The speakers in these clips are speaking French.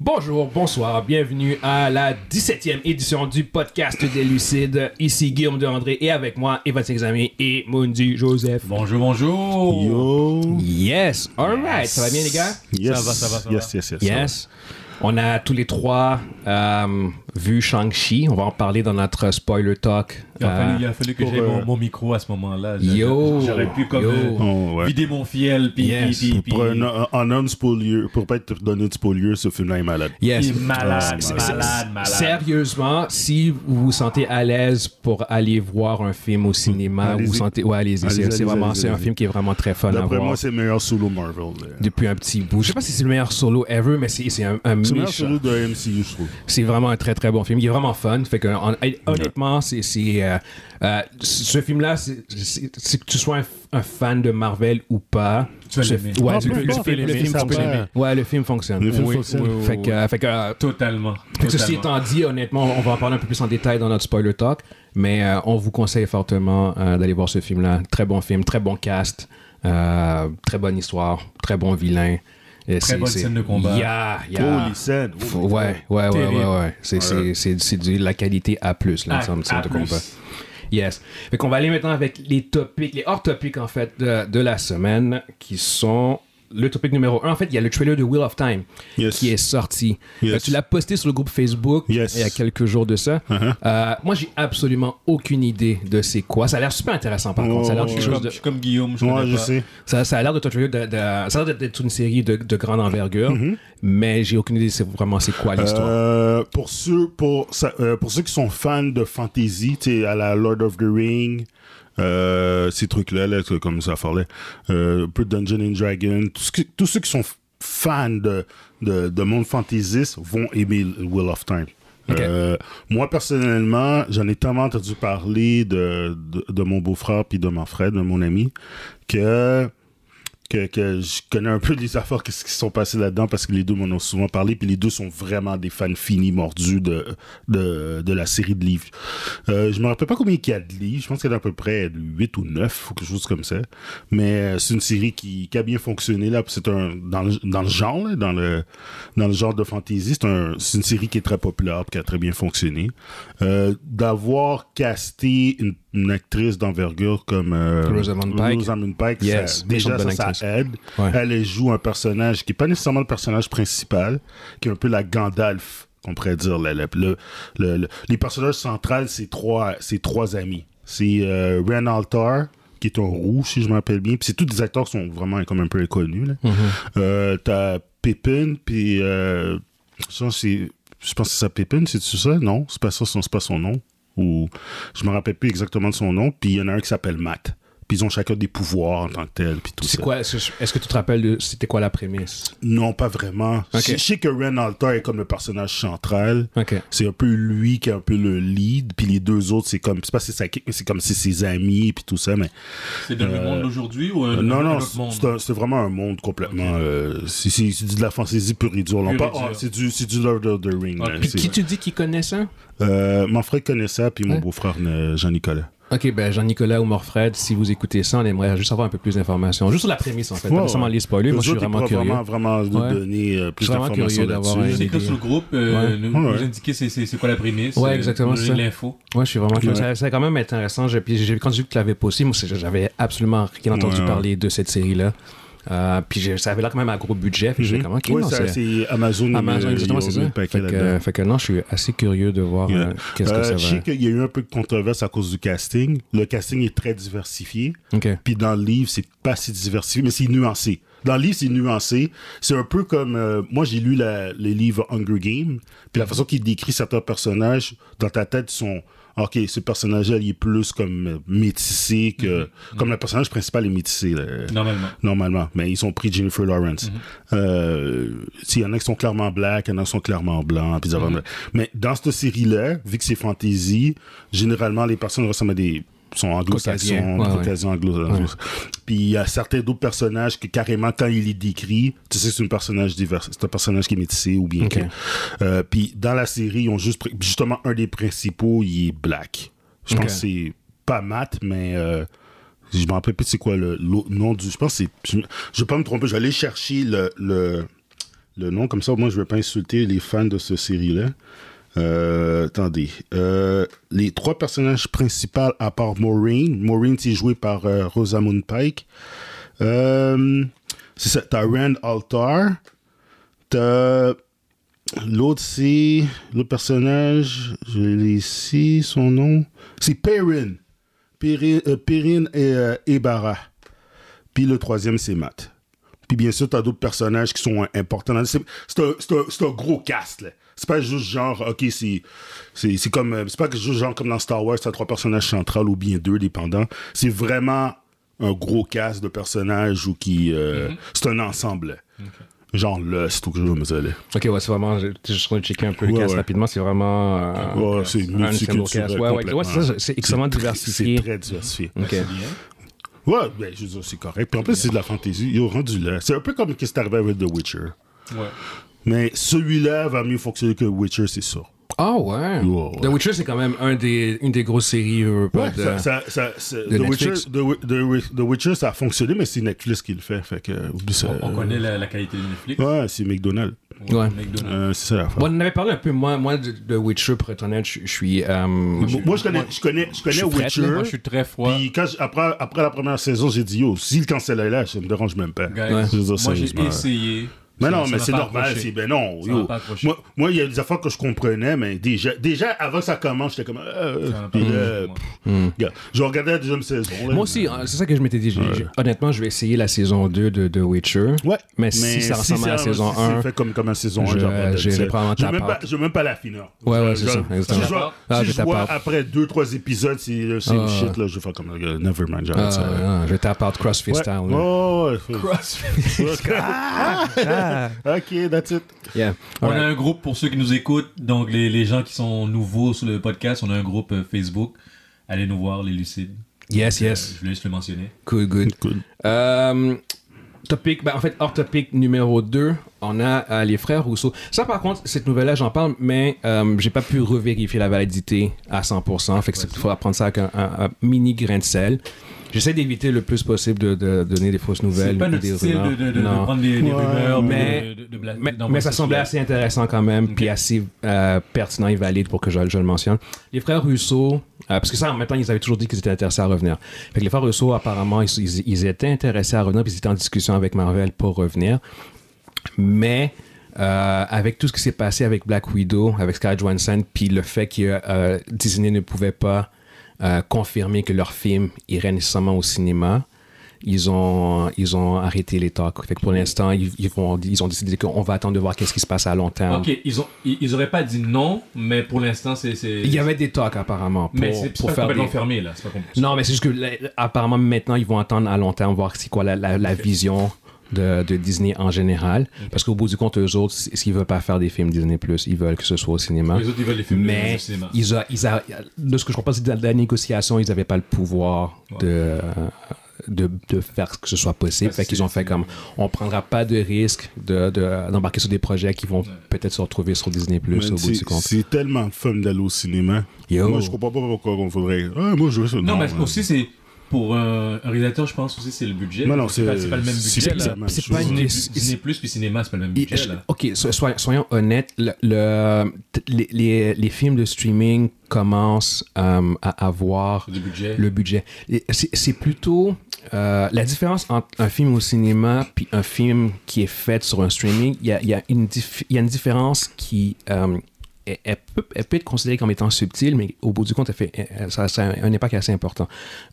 Bonjour, bonsoir, bienvenue à la 17e édition du podcast des Lucides. Ici Guillaume de André et avec moi, Evan Sexamin et Mundi Joseph. Bonjour, bonjour. Yo. Yes, alright, ça va bien les gars? Yes. Ça va, ça va, ça yes, yes, yes, ça Yes. On a tous les trois euh, vu Shang-Chi. On va en parler dans notre spoiler talk. Il a, Euh, fallu, il a fallu que pour, j'aie mon, euh, mon micro à ce moment-là. Je- Yo. J'aurais pu comme Yo. euh, va. Oh, ouais. vider mon fiel, puis Yes. puis- puis- Pour un, un, un homme spolieux, pour pas être donné de spolieux, ce film-là est malade. Yes. Il est malade, Ah, C'est- c'est- malade, malade. Sérieusement, si vous vous sentez à l'aise pour aller voir un film au cinéma, vous Allez-y. vous sentez, ouais, allez-y. Allez-y, C'est- C'est allez-y, vraiment, allez-y, c'est un allez-y. film qui est vraiment très fun à D'après voir. moi, c'est le meilleur solo Marvel. euh. là. depuis un petit bout. Je sais pas si c'est le meilleur solo ever, mais c'est c'est un, un C'est le meilleur méchant. solo de MCU, je trouve. C'est vraiment un très très bon film. Il est vraiment fun. Fait que hon- honnêtement, c'est c'est, euh, euh, c- ce film-là, c'est c'est- c'est que tu sois un, f- un fan de Marvel ou pas. Tu vas ce- l'aimer. Ouais, Ah, tu- peu le, importe, film, le l'aimer, film ça fonctionne. va. Ouais, le film fonctionne. Le film Oui, fonctionne. oui, oui, Fait que, euh, fait que, euh, Totalement. fait que ceci totalement. étant dit, honnêtement, on va en parler un peu plus en détail dans notre spoiler talk, mais euh, on vous conseille fortement euh, d'aller voir ce film-là. Très bon film, très bon cast, euh, très bonne histoire, très bon vilain. Et c'est- bonne c'est- scène de combat. Yeah, yeah. Holy sand. Faut- Ouais, ouais, ouais, ouais, Terrible. ouais. C'est, c'est, c'est, c'est du- la qualité A+, là, Ah, ça me à semble de plus. combat. Yes. Fait qu'on va aller maintenant avec les topics, les hors-topics, en fait, de, de la semaine, qui sont... Le topic numéro 1, en fait, il y a le trailer de Wheel of Time Yes. qui est sorti. Yes. Fait que Tu l'as posté sur le groupe Facebook Yes. il y a quelques jours de ça. Uh-huh. Euh, moi, j'ai absolument aucune idée de c'est quoi. Ça a l'air super intéressant, par Oh, contre. Ça a l'air ouais. quelque Je suis chose comme- de... je suis comme Guillaume, je Moi, connais je pas. sais. Ça, ça a l'air de ton trailer de- de- ça a l'air d'être une série de, de grande envergure, mais j'ai aucune idée c'est vraiment c'est quoi l'histoire. Mm-hmm. Euh, pour, ceux, pour, ça- euh, pour ceux qui sont fans de fantasy, tu sais, à la Lord of the Ring, euh, ces trucs-là, là, tu sais, comme ça parlait, euh, un peu Dungeon and Dragon, tout ce qui- tous ceux qui sont f- fans de, de, de monde fantaisiste vont aimer Will of Time. Ok. Euh, moi, personnellement, j'en ai tellement entendu parler de, de, de mon beau-frère puis de mon frère, de mon ami, que que, que je connais un peu les affaires qui, qui sont passées là-dedans parce que les deux m'en ont souvent parlé, puis les deux sont vraiment des fans finis, mordus de, de, de la série de livres. Euh, je me rappelle pas combien il y a de livres, je pense qu'il y en a à peu près 8 ou 9 ou quelque chose comme ça. Mais euh, c'est une série qui, qui a bien fonctionné là, puis c'est un dans le, dans le genre, là, dans, le, dans le genre de fantasy, c'est un- c'est une série qui est très populaire, puis qui a très bien fonctionné. Euh, D'avoir casté une, une actrice d'envergure comme euh, Rosamund Pike. Rosamund Pike, Yes, ça- méchante déjà bonne ça, actrice. ça aide. Ouais. Elle joue un personnage qui n'est pas nécessairement le personnage principal, qui est un peu la Gandalf, qu'on pourrait dire. la- la- le- le- le- les personnages centrales, c'est trois, c'est trois amis. C'est euh, Ren Altar, qui est un roux, si je me rappelle bien. Puis c'est tous des acteurs qui sont vraiment comme un peu inconnus. là. Mm-hmm. Euh, T'as Pippin, puis... euh, ça, c'est- je pense que c'est ça, Pippin, c'est-tu ça? Non, c'est pas ça, son- c'est pas son nom. Ou je me rappelle plus exactement de son nom. Puis il y en a un qui s'appelle Matt. Puis ils ont chacun des pouvoirs en tant que tels. Puis tout C'est ça. quoi, est-ce que- est-ce que tu te rappelles de c'était quoi la prémisse? Non, pas vraiment. Ok. Je, je sais que Ren Altar est comme le personnage central. Ok. C'est un peu lui qui est un peu le lead, puis les deux autres, c'est comme, c'est pas si ça- c'est comme si c'est ses amis, puis tout ça, mais C'est dans le monde d'aujourd'hui ou euh, non, dans non, l'autre monde? c'est un- c'est vraiment un monde complètement. euh, c'est c'est- c'est de la fantaisie pure et dure. là. On Pure parle- et dure. ah, C'est du, c'est du Lord of the Ring. Ok. là, Puis c'est- Ah, Qui tu dis qui connaît ça? Euh, mon frère connaît ça, puis mon Ouais. beau-frère euh, Jean-Nicolas. Ok, ben Jean-Nicolas ou Morfred, si vous écoutez ça, on aimerait juste avoir un peu plus d'informations. Juste sur la prémisse, en fait. Pas Ouais, nécessairement ouais. les spoilers. Eux Moi, je suis autres, ils vraiment pourraient curieux. vraiment, vraiment nous Ouais. donner euh, plus Je suis vraiment d'informations curieux d'avoir là-dessus. un- C'est écrit sur le groupe, euh, Ouais. nous, Ouais, ouais. nous indiquer c'est- c'est c'est quoi la prémisse. Ouais, euh, exactement, nous c'est donner ça. l'info. Ouais, je suis vraiment curieux. Ouais. Ça- C'est quand même intéressant. Je- puis j'ai- quand j'ai vu que tu l'avais posté, moi, c'est- j'avais absolument rien entendu Ouais. parler de cette série-là. Euh, puis j'ai- ça avait l'air quand même à gros budget. Puis j'ai Mhm. comme, ok, Ouais, non, ça, c'est c'est Amazon. Amazon, euh, exactement, c'est ils ont mis ça. le Fait paquet que, là-dedans. euh, fait que non, je suis assez curieux de voir Yeah. euh, qu'est-ce que Euh, ça Je va. sais qu'il y a eu un peu de controverse à cause du casting. Le casting est très diversifié. Ok. Puis dans le livre, c'est pas si diversifié, mais c'est nuancé. Dans le livre, c'est nuancé. C'est un peu comme... euh, moi, j'ai lu la- le livre Hunger Games. Puis la façon qu'il décrit certains personnages, dans ta tête, ils sont... OK, ce personnage-là, il est plus comme euh, métissé que... Comme le personnage principal est métissé. là Normalement. euh, normalement. Mais ils ont pris Jennifer Lawrence. Mhm. Euh, tu sais, Il y en a qui sont clairement black, il y en a qui sont clairement blancs. puis des Mhm. affaires- Mais dans cette série-là, vu que c'est fantasy, généralement, les personnes ressemblent à des sont Caucasiens, anglo-saxons, ouais, ouais. caucasiens, anglo- Puis il y a certains d'autres personnages que carrément, quand il est décrit, tu sais que c'est un personnage divers, c'est un personnage qui est métissé ou bien Ok. que- Euh, Puis dans la série, ils ont juste... pris- Justement, un des principaux, il est black. Je Ok. pense que c'est pas Matt, mais... euh, je me rappelle plus c'est quoi le l'autre nom du. Je pense que c'est. Je, je vais pas me tromper. J'allais chercher le, le, le nom. Comme ça, moi, je ne veux pas insulter les fans de cette série-là. Euh, attendez. Euh, les trois personnages principaux, à part Maureen. Maureen, c'est joué par euh, Rosamund Pike. Euh, c'est ça. T'as Rand Altar. T'as. L'autre, c'est. L'autre personnage, je l'ai ici, son nom. C'est Perrin. Perrin, euh, Perrin et, euh, et Barra. Puis le troisième, c'est Matt. Puis bien sûr, t'as d'autres personnages qui sont euh, importants. dans- C'est c'est un, c'est un- c'est un gros cast, là. C'est pas juste genre, ok, c'est c'est- c'est comme. euh, C'est pas juste genre comme dans Star Wars, t'as trois personnages centrales ou bien deux, dépendant. C'est vraiment un gros cast de personnages ou qui. euh, C'est un ensemble. Genre Lost ou quelque chose comme ça, là. Ok, ouais, c'est vraiment. Je je suis en train de checker un peu le Ouais, cast ouais. rapidement. C'est vraiment. euh, Ouais, c'est un single cast. multiculturel. Ouais, ouais, complètement. ouais, c'est ça, c'est extrêmement très- diversifié. Mm. C'est très diversifié. Ok. Ouais, ben, je veux dire, c'est correct. Puis en plus, c'est de la fantaisie. Ils ont rendu là. C'est un peu comme ce qui est arrivé avec The Witcher. Ouais. Mais celui-là va mieux fonctionner que Witcher, c'est sûr. Ah ouais. Ouais, The ouais. Witcher, c'est quand même un des, une des grosses séries. euh, pas Ouais, de- ça, ça, ça- c'est- de The, Witcher, Netflix. The, Wi- The Wi- The Witcher, ça a fonctionné, mais c'est Netflix qui le fait. Fait que, euh, oublie ça. Oh, On connaît la, la qualité de Netflix. Ouais, c'est McDonald's. Ouais. McDonald's. Euh, c'est ça la fin. Bon, on en avait parlé un peu. Moi, moi de, de Witcher, pour être honnête, je je suis. euh, moi, je connais, je connais, je connais je suis prête, Witcher. là. Moi, je suis très froid. Puis quand je- après, après la première saison, j'ai dit, oh, yo, s'il cancelle là, ça me dérange même pas. Guys, Ouais. Je veux dire, Moi, j'ai sérieusement. essayé. Mais Ça- non, ça mais m'a c'est pas normal. accroché. C'est, ben non. Ça yo. m'a pas accroché. Moi, moi, il y a des affaires que je comprenais, mais déjà, déjà avant que ça commence, j'étais comme. euh, Ça m'a pas puis accroché, là, moi. pff, regarde, je regardais la deuxième saison. là. Hmm. Moi aussi, euh, c'est ça que je m'étais dit. J'ai- j'ai- Honnêtement, je vais essayer la saison 2 de, de Witcher. Ouais. Mais, si ça ressemble à la ça- saison si c'est 1. fait comme, comme la saison 1, je- j'aurais j'ai probablement Je vais même tap pas, out. je vais même pas la finir. Ouais, ouais, Euh, c'est je- ça, exactement. Si je vois, Ah, si je je vois tap out. après 2-3 épisodes, c'est, c'est Ah. une shit, là, je vais faire comme. euh, Never mind, j'arrête Ah, ça. non, je tape out CrossFit Ouais. Town. Oh, ouais. Ah. ok, that's it. Yeah. On Alright. a un groupe pour ceux qui nous écoutent, donc les, les gens qui sont nouveaux sur le podcast, on a un groupe euh, Facebook. Allez nous voir, les lucides. Yes, Je yes. voulais juste le mentionner. Good, good. Good. Euh, topic, ben, en fait, hors topic numéro 2, on a euh, les frères Rousseau. Ça, par contre, cette nouvelle-là, j'en parle, mais euh, j'ai pas pu revérifier la validité à 100%. Fait que il faudra prendre ça avec un, un- un mini grain de sel. J'essaie d'éviter le plus possible de, de donner des fausses nouvelles. C'est pas ou notre des style de, rumeurs. de- de- de Non. prendre des, des Ouais, rumeurs, mais- de, de, de bla- Mais, d'envoyer mais ça semblait assez intéressant quand même, puis assez euh, pertinent et valide pour que je, je le mentionne. Les frères Russo, euh, parce que ça, en même temps, ils avaient toujours dit qu'ils étaient intéressés à revenir. Fait que les frères Russo, apparemment, ils, ils- ils étaient intéressés à revenir, puis ils étaient en discussion avec Marvel pour revenir. Mais euh, avec tout ce qui s'est passé avec Black Widow, avec Scarlett Johansson, puis le fait que euh, Disney ne pouvait pas euh, confirmer que leur film irait nécessairement au cinéma, ils ont, ils ont arrêté les talks. Fait que pour l'instant, ils, ils vont, ils ont décidé qu'on va attendre de voir qu'est-ce qui se passe à long terme. Ok, ils, ont, ils, ils auraient pas dit non, mais pour l'instant, c'est. c'est- Il y avait des talks apparemment pour, Mais c'est c'est pour pas faire complètement des... fermé, là. C'est pas compl- Non, mais c'est juste que là, apparemment maintenant ils vont attendre à long terme voir c'est quoi la, la- la vision de, de Disney en général. Parce qu'au bout du compte, eux autres, c- s'ils veulent pas faire des films Disney Plus, ils veulent que ce soit au cinéma. Les autres, ils veulent les films Mais au cinéma. ils a, ils a- de ce que je comprends, c'est que dans la négociation, ils n'avaient pas le pouvoir de, de, de faire que ce soit possible. Ah, fait qu'ils ont c'est- fait comme on prendra pas de risque de- de- d'embarquer sur des projets qui vont peut-être se retrouver sur Disney Plus Man, au bout du c'est, compte. c'est tellement fun d'aller au cinéma. Yo. Moi, je comprends pas pourquoi on voudrait. Ah, moi, je veux ça. Non, mais euh, man. aussi, c'est. Pour euh, un réalisateur, je pense aussi, c'est le budget. Non, non, c'est c'est- pas, c'est pas le même c'est- budget, c'est- là. même C'est chose. pas une- Disney, c'est- Disney Plus puis cinéma, c'est pas le même Et- budget, là. Ok, so- soyons, soyons honnêtes, le, le- t- les, les- les films de streaming commencent euh, à avoir Du budget. le budget. Et C'est c'est plutôt euh, la différence entre un film au cinéma puis un film qui est fait sur un streaming. Il y a, il y a une, dif- il y a une différence qui euh, elle, elle peut, elle peut être considérée comme étant subtile, mais au bout du compte, elle fait, elle- elle- ça, ça a un impact assez important.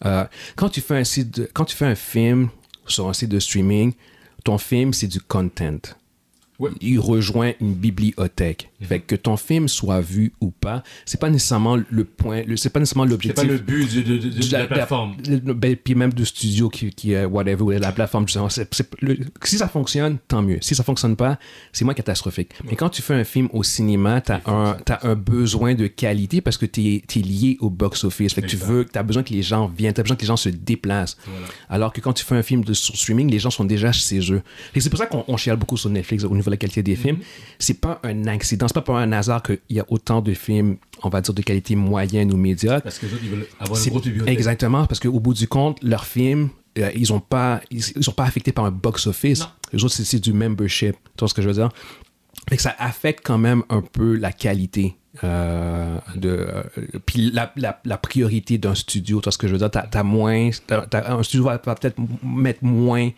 Euh, quand, tu fais un site de- quand tu fais un film sur un site de streaming, ton film, c'est du content Ouais. Mm-hmm. il rejoint une bibliothèque. Fait que ton film soit vu ou pas, c'est pas nécessairement le point, le- c'est pas nécessairement C'est l'objectif. pas le but du- de, de- de- du- de la plateforme. le- ben, puis même du studio qui, qui est whatever, ou la plateforme, du c'est, c'est- le- si ça fonctionne, tant mieux. Si ça fonctionne pas, c'est moins catastrophique. Mais quand tu fais un film au cinéma, t'as un, t'as un besoin de qualité parce que t'es, t'es lié au box-office. Fait que tu Exact. veux, t'as besoin que les gens viennent, t'as besoin que les gens se déplacent. Alors que quand tu fais un film de, sur streaming, les gens sont déjà chez eux. Et c'est pour ça qu'on on chiale beaucoup sur Netflix au niveau de la qualité Mhm. des films. C'est pas un accident, c'est pas par un hasard qu'il y a autant de films, on va dire, de qualité moyenne ou médiocre. Parce que les autres, ils veulent avoir une C'est- grosse bibliothèque. Exactement, parce qu'au bout du compte, leur film, euh, ils ont pas, ils, ils sont pas affectés par un box-office. Non. Les autres, c'est- c'est du membership. Tu vois ce que je veux dire? Fait que ça affecte quand même un peu la qualité. euh, de euh, puis la, la- la priorité d'un studio tu vois ce que je veux dire t'as, t'as moins t'as- t'as- un studio va, va peut-être m- mettre moins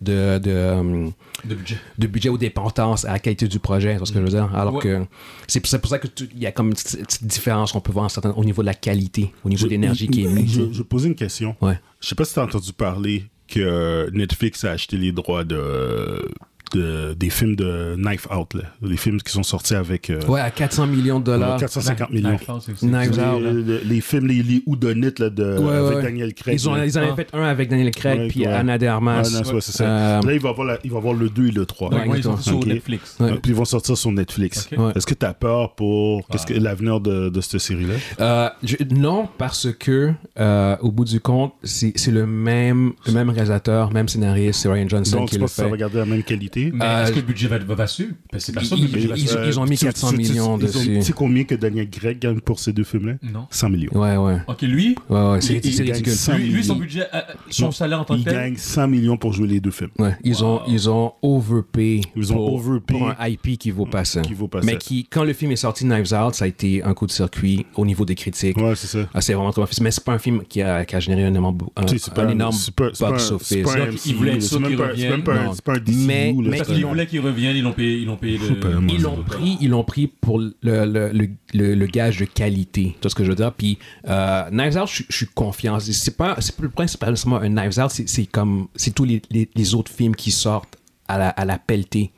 de, de, euh, de budget. de budget aux dépendances à la qualité du projet, c'est ce que je veux dire. Alors Ouais. que c'est c'est pour ça qu'il y a comme une petite petite différence qu'on peut voir en certain- au niveau de la qualité, au niveau de l'énergie qui est mise. Je, je posais une question. Ouais. Je sais pas si t'as entendu parler que euh, Netflix a acheté les droits de, de- des films de Knife Out, là. les films qui sont sortis avec euh, Ouais, à 400 millions de dollars. 450 millions. Knife Out, c'est- c'est- Knives c'est- Out. Les, les- les films, les, les houdonites, là, de, Ouais, ouais, euh, avec ouais. Daniel Craig. Ils, ont, là. ils en avaient Ah. fait un avec Daniel Craig Ouais, puis ouais. Anna de Armas. Ah, non, ouais, c'est ça. Euh, Là, il va, avoir la- il va avoir le 2 et le 3. Donc, Ouais, moi, ils sont exactement. sur Ok. Netflix. Ouais. Ah, Puis ils vont sortir sur Netflix. Ok. Ouais. Est-ce que tu as peur pour qu'est-ce que, l'avenir de, de cette série-là? Euh, je- non, parce que euh, au bout du compte, c'est c'est le même, le même réalisateur, même scénariste, c'est Ryan Johnson Donc, qui je le pense que ça fait. va garder la même qualité. Mais Euh, est-ce que le budget va, va, va suivre Parce que c'est pas ça ils- le budget va ils- suivre. ont mis tu- tu- 400 tu- tu- millions ils ont- dessus. Mm. Tu sais combien que Daniel Craig gagne pour ces deux films-là? Non. 100 millions. Ouais, ouais. Ok, lui, Ouais, ouais, c'est Il- il c'est gagne ridicule. 100 lui, lui, son millions. budget, euh, son Non, salaire en tant que Il tel. gagne 100 millions pour jouer les deux films. Ouais, ils ont, Wow. ils ont overpay. Ils ont pour, overpay. pour un IP qui vaut pas ça. Qui vaut pas Mais ça. qui, quand le film est sorti, Knives Out, ça a été un coup de circuit au niveau des critiques. Ouais, c'est ça. Ah, c'est vraiment trop Mais c'est pas un film qui a, qui a généré un, énorme- un- Tu sais, c'est un pas énorme c'est pas- c'est pas un- c'est box-office. pas un Donc, ils MCU, voulaient être c'est sûrs même qu'ils pas- C'est même pas reviennent. un- c'est pas un DCU. Mais- là, mais- c'est Parce qu'ils un- voulaient qu'il revienne, ils l'ont payé, ils l'ont payé Faut pas, le. moi, ils c'est l'ont pas- pris, ils l'ont pris pour le, le, le, le- le gage de qualité. Tu vois ce que je veux dire? Puis, euh, Knives Out, je je suis confiant. C'est- C'est pas, c'est pas le problème, c'est pas nécessairement un Knives Out, c'est- c'est comme, c'est tous les, les, les autres films qui sortent à la, à la pelletée,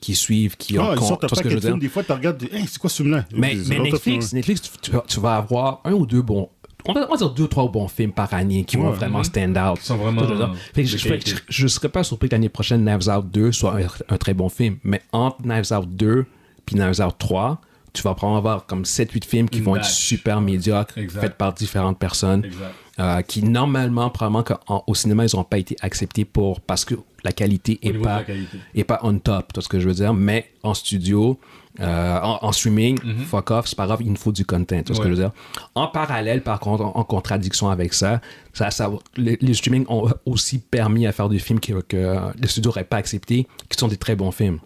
qui suivent, qui Ah, ont, ils con- sortent tu vois un ce que je veux paquet de dire? films. Des fois, tu regardes, tu dis, Hey, c'est quoi ce film-là? Mais, C'est mais un autre Netflix, film. Netflix tu, tu- tu vas avoir un ou deux bons. On va, on va dire deux trois bons films par année qui vont Ouais. vraiment stand out. Qui Mhm. sont vraiment Je veux dire, fait que je, de fait que qualité. je- je serais pas surpris que l'année prochaine, Knives Out 2 soit un, un très bon film. Mais entre Knives Out 2 puis Knives Out 3, tu vas probablement avoir comme 7-8 films qui Une vont être batch. super médiocres, Exact. faits par différentes personnes, Exact. euh, qui normalement, probablement qu'en- au cinéma, ils n'auront pas été acceptés pour parce que la qualité Au est niveau de pas la qualité. et pas on top, tu vois ce que je veux dire, mais en studio, euh, en, en streaming, fuck off, c'est pas grave, il nous faut du content, tu vois ce que Ouais. je veux dire. En parallèle, par contre, en, en contradiction avec ça, ça, ça les, les streamings ont aussi permis à faire des films que, que les studios n'auraient pas acceptés, qui sont des très bons films.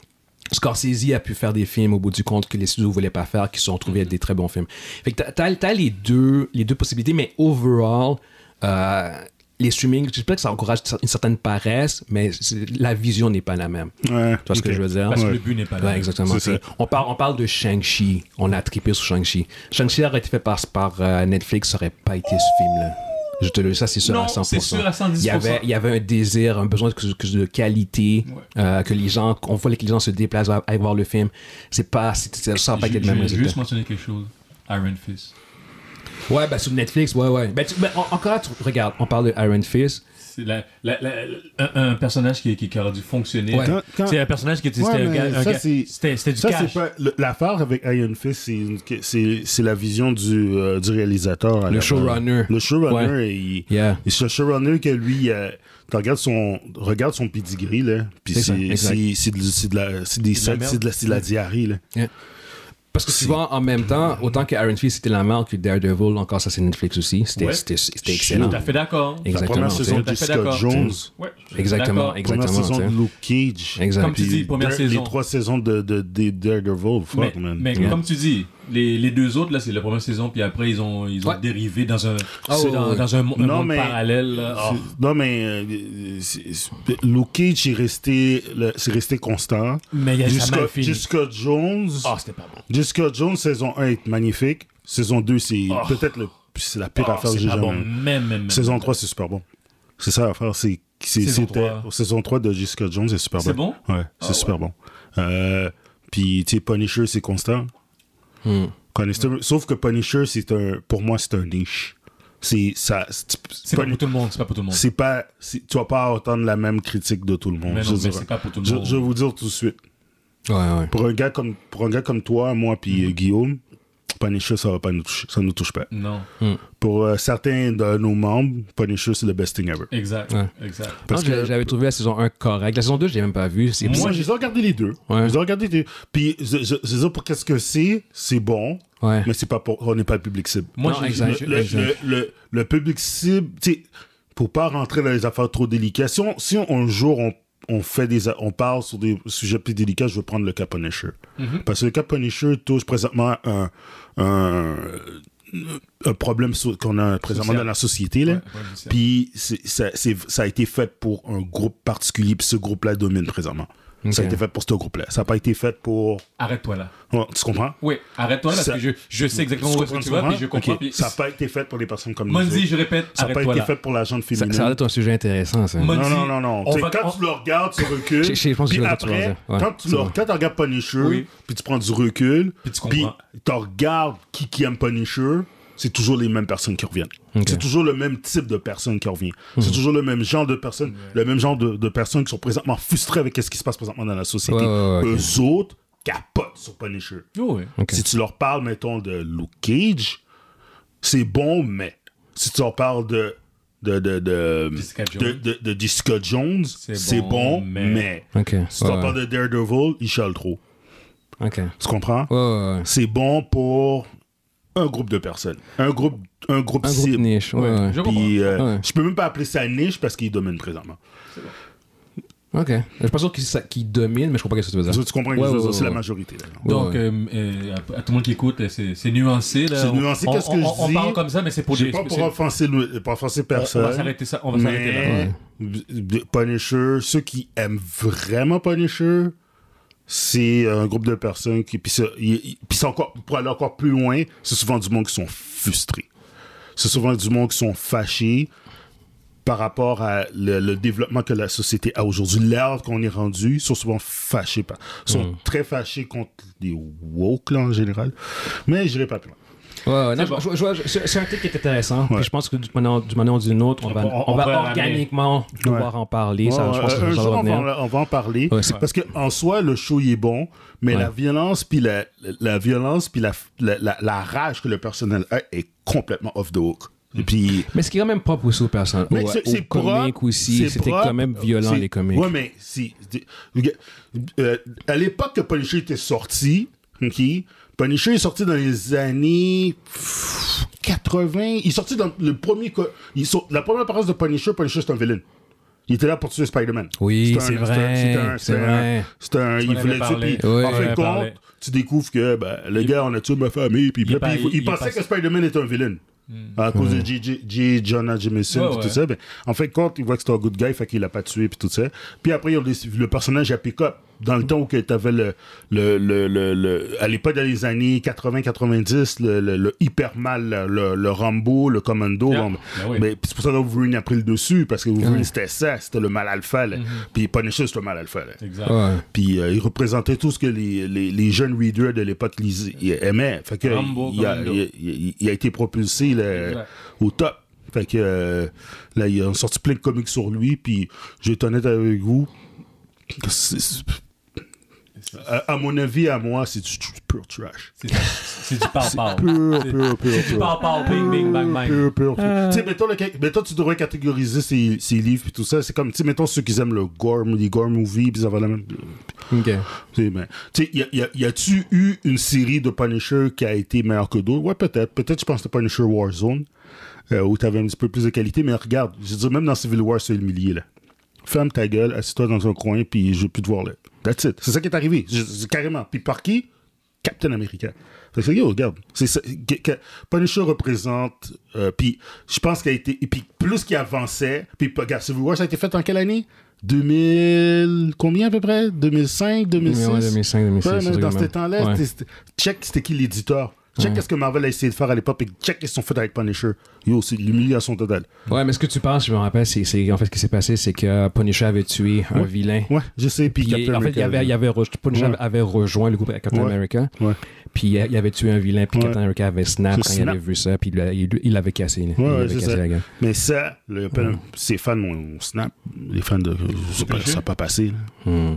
Scorsese a pu faire des films au bout du compte que les studios voulaient pas faire, qui se sont retrouvés être des très bons films. Fait que t'as- t'as, t'as les deux, les deux possibilités, mais overall, euh, les streamings, je sais pas que ça encourage une certaine paresse, mais c'est- la vision n'est pas la même. hein. Ouais, Tu vois ce que ok. je veux dire? Parce que Ouais. le but n'est pas Ouais, là. exactement. C'est ça. Puis On parle, on parle de Shang-Chi. On a trippé sur Shang-Chi. Shang-Chi aurait été fait par, par euh, Netflix, ça aurait pas été ce film-là. Je te le dis, ça c'est sûr Non, à 100%. c'est sûr à 110%. Il y, avait, il y avait un désir, un besoin de, que- de qualité, Ouais. euh, que les gens, on voulait que les gens se déplacent à, à voir le film. C'est pas, c'est- c'est- ça aurait pas Je été le même je- je vais résultat. juste mentionner quelque chose. Iron Fist. Ouais, bah sur Netflix, ouais, ouais. Ben, tu- ben, en- encore là, tu- regarde, on parle de Iron Fist. C'est la- la- la- la- un, un personnage qui, qui, qui aurait dû fonctionner. Ouais. Quand- quand- C'est un personnage qui était. Ouais, c'était un mais gars- un ça, gars- c'est- C'était c'était du Ça, cash. c'est pas. le- L'affaire avec Iron Fist, c'est une- que- c'est c'est la vision du, euh, du réalisateur. à la base. showrunner. Le showrunner, Ouais. il- Yeah. et ce showrunner que lui, euh, tu regardes son, regarde son pedigree, là. Puis C'est ça, c'est- exact. c'est c'est de, c'est de la, c'est des C'est de la sacs, c'est de la, c'est de la diarrhée, là. Parce que souvent, en même temps, autant que Iron Fist c'était la merde que Daredevil, encore ça c'est Netflix aussi, c'était Ouais. c'était- c'était Je suis excellent. Tout à fait d'accord. Exactement. la première tu sais. saison Tout de à fait Jessica d'accord. Jones. Ouais, je suis Exactement, d'accord. exactement. première saison tu sais. de Luke Cage. Exact. Comme tu dis, Puis première Dare- saison. Les trois saisons de, de, de Daredevil, Mais, fuck, man. mais Yeah. comme tu dis, les, les deux autres, là, c'est la première saison, puis après, ils ont, ils ont Ouais. dérivé dans un, Ah, c'est ouais, dans, ouais. dans un, mo- un Oh, Non, monde mais- parallèle. là. Oh. C'est- Non, mais euh, c'est- c'est- Luke Cage est resté, le- c'est resté constant. Mais il y a- ça Jessica- mal fini. Jessica Jones. Ah, c'était pas bon. Jessica Jones, saison 1 est magnifique. Saison 2, c'est Oh. peut-être le- c'est la pire Ah, affaire que c'est j'ai pas jamais bon. vue. Même, même, même. Saison 3, c'est super bon. C'est ça l'affaire. C'est, c'est, Saison c'était- 3. saison 3 de Jessica Jones est super C'est bonne. Ouais, c'est Ah, super bon. Euh, Puis, tu sais, Punisher, c'est constant. Punisher- Sauf que Punisher, c'est un, pour moi, c'est un niche. C'est, ça, c'est, C'est pas pour tout le monde, c'est pas pour tout le monde. c'est pas c'est- tu vas pas entendre la même critique de tout le monde Mais non, je veux mais dire. c'est pas pour tout le Je- monde. je vais vous dire tout de suite Ouais, ouais. pour un gars comme pour un gars comme toi moi puis euh, Guillaume Punisher ça va pas nous toucher ça nous touche pas Non, pour euh, certains de nos membres Punisher c'est le best thing ever exact, Ouais. exact. parce Non, je- que- j'avais trouvé la saison 1 correcte. La saison 2, je l'ai même pas vue. C'est moi j'ai regardé les deux Ouais. j'ai regardé les deux puis je- je- je veux dire, pour qu'est-ce que c'est c'est bon Ouais. mais c'est pas pour on n'est pas le public cible Moi, Non, j'ai- exact. le, le- Exact. le- le- le public cible tu sais, faut pas rentrer dans les affaires trop délicates. Si, on- si on- un jour on, on fait des, a- on parle sur des sujets plus délicats, je vais prendre le Cap Punisher. Mhm. Parce que le Cap Punisher touche présentement un, un, un problème so- qu'on a présentement Social. dans la société. Là. Ouais, ouais, je sais. Puis c'est- ça, c'est- ça a été fait pour un groupe particulier, puis ce groupe-là domine présentement. Ça a Ok. été fait pour ce groupe-là. Ça n'a pas été fait pour. Arrête-toi là. Ouais, tu comprends? Oui, arrête-toi là, Ah, parce Ça- que je, je sais exactement où est-ce que tu vas, comprends? puis je comprends. Ok. puis- Ça n'a pas été fait pour les personnes comme nous. Monzi, autres. je répète, Ça n'a pas arrête-toi été là. fait pour la jeune Ça, féminine. ça a l'air d'être un sujet intéressant, ça. Monzi, Non, non, non, non. on Tu sais, va- quand on- tu le regardes, tu recules. Je- je pense que je puis vois ce que tu veux après, dire. Ouais, quand, tu c'est le, bon. quand tu regardes Punisher, Oui. puis tu prends du recul, Puis tu puis comprends. tu regardes qui, qui aime Punisher, c'est toujours les mêmes personnes qui reviennent. Ok. Mhm. C'est toujours le même type de personnes qui revient. C'est toujours le même genre de personnes, le même genre de, de personnes qui sont présentement frustrées avec ce qui se passe présentement dans la société. Ouais, ouais, ouais, ok. Eux autres capotent sur Punisher. Oh, ouais. Ok. Si tu leur parles, mettons, de Luke Cage, c'est bon, mais si tu leur parles de. De, de, de, Jessica Jones. de, de- de Jessica Jones, C'est c'est bon, bon, mais- mais. Ok, Si ouais, tu leur parles de Daredevil, il chiale trop. Ok. Ouais, Tu comprends? ouais, ouais. C'est bon pour un groupe de personnes. Un groupe, un Un groupe groupe cible. niche. Ouais, ouais. Je comprends. Puis, euh, Ouais. Je peux même pas appeler ça niche parce qu'il domine présentement. Ok. Je suis pas sûr qu'il sa- qu'il domine, mais je comprends pas ce que tu veux Parce que dire. tu comprends Ouais, que je veux ouais, dire, c'est ouais, la ouais. majorité. là. Ouais, Donc, ouais. euh, euh, à, à tout le monde qui écoute, c'est c'est nuancé. là. C'est On- nuancé, on- qu'est-ce que on- je on, dis parle comme ça, mais c'est pour J'ai des- pas pour c'est- offenser, le- pas offenser personne. On va s'arrêter ça. On va s'arrêter là. Mais B- Punisher, ceux qui aiment vraiment Punisher, c'est un groupe de personnes qui. Puis, ça- y- y- puis c'est encore, pour aller encore plus loin, c'est souvent du monde qui sont frustrés. C'est souvent du monde qui sont fâchés par rapport à le, le développement que la société a aujourd'hui. L'ère qu'on est rendu, ils sont souvent fâchés. Par, sont Mm. très fâchés contre les woke, là, en général. Mais j'irai pas plus loin. Ouais, ouais, non, C'est bon. je- je- je- je- c'est- c'est un truc qui est intéressant. puis Ouais. je pense que d'une manière, d'une manière ou d'une autre, on va, On- on- on on va va organiquement devoir en parler. ça, Ouais, je pense euh, que un ça jour, va on va, revenir. en- on va en parler. Ouais, c'est- parce que en soi, le show il est bon, mais la violence puis la, la- la violence puis la, la, la- la rage que le personnel a est complètement off the hook. Mm. Et puis Mais ce qui est quand même propre aussi aux personnes. mais aux, c'est- aux c'est comics propre, aussi, c'est c'était propre, quand même violent c'est- les comics. Ouais, mais si di- regarde, euh, à l'époque que Punisher était sorti, Hmm. OK, Punisher est sorti dans les années pff, 80, il est sorti dans le premier co- il sort- la première apparence de Punisher, Punisher c'est un villain. Il était là pour tuer Spider-Man. Oui, un- c'est un- vrai, un- c'est un- vrai. C'est un, il avais voulait parlé. tuer. Puis, Ouais, en tu m'en avais fin de compte, parlé. tu découvres que ben, le gars, on a tué ma famille. Puis, Il est puis pas- il, faut- il- il il est pensait pas- que Spider-Man était un villain. À cause de J. J. Jonah Jameson Hmm. Ouais, puis ouais. tout ça. Ben, en fin de compte, il voit que c'est un good guy, fait qu'il l'a pas tué puis tout ça. Puis après, ils ont décidé- le personnage a pick-up. Dans le temps où tu avais le, le, le, le, le- À l'époque dans les années 80-90, le, le, le hyper mal, le, le Rambo, le Commando. Yeah. bon, Ben oui. Ah ben, puis c'est pour ça que Wolverine a pris le dessus, parce que Wolverine, c'était ça, c'était le mal alpha. là. Puis Punisher, c'était le mal alpha. là. Mm-hmm. Exact. Ouais. Puis euh, il représentait tout ce que les, les, les jeunes readers de l'époque lis- y- aimaient. Fait que Rambo, il, a, Commando. il, il- il a été propulsé là, Exact. au top. Fait que euh, là, ils ont sorti plein de comics sur lui. Puis je vais être honnête avec vous. c'est- c'est- À, à mon avis, à moi, c'est du, du pur trash. C'est- C'est du par-par. Pur, pur, Euh. pur, Du pur. par-par, bing, bing, bang, bang. Pur, pur, pur. Tu sais, mettons, le ca- mettons, tu devrais catégoriser ces, ces livres puis tout ça. C'est comme, tu sais, mettons ceux qui aiment le gore, les gore movies, puis ça va la même. Ok. Tu sais, ben, tu sais, y a- y a- y a-tu eu une série de Punisher qui a été meilleure que d'autres? Ouais, peut-être. Peut-être, je pense, que Punisher Warzone, euh, où t'avais un petit peu plus de qualité. Mais regarde, je veux dire, même dans Civil War, c'est le millier, là. Ferme ta gueule, assis-toi dans un coin, puis je vais plus te voir là. That's it. C'est ça qui est arrivé. Je- je- carrément. Puis par qui? Captain America. Fait que, yo, regarde. C'est ça- que- que- Punisher représente, euh, puis je pense qu'il a été, et puis plus qu'il avançait, puis regarde, Civil War, ça a été fait en quelle année? 2000, combien à peu près? 2005, 2006? Ouais, 2005, 2006, Ouais, mais c'est ça, dans ces quand même. temps-là, Ouais. c'était- c'était- check c'était qui l'éditeur. Check qu'est-ce que Marvel a essayé de faire à l'époque, et check qu'est-ce qu'ils ont fait avec Punisher. Yo, c'est l'humiliation totale. Ouais, mais ce que tu penses, je me rappelle, c'est, c'est- en fait ce qui s'est passé, c'est que Punisher avait tué un vilain. Ouais, je sais, puis Puis, Captain en fait, il y America, avait, il y avait re- Punisher Ouais. avait rejoint le groupe Captain Ouais. America. Ouais. Puis il il avait tué un vilain, puis Ouais. Captain America avait snap C'est quand il snap. avait vu ça, puis il, il- il avait cassé. il Ouais, ouais, avait c'est cassé ça. la gueule. Mais ça, le, ces fans ont snap. Les fans de. je sais pas, Punisher? ça n'a pas passé. là. Hmm.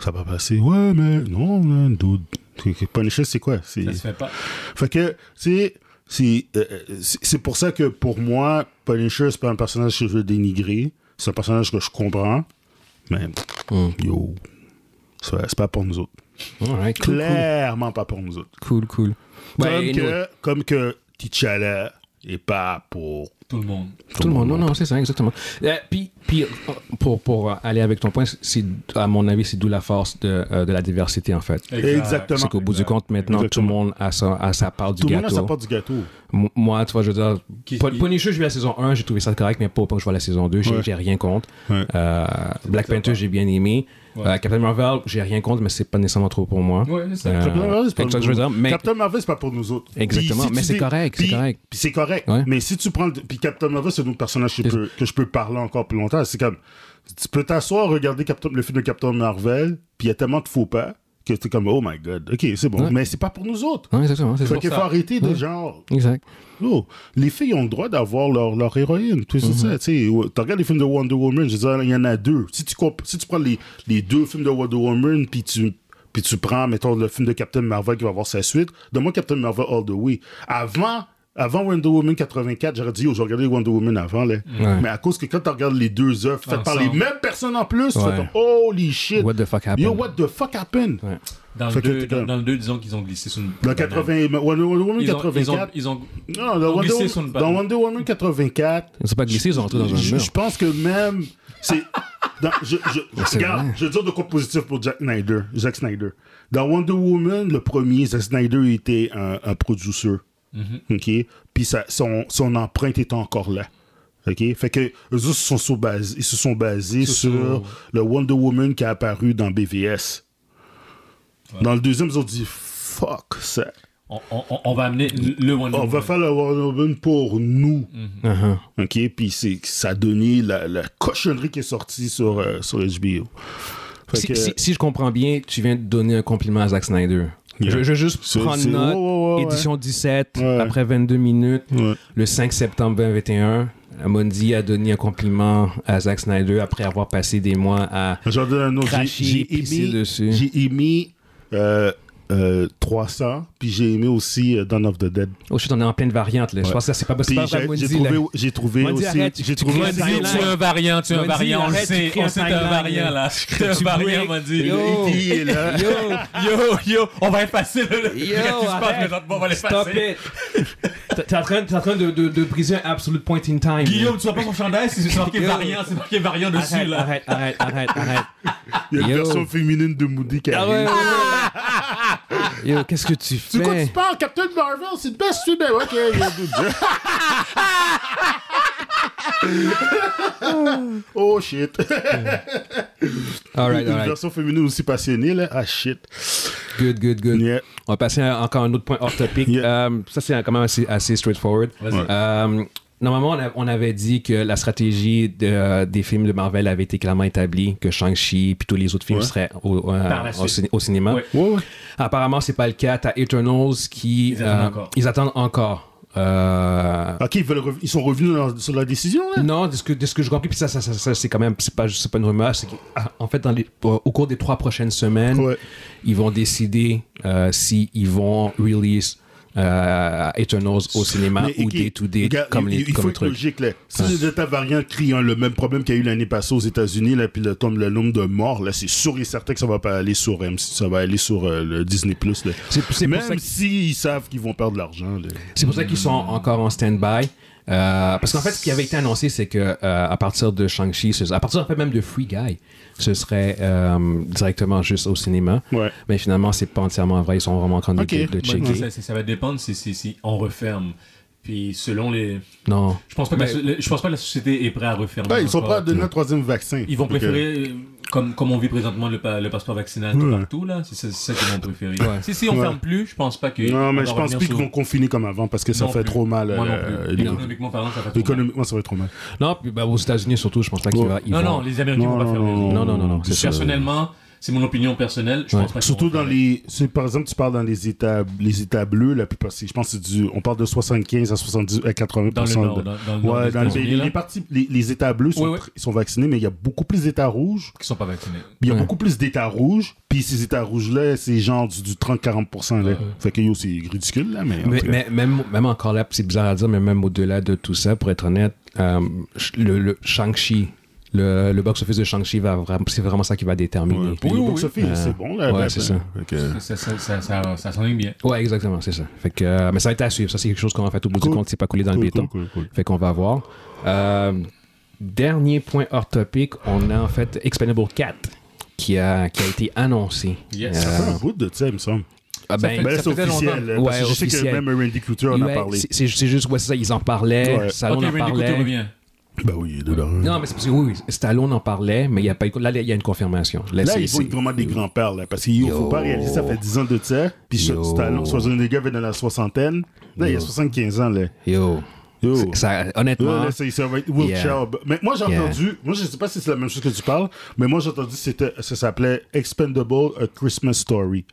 Ça n'a pas passé. Ouais, mais non, là, dude. C'est- c'est- Punisher, c'est quoi C'est- Ça se fait pas. Fait que, tu sais, c'est, euh, c'est c'est pour ça que pour moi, Punisher, c'est pas un personnage que je veux dénigrer. C'est un personnage que je comprends. Mais, Hmm. yo, c'est c'est pas pour nous autres. Alright, cool, Clairement pas pour nous autres. Cool, cool. cool. Ouais, comme, anyway. que, comme que T'Challa est pas pour Tout le monde. Tout le monde. Non, non, c'est ça, exactement. Euh, puis, puis, pour, pour aller avec ton point, c'est, à mon avis, c'est d'où la force de, euh, de la diversité, en fait. Exactement. C'est qu'au bout du Exact. compte, maintenant, tout le Exactement. monde a sa, a sa part du Tout le monde gâteau. Ah. a sa part du gâteau. M- Moi, tu vois, je veux dire, Qui- Pun- qui- Punisher, j'ai vu la saison 1, j'ai trouvé ça correct, mais pas au point que je vois la saison 2, j'ai Ouais. j'ai rien contre. Ouais. Euh, Black sympa. Panther, j'ai bien aimé. Ouais. Euh, Captain Marvel, j'ai rien contre, mais c'est pas nécessairement trop pour moi. Ouais, c'est ça. Euh, Captain Marvel, c'est pas fait que ça, nous je veux dire, mais- Captain Marvel, c'est pas pour nous autres. Exactement, Puis si mais tu c'est dis- correct, c'est puis- correct. Puis c'est correct. Ouais. Mais si tu prends. le- Puis Captain Marvel, c'est un autre personnage que je, C'est- peux, que je peux parler encore plus longtemps. C'est comme. Tu peux t'asseoir, regarder Captain- le film de Captain Marvel, puis il y a tellement de faux pas que t'es comme, oh my god, ok, c'est bon. Ouais. Mais c'est pas pour nous autres. Ouais, exactement, c'est ça. Fait qu'il faut ça. arrêter de Ouais. genre. Exact. Oh, les filles ont le droit d'avoir leur, leur héroïne, tout Mm-hmm. ça. Tu sais, Ouais, t'as regardé les films de Wonder Woman, je veux dire, il y en a deux. Si tu, comp- si tu prends les, les deux films de Wonder Woman, puis tu, puis tu prends, mettons, le film de Captain Marvel qui va avoir sa suite, donne-moi Captain Marvel All the Way. Avant, avant Wonder Woman 84, j'aurais dit, oh, j'ai regardé Wonder Woman avant. Là. Ouais. Mais à cause que quand tu regardes les deux œuvres faites par les Ensemble. mêmes personnes en plus, tu Ouais. fais comme, holy shit. What the fuck happened? Yo, what the fuck happened? Ouais. Dans le Fait que 2, t'es comme- dans le deux, disons qu'ils ont glissé sur une. Dans 80, Wonder Woman Ils ont, 84. ils ont, ils ont- Non, dans Ils ont Wonder, glissé Woman- sur une balle. dans Wonder Woman 84, Ils sont pas glissés, ils sont rentrés dans un je, mur. je pense que même. C'est. dans- je, je, c'est regarde, vrai. je veux dire de quoi de positif pour Jack Snyder, Zack Snyder. Dans Wonder Woman, le premier, Zack Snyder était un, un producer. Mm-hmm. OK? Puis sa- son, son empreinte est encore là. OK? Fait que eux autres se sont, sur- basés- ils se sont basés Sur- sur le Wonder Woman qui a apparu dans BVS. Dans le deuxième, ils ont dit fuck ça. on, on- on- on va amener le Wonder On va Woman. faire le Wonder Woman pour nous. Uh-huh. OK, puis c'est ça a donné la, la cochonnerie qui est sortie sur, euh, sur HBO. Fait Si, que- si- si je comprends bien, tu viens de donner un compliment à Zack Snyder. Yeah. Je, je vais juste C'est- prendre c'est- note. ouais, ouais, ouais, ouais. Édition 17, Ouais. après 22 minutes, Ouais. le 5 septembre 2021, Amondi a donné un compliment à Zack Snyder après avoir passé des mois à. J'en donne un autre. J'ai- Craché, J'ai pissé aimé, dessus. j'ai aimé euh, euh, 300, puis j'ai aimé aussi euh, Dawn of the Dead. Oh shit, on est en pleine variante là. Je Ouais. pense que ça, Bah, c'est pas Puis possible. j'ai j'ai trouvé, j'ai trouvé Mondi, aussi. arrête, J'ai tu trouvé crées aussi- un Mondi, timeline. tu es un variant, tu es un Mondi, variant, on le arrête, tu sait, crées on un sait que t'es un timeline, variant là. là. T'es un Tu variant, break. Mondi. Yo. Iggy est là. Yo, Yo, yo, on va effacer le. yo, Regarde ce qui se passe arrête. présentement, on va Stop l'effacer. it. T'es- T'es en train, t'es en train de, de, de briser un absolute point in time. Guillaume, tu vois pas son chandail, c'est c'est marqué Yo. variant, c'est marqué variant dessus arrête, là. arrête, arrête, arrête, arrête. Il y a une Yo. version féminine de Moody qui Ah arrive. ouais, ouais, ouais. Yo, qu'est-ce que tu fais? Tu quoi tu parles, Captain Marvel, c'est le best film. Ok, il y a d'autres. Oh shit. All right, une all right. version féminine aussi passionnée, là. Ah, shit. Good, good, good. Yeah. On va passer à encore un autre point off topic. Yeah. Euh, ça, c'est quand même assez, assez straightforward. Vas-y. Ouais. Euh, normalement, on, a- on avait dit que la stratégie de- des films de Marvel avait été clairement établie, que Shang-Chi puis tous les autres films Ouais. seraient au, euh, Par la au suite. ciné- au cinéma. Ouais. Ouais, ouais. Apparemment, c'est pas le cas. T'as Eternals qui. euh, Ils attendent encore. Ils attendent encore. Euh, Ok, ils, veulent rev- ils sont revenus dans- sur la décision, là? Non, de ce que, de ce que je comprends, puis ça, ça, ça, ça, c'est quand même, c'est pas, c'est pas une rumeur, c'est qu'en fait, dans les, au au cours des trois prochaines semaines, Ouais. ils vont décider euh, si ils vont release euh, Eternals au cinéma Mais, ou ok, day to day, regarde, comme il, les il comme faut le être truc. logique, là. Si Ouais. les Delta variants crient hein, le même problème qu'il y a eu l'année passée aux États-Unis, là, puis le, tombe, le nombre de morts, là, c'est sûr et certain que ça va pas aller sur MC, ça va aller sur euh, le Disney+. Là. C'est c'est pour, ça Même que- s'ils savent qu'ils vont perdre de l'argent, là. c'est pour ça qu'ils sont Mm. encore en stand-by. Euh, parce qu'en fait, ce qui avait été annoncé, c'est que euh, à partir de Shang-Chi, ce- à partir en fait, même de Free Guy, ce serait euh, directement juste au cinéma. Ouais. Mais finalement, c'est pas entièrement vrai. Ils sont vraiment en train de, Ok. de, de Moi, checker. ça, ça- ça va dépendre si, si, si on referme. Puis selon les. Non. Je pense pas, que la Mais- so- le- je pense pas que la société est prête à refermer. Ouais, Ben, ils sont Ah, encore. pas à donner un troisième vaccin. Ils vont Donc, euh, préférer, euh, comme, comme on vit présentement, le, pa- le passeport vaccinal tout Ouais. partout, là. C'est c'est ça qu'ils vont préférer. Ouais. Si, si on Ouais. ferme plus, je pense pas que. Non, on mais va je pense revenir plus sur- qu'ils vont confiner comme avant parce que ça Non fait plus. trop mal. Moi non euh, plus. l'économie. Économiquement parlant, ça va trop mal. Économiquement, ça va être trop mal. Non, puis bah, aux États-Unis surtout, je pense pas qu'ils Ouais. va- ils Non, vont. non, les Américains Non, vont pas non, fermer. non, non, non, non, non, c'est ça. euh, Personnellement, c'est mon opinion personnelle. Je Ouais. pense pas qu'ils Surtout vont dans fermer. les. c'est- Par exemple, tu parles dans les États, les états bleus, là, puis parce que je pense que c'est du. On parle de 75 à euh, 70 à 80 Dans le nord. de- Dans, dans le nord Ouais, des dans les, États-Unis, les, là, les parties- les- les états bleus sont, Ouais, ouais. pr- sont vaccinés, mais il y a beaucoup plus d'états rouges. qui sont pas vaccinés. Il y a Ouais. beaucoup plus d'états rouges, puis ces états rouges-là, c'est genre du, du 30-40%. là. Fait que yo, c'est ridicule, là, mais. en Mais, tout cas. mais même, même encore là, c'est bizarre à dire, mais même au-delà de tout ça, pour être honnête, euh, ch- le, le Shang-Chi le, le box-office de Shang-Chi, va vra- c'est vraiment ça qui va déterminer. Puis Oui, le oui, box-office, oui. Euh, c'est bon, là. Ouais, ben, c'est ben, ça. fait que- Ça, ça, ça, ça, ça s'enligne bien. Ouais, exactement, c'est ça. Fait que, euh, mais ça va être à suivre. Ça, c'est quelque chose qu'on va faire au bout Cool. du compte. C'est pas coulé dans Cool, le béton. cool, cool, cool. Fait qu'on va voir. Euh, dernier point hors topic, on a en fait Expendable 4 qui a, qui a été annoncé. Yes. Ça fait Euh, un bout de ça, il me semble. ah ben, Ben, ça c'est faisait officiel. longtemps. là, parce Ouais, que je sais que officiel. même Randy Couture en a Ouais, parlé. c'est- C'est c'est juste, ouais, c'est ça, ils en parlaient. Ouais. Stallone ok, en Randy parlait. Couture revient. Ben oui, il est dedans. Non, mais c'est parce que oui, oui, Stallone en parlait, mais il y a pas eu- là, il y a une confirmation. Là, Là, c'est- ils vont c'est- être vraiment des grands-pères, là, parce qu'il faut pas réaliser, ça fait 10 ans de ça. Puis Yo. Stallone, Schwarzenegger avait dans la soixantaine. Là, il a 75 ans, là. Yo. Yo. C'est- Ça, Là, honnêtement, là, ça, ça va être Will Yeah. Chubb. Mais moi, j'ai Yeah. entendu, moi, je sais pas si c'est la même chose que tu parles, mais moi, j'ai entendu, c'était, ça s'appelait Expendable A Christmas Story,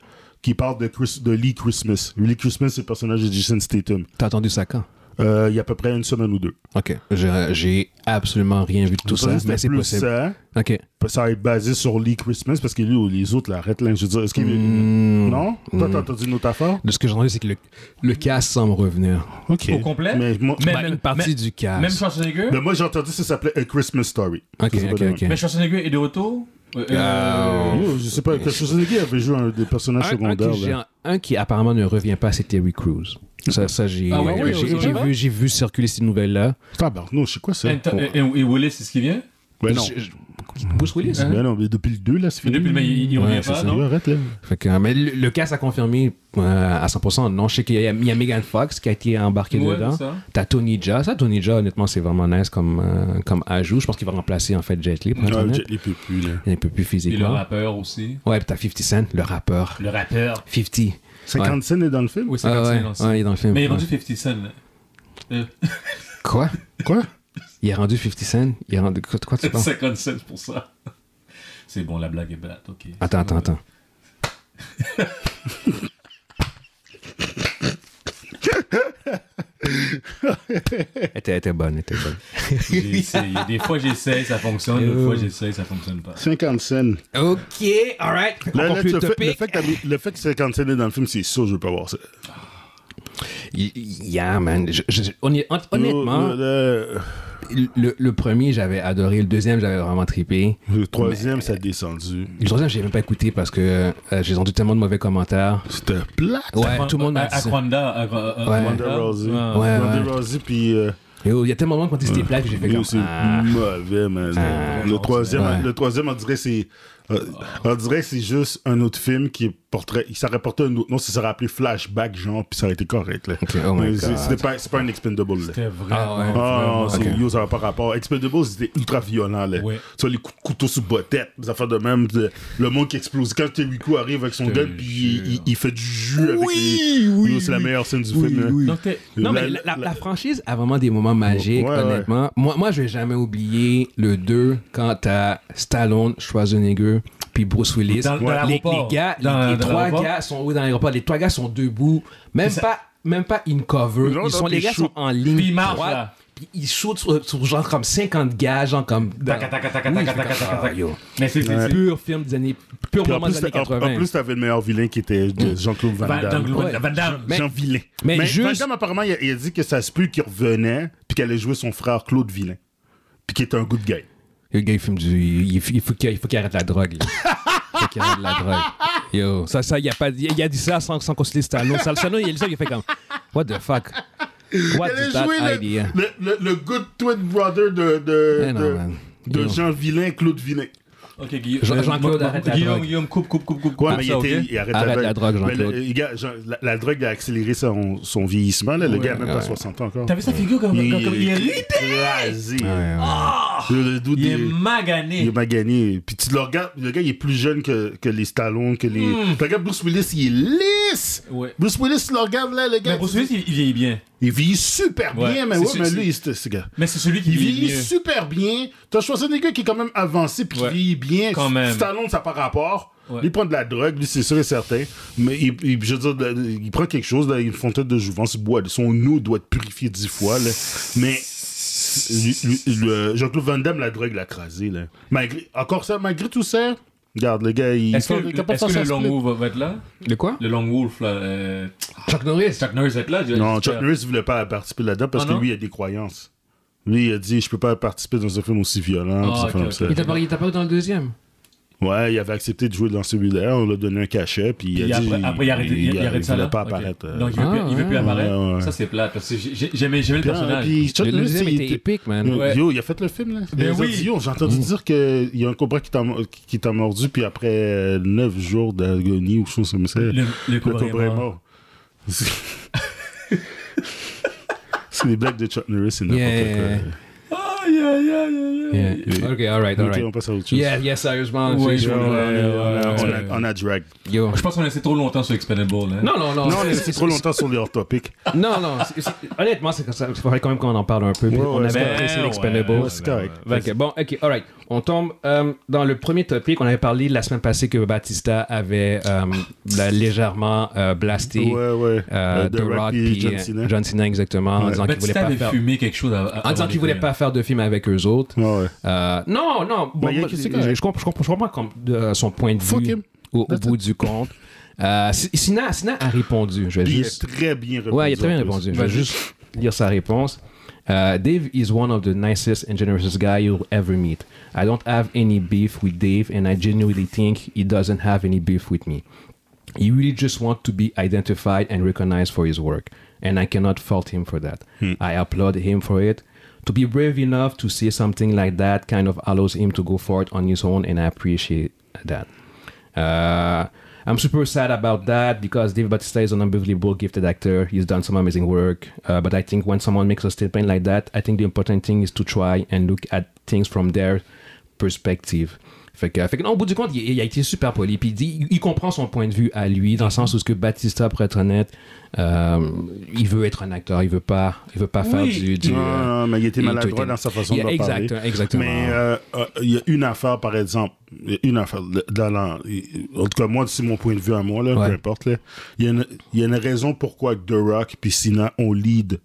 qui parle de, Chris- de Lee Christmas. Lee Christmas, c'est le personnage de Jason Statham. t'as entendu ça quand? Euh, il y a à peu près une semaine ou deux. Ok. Je- J'ai absolument rien vu de tout ça, mais C'était c'est plus possible. ça. Ok. Ça va être basé sur Lee Christmas parce que lui ou les autres l'arrêtent là. Je veux dire, est-ce qu'il. Hmm. Non Toi, t'as entendu une autre affaire De ce que j'ai entendu, c'est que le, le cast semble revenir. Ok. Au complet? Mais moi, Mais- Bah, une partie mais- du cast. Même Schwarzenegger? mais Ben, moi, j'ai entendu ça s'appelait A Christmas Story. Ok, Je sais pas ok, de- ok. Mais Schwarzenegger est de retour? Euh, Euh, Yo, je sais pas, quelque chose de gay avait joué un des personnages Un, un secondaires. qui, j'ai là. un- un qui apparemment ne revient pas, c'est Terry Crews. Ça, ça j'ai Ah ouais, euh, oui, j'ai- oui, j'ai oui. vu, j'ai vu circuler cette nouvelle-là. Tabarnouche, c'est quoi ça Ant- Et, et- et Willis, c'est ce qui vient? Ben non. Je- je- Bruce Willis. Ben non, mais depuis le 2, là, c'est hein? Mais fini. depuis, mais il, il Ouais, revient c'est pas, ça. Ouais, non? arrête, là. Fait que, mais le, le cast a confirmé euh, à 100%. Non, je sais qu'il y, a- il y a Megan Fox qui a été embarquée Ouais, dedans. c'est ça. T'as Tony Jaa. Ça, Tony Jaa, honnêtement, c'est vraiment nice comme, euh, comme ajout. Je pense qu'il va remplacer en fait Jet Li. pour être Ouais, honnête. Jet Li peut plus, là. Il est un peu plus Et le physiquement. rappeur aussi. Ouais, puis t'as 50 Cent, le rappeur. Le rappeur. 50. 50 cents est dans le film Oui, c'est Ah comme ça, ouais, non, c'est- ouais, il est dans le film. Mais il est Ouais. rendu 50 Cent. là. Euh, Quoi Quoi Il est rendu 50 Cent Il est rendu. Quoi, quoi tu penses 50 cents pour ça. C'est bon, la blague est plate, ok. Attends, attends, attends. Elle était, elle était bonne, elle était bonne. J'ai essayé. Des fois j'essaye, ça fonctionne. Des Euh. fois j'essaye, ça fonctionne pas. 50 cents. Ok, alright. Là, là, tu as fait- le, fait que t'as mis- le fait que 50 cents est dans le film, c'est sûr, je veux pas voir ça. Yeah, man. Je- je- hon- hon- honnêtement, Yo, Oh, là, le, le premier, j'avais adoré. Le deuxième, j'avais vraiment trippé. Le troisième, ça a descendu. Le troisième, j'ai même pas écouté parce que euh, j'ai entendu tellement de mauvais commentaires. C'était plat. Ouais, tout le monde À m'a dit ça. Aquanda. à- à- à- Ouais. Aquanda. Ronda Rousey. Ouais. Ouais, Ronda ouais. Rousey, puis. euh, Yo, Il y a tellement de monde quand c'était plat que j'ai fait yo, comme c'est ah. mauvais, man. le, troisième, ouais. le troisième, on dirait, c'est. euh, on dirait que c'est juste un autre film qui est portrait. Il s'aurait porté un autre nom, ça serait appelé Flashback, genre, puis ça aurait été correct. Là. Ok, oh my Mais c'est- God. c'était pas- C'est pas un Expendable. Là. C'était Ah ouais. vraiment. Ah non, c'est Ok. yo, ça n'a pas rapport. Expendables, c'était ultra violent. Là. Ouais. Tu vois, les coups de couteau sous bottette, des affaires de même, de- le monde qui explose. Quand Terry Crew arrive avec son Je te gun, puis il, jure. il- il fait du jus avec Oui, les- oui, Yo, C'est la oui. meilleure scène du Oui, film. là. oui. Donc, t'es- Non, La- mais la, la- la- la franchise a vraiment des moments magiques, Ouais, ouais. honnêtement. Moi, moi, je vais jamais oublier le 2 quand t'as Stallone, Schwarzenegger, puis Bruce Willis. Dans- Les- dans les, l'aéroport. gars, Dans- les, les dans trois l'aéroport. gars sont oui, dans l'aéroport. Les trois gars sont debout, même ça- pas, même pas in cover. Non, non, ils sont, puis les gars ils sont shootent. en ligne Puis ils marchent, droite, là. Puis ils shootent sur, sur genre comme 50 gars, genre comme. dans- Tac, tac, tac, tac, Oui, je tac, tac, fais tac, comme, tac, ah, tac. yo. Mais c'est. c'est- c'est- Pur film des années, pur Puis en moment plus, des années t'as- en- 80. en plus, t'avais le meilleur vilain qui était de Jean-Claude Van Van- Damme. Jean-Claude Ouais. Van Damme. Mais- Jean Vilain. mais juste- Van Damme, apparemment, il a, il a dit que ça se peut qu'il revenait, puis qu'elle allait jouer son frère Claude Vilain, puis qu'il était un good Ah, guy. Le gars, il fume du. Il, il faut il faut qu'il il faut qu'il arrête la drogue. là. Il faut qu'il arrête la drogue. Yo, ça, ça, il a, pas, il a dit ça sans, sans consulter Stallone. Ça, Stallone, il a dit ça, il a fait comme. What the fuck? What Elle is a joué that le, idea? le, le, le good twin brother de, de, Mais non, de- man. de Yo. Jean Vilain, Claude Vilain. Ok, Guillaume. Jean- euh, Jean-Claude, Mo- arrête la Guillaume, drogue. Guillaume, coupe, coupe, coupe, coupe. Ouais, coupe mais il, ça, était, ok? il arrête, Arrête la la drogue. drogue, Mais le- Jean-Claude. les gars, Jean- la, la drogue a accéléré son, son vieillissement. Là, le gars n'a même pas 60 ans encore. T'as vu sa figure comme comme- comme- il est ridé? écrasé. Le- le doute, Il est il- magané. il est magané. Puis tu le regardes, le gars, il est plus jeune que, que les Stallone, que les... Tu regardes Bruce Willis, il est lisse! Hmm. Ouais. Bruce Willis, tu le regardes là, le gars, Mais Bruce Willis, il il vieillit bien. il vieillit super Ouais, bien, mais c'est ouais, sûr, mais c'est- lui, c'est ce gars. Mais c'est celui qui Il vieillit vieillit mieux. super bien. T'as choisi un gars qui est quand même avancé puis qui Ouais. vieillit bien. Quand même. Stallone, ça par rapport. Ouais. Il prend de la drogue, lui, c'est sûr et certain. Mais il, il- je veux dire, là, il prend quelque chose, là, une fontaine de jouvence, il boit. Son eau doit être purifiée dix fois. là. Mais lui- lui- le- euh, Jean-Claude Van Damme, la drogue l'a crasé. Là. Malgré, encore ça, malgré tout ça, regarde, le gars, il Est-ce que, il est capable de est-ce que faire le ça Long split. Wolf va- va être là De quoi? Le Long Wolf, là. euh, Chuck Norris. Chuck Norris va être là Non, Chuck j'espère. Norris ne voulait pas participer là-dedans parce Ah que non? lui, il a des croyances. Lui, il a dit Je peux pas participer dans un film aussi violent. Ah, pis des affaires ok, comme ça. ok. Il t'a pas, il t'a pas eu dans le deuxième. Ouais, il avait accepté de jouer dans celui-là. On lui a donné un cachet. Puis il Puis a après, dit après, il arrête, il, il arrête il ça voulait là. pas Ok. apparaître. euh. Donc, il veut, Ah, plus, il veut plus ouais. apparaître. Ouais, ouais. Ça, c'est plate. Parce que j'ai- j'ai- j'aimais j'aimais le Puis, personnage. puis, Chuck Le Norris, deuxième il était Mm. était- épique, man. Yo, Ouais. Yo, il a fait le film, là. Ben Les autres oui. disent, Yo, j'ai entendu dire qu'il y a un cobra qui t'a mo- qui t'a mordu, puis après 9 jours d'agonie ou chose comme ça, le, le le cobra est cobra est mort. mort. C'est c'est les blagues de Chuck Norris, c'est n'importe Yeah. quoi. Aïe, aïe, aïe, aïe, Yeah. aïe. Ok, alright, Ok, on alright. passe à autre chose. Yeah, yeah, sérieusement. Ouais, j'ai- ouais, ouais, ouais, ouais, On ouais. a, on a drag. Yo. Je pense qu'on a resté trop longtemps sur Expendable. Hein. Non, non, non. Non, on est resté trop longtemps sur les hors-topics. Non, non. c'est- c'est- Honnêtement, c'est comme ça. Il faudrait quand même qu'on en parle un peu. puis Ouais, on ouais, avait c'est- apprécié ouais, l'Expendable. ouais, C'est correct. Ok, bon, ok, alright. On tombe euh, dans le premier topic. On avait parlé la semaine passée que Batista avait euh, la- légèrement euh, blasté Ouais, euh, ouais. Euh, The Rock et John Cena, exactement, en Ouais. disant qu'il voulait Batista pas avait faire, fumé quelque chose. à- à- en avant disant qu'il voulait d'écrire. pas faire de film avec eux autres. Ouais, ouais. Euh, non, non. Bon, il y a moi, qui- je, c'est correct. je comprends, je comprends- je comprends comme, euh, son point de Fuck vue him. au, au That's bout du compte. Euh, Si- Sina, Sina a répondu. Je vais Puis il juste. a très bien répondu. Ouais, il a très bien en plus. répondu. Je vais juste lire sa réponse. Euh, Dave is one of the nicest and generous guy you'll ever meet. I don't have any beef with Dave, and I genuinely think he doesn't have any beef with me. He really just wants to be identified and recognized for his work, and I cannot fault him for that. I applaud him for it. To be brave enough to say something like that kind of allows him to go for it on his own, and I appreciate that. Uh, I'm super sad about that because Dave Batista is an unbelievable gifted actor. He's done some amazing work. Uh, but I think when someone makes a statement like that, I think the important thing is to try and look at things from their perspective. Fait que, fait que non, au bout du compte, il, il a été super poli. Puis il, dit- il comprend son point de vue à lui, dans le sens où ce que Batista, pour être honnête, euh, il veut être un acteur. Il veut pas, il veut pas faire Oui. du. du, Non, euh, non, mais il était il maladroit tweetait. dans sa façon de Yeah, leur parler. exact- exactement. Mais euh, euh, il y a une affaire, par exemple, il y a une affaire, le- dans la- en tout cas, moi, c'est mon point de vue à moi, là, Ouais. peu importe. là. Il, y a une, il y a une raison pourquoi The Rock et Cena ont lead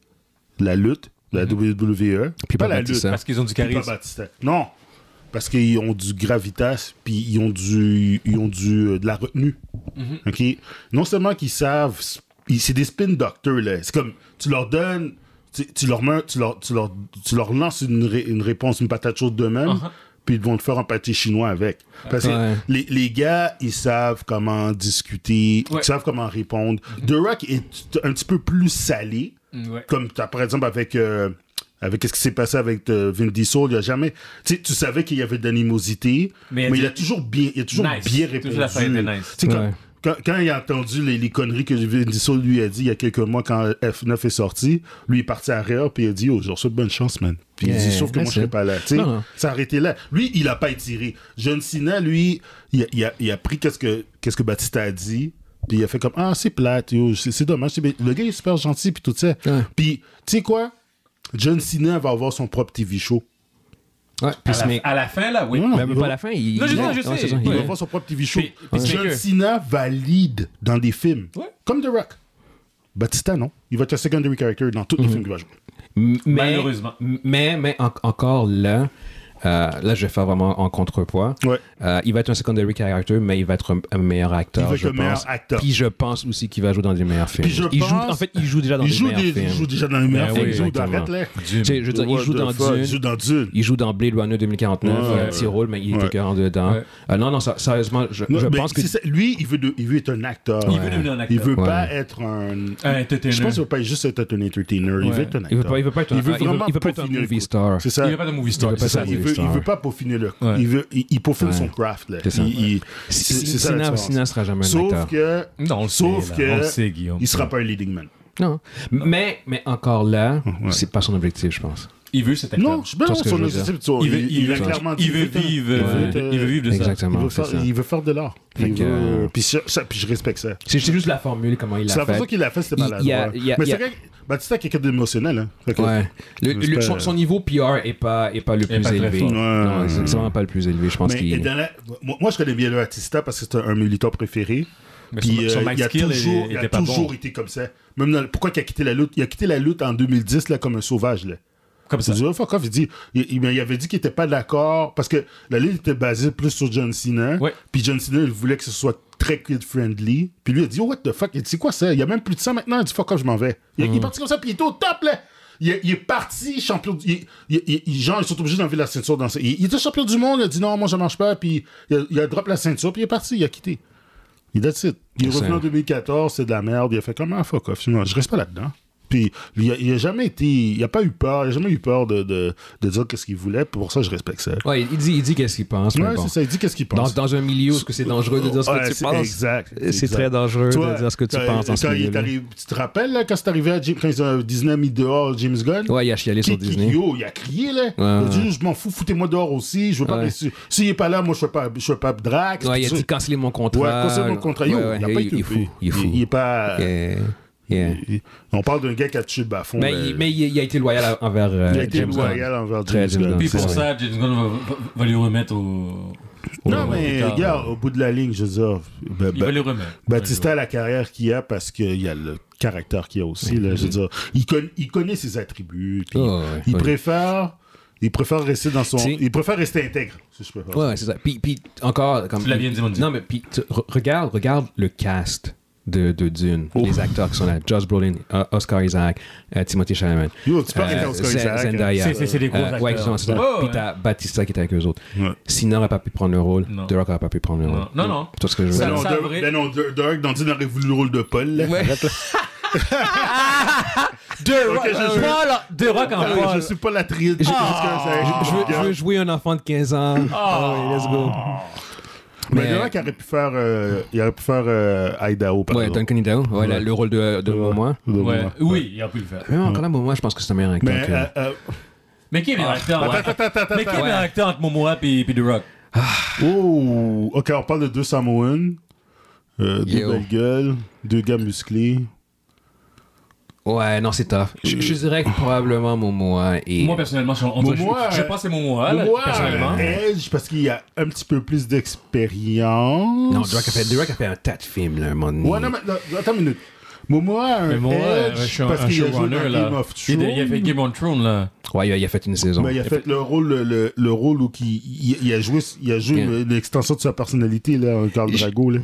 la lutte, la WWE. Mm-hmm. Puis pas la Batista. Parce qu'ils ont du puis pas charisme. Batista. Non, parce qu'ils ont du gravitas, puis ils ont, du, ils ont du, euh, de la retenue. Mhm. OK? Non seulement qu'ils savent, ils- c'est des spin doctors, là. C'est comme, tu leur donnes, tu, tu leur, mets- tu, leur, tu, leur, tu leur lances une, ré- une réponse, une patate chaude d'eux-mêmes, Uh-huh. puis ils vont te faire un pâté chinois avec. Parce que Ouais. les, les gars, ils savent comment discuter, Ouais. ils savent comment répondre. The Rock est un petit peu plus salé, Ouais. comme t'as, par exemple avec euh, avec ce qui s'est passé avec euh, Vin Diesel, il y a jamais tu sais, tu savais qu'il y avait de l'animosité, Mais mais, il a dit- il a toujours bien il a toujours Nice. bien Toujours répondu. la fin était nice. Tu sais, quand, Ouais. quand- quand il a entendu les, les conneries que Vin Diesel lui a dit il y a quelques mois quand F9 est sorti, lui il est parti à rire puis il a dit oh, je leur souhaite bonne chance man. Puis il Yeah, dit sauf que moi that's je serais it. pas là. Tu sais, Non, non. ça a arrêté là. Lui, il a pas étiré. John Cena lui, il a, il a- il a pris qu'est-ce que qu'est-ce que Batista a dit. Puis il a fait comme Ah, c'est plate, yo, c'est c'est dommage. c'est- mais Le gars il est super gentil, puis tout ça. Ouais. Puis, tu sais quoi? John Cena va avoir son propre TV show. ouais, À la- Peacemaker. À la fin, là, oui. Non, non, Même il pas va- à la fin. Il, Non, je sais, ouais, je sais. ouais, c'est ça, il- Il Ouais. va avoir son propre TV show. Puis- puis c'est John que- Cena valide dans des films. Ouais. Comme The Rock. Batista, non. Il va être un secondary character dans tous les films qu'il va jouer. M- mais- Malheureusement. Mais, mais en- encore là, euh, là, je vais faire vraiment en contrepoids. Ouais. Euh, il va être un secondary character, mais il va être un, un meilleur acteur. Il va être je un pense. meilleur acteur. Puis je pense aussi qu'il va jouer dans des meilleurs films. Puis je il joue, pense- en fait, il joue déjà dans il, des joue meilleurs des- films. il joue déjà dans les meilleurs Ben films. oui, il joue dans exactement. Arrête, là. Tu sais, je veux dire, il What joue the dans fuck, Dune. Il joue dans Dune. Il joue dans Blade Runner 2049, il Ouais, a un ouais. euh, petit rôle, mais il était Ouais. écœurant dedans. Ouais. Euh, non, non, ça- sérieusement, je, Non, je mais pense que. c'est ça, lui, il veut, de- il veut être un acteur. Il veut devenir un acteur. Il veut Ouais. pas être un. Un entertainer. Je pense qu'il veut pas juste être un entertainer. Ouais. Il veut être un acteur. Il veut pas, il veut pas être un, Il veut il veut- vraiment il veut pas être un peaufiner le movie coup. star. C'est Il ça. n'y a pas de movie star. Il veut pas c'est ça. de Il movie veut, star. il veut pas peaufiner le. Ouais. Il veut, il, il peaufine son craft là. C'est ça. Il- il- Si- c'est- si- c'est ça, la Sina- différence. Sina sera jamais un Sauf acteur. que, Non, on le sauf sait, là. que, On le sait, Guillaume. il sera pas un leading man. Non. Mais, mais encore là, Ouais. c'est pas son objectif, je pense. Il veut cet acteur. Non, je suis pas Parce que son je veux dire, objectif. tu vois, Il veut, il a veut- clairement dit, il veut vivre, euh, veut être- il veut vivre de ça. Exactement, Il veut c'est ça. faire, il veut faire de l'art. Fait Il que, euh, veut. Puis ça, ça- puis je respecte ça. C'est c'est juste la formule, comment il l'a C'est fait. la façon qu'il l'a fait, c'était Il- il y a- maladroit. il y a- Mais il y a- c'est vrai que Batista est quelqu'un d'émotionnel. hein. Fait que- Ouais. Le- Je le- sais son, pas. son niveau PR est pas, est pas le Est plus pas très élevé. fort. Non, Ouais. c'est c'est vraiment pas le plus élevé, je pense Mais qu'il. et dans la- moi, moi, je connais bien le Batista parce que c'est un, un militant préféré. Mais Puis son- son euh, Mike il a Skill, il- toujours, il il a était pas toujours bon. été comme ça. Même dans- pourquoi il a quitté la lutte Il a quitté la lutte en 2010 là, comme un sauvage. Là. Comme ça. Il dit, oh, fuck off. Il, dit, il, il- mais il avait dit qu'il n'était pas d'accord parce que la lutte était basée plus sur John Cena. Ouais. Puis John Cena, il voulait que ce soit très kid-friendly. Mm. Puis lui, il a dit, oh, what the fuck Il dit, c'est quoi ça Il y a même plus de ça maintenant. Il dit, fuck off, je m'en vais. Il, il est parti comme ça, puis il était au top. là. Il, est- il est parti champion. du- il- il- il- il- genre, ils sont obligés d'enlever la ceinture. Dans ce- il, il était champion du monde, il a dit non, moi je marche pas, puis il a, il a drop la ceinture, puis il est parti, il a quitté. Il that's it. Il est C'est- revenu en 2014, c'est de la merde, il a fait comme ah, fuck off, finalement, je reste pas là-dedans. Puis il a, il a jamais été. Il a pas eu peur, il a jamais eu peur de, de, de dire qu'est-ce qu'il voulait, puis pour ça je respecte ça. Ouais, il dit, il dit qu'est-ce qu'il pense. mais Ouais, bon. c'est ça, il dit qu'est-ce qu'il dans, pense. dans un milieu où est-ce que c'est dangereux de dire ce que Ouais, tu c'est penses. Exact. C'est exact. très dangereux Toi, de dire ce que tu quand- penses dans ce quand il est milieu arrivé- Tu te rappelles là, quand c'est arrivé à Jim- quand ils ont- Disney a mis dehors James Gunn Ouais, il a chialé sur Qui- qui- Disney. yo, il a crié, là. il a dit, je m'en fous, foutez-moi dehors aussi. Je veux pas Ouais. blesser- S'il est pas là, moi, je fais pas, je fais pas Drax. Ouais, Puis il a ça- dit canceller mon Ouais, contrat. conseil mon contrat. Yo, Ouais, ouais, il a pas été. est fou. Il est fou. Il est pas. Yeah. Yeah. il- On parle d'un gars qui a tué le bas-fond. Mais, là. il, mais il, il a été loyal à- envers euh, il a été James Gunn. loyal envers Très James James Gunn. Gunn. Puis C'est pour vrai. ça, James Gunn va, va- va lui remettre au. Non, au- plus mais tard. regarde, au bout de la ligne, je veux dire. ben, Il ben- va lui remettre. Batista a la carrière qu'il a parce qu'il y a le caractère qu'il a aussi. Là, je veux dire, il, con- il connaît ses attributs. puis Oh, ouais, il, ouais. préfère, il préfère rester dans son. Si. Il préfère rester intègre, si je peux dire. Ouais, ouais, c'est ça. Puis, puis encore, comme. Tu l'as bien dit, mon Dieu. Non, mais puis, tu- re- regarde, regarde le cast de, de Dune, les acteurs qui sont là. Josh Brolin, euh, Oscar Isaac, euh, Timothy Chalamet. Yo, tu peux arrêter euh, Oscar Zen- Isaac, hein. Zendaya. C'est- c'est- c'est des gros Euh, Ouais, acteurs. c'est ça. Oh, Puis ouais. t'as Batista qui est avec eux autres. Ouais. Sinon, n'aurait pas pu prendre le rôle. Non. The Rock n'aurait pas pu prendre le Non. rôle. Non, non. C'est tout ce que je veux Ça, dire. Ben non, ça Dirk- vrai. ben non, Dirk, Dirk, dans Disney aurait voulu le rôle de Paul. là. Arrête, là. De Rock- je- De Rock en Ah, je suis Ah, pas la triade. Je, Je veux, je veux jouer un enfant de 15 ans. Ah oui, let's go. mais mais- Dirk aurait pu faire, euh, il aurait pu faire euh, Idaho, par Ouais, exemple. Duncan Idaho. Ouais, la- le rôle de, de Momoa. De Ouais. moi. Oui, il a pu le faire. Mais encore là, Momoa, je pense que c'est un meilleur acteur. Hmm. Mais que- euh, euh, Mais qui est meilleur acteur attends, ouais. attends, attends, attends, Mais qui est attends. meilleur acteur entre Momoa et The Rock Oh, ok, on parle de deux Samoans, euh, deux Yo. belles gueules, deux gars musclés. Ouais, non, c'est tough. Je, je dirais que probablement Momoa et. Moi, personnellement, je, entre- Momoa, je, je pense que c'est Momoa, Ah, là, Moi, personnellement. Edge, parce qu'il y a un petit peu plus d'expérience. non, Drake a, fait, The Rock a fait un tas de films, là, un moment donné. Ouais, non, mais non, attends une minute. Momoa a un Mais Momoa, Edge je suis un, parce un qu'il a joué showrunner, dans là. Game of Il Thrones. a- il a fait Game of Thrones, là. Ouais, il a, il a fait une saison. mais il a fait le rôle, le, le, le rôle où qui, il, il a joué, il a joué Yeah. le- l'extension de sa personnalité là, en Carl Je- Drago là.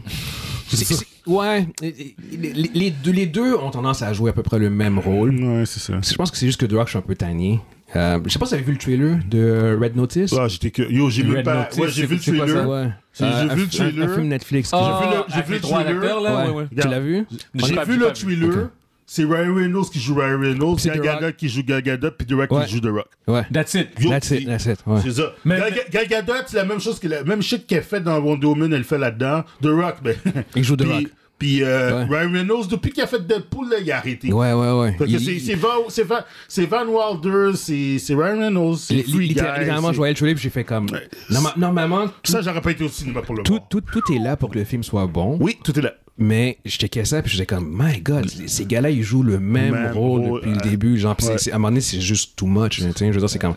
C'est- c'est- ouais, les, les- les deux, les deux ont tendance à jouer à peu près le même rôle. Ouais, c'est ça. Je pense que c'est juste que The Rock, je suis un peu tanné. Euh, je sais pas si vous avez vu le trailer de Red Notice. Ah, j'étais que yo, j'ai Red même pas. Notice, Ouais, j'ai c'est- vu le C'est quoi ça? trailer. Ouais. Euh, J'ai- j'ai un vu le fi- un- trailer. Un film Netflix. vu Ah, le- j'ai avec vu le trois trailer. acteurs, là, ouais, ouais. Tu l'as vu? J'ai pas- vu j'ai le pas vu. trailer. C'est Ryan Reynolds qui joue Ryan Reynolds, Puis c'est Gal The Gadot qui joue Gal Gadot, puis The Rock Ouais. qui joue The Rock. Ouais. That's it. Yo, That's it, c'est- that's it. Ouais. C'est ça. Mais- Gal, mais- Gal Gadot, c'est la même chose que la même shit qu'elle fait dans Wonder Woman, elle fait là-dedans. The Rock, ben. Il joue The puis, Rock. Puis euh, Ouais. Ryan Reynolds, depuis qu'il a fait Deadpool, là, il a arrêté. Ouais, ouais, ouais. Fait que Il- c'est- c'est Van, c'est Van, c'est Van Wilder, c'est c'est Ryan Reynolds, c'est li- Free Guy. littér- Littéralement, c'est- je voyais le trailer puis j'ai fait comme. Norma- Normalement, tout, Ça, j'aurais pas été au cinéma pour le tout, voir. tout, tout est là pour que le film soit bon. Oui, tout est là. Mais je checkais ça puis j'étais comme, my god, ces ces gars-là, ils jouent le même Même rôle rôle, depuis le ouais. début. Genre, puis c'est- Ouais. c'est- à un moment donné, c'est juste too much. tu sais, Je veux dire, c'est comme.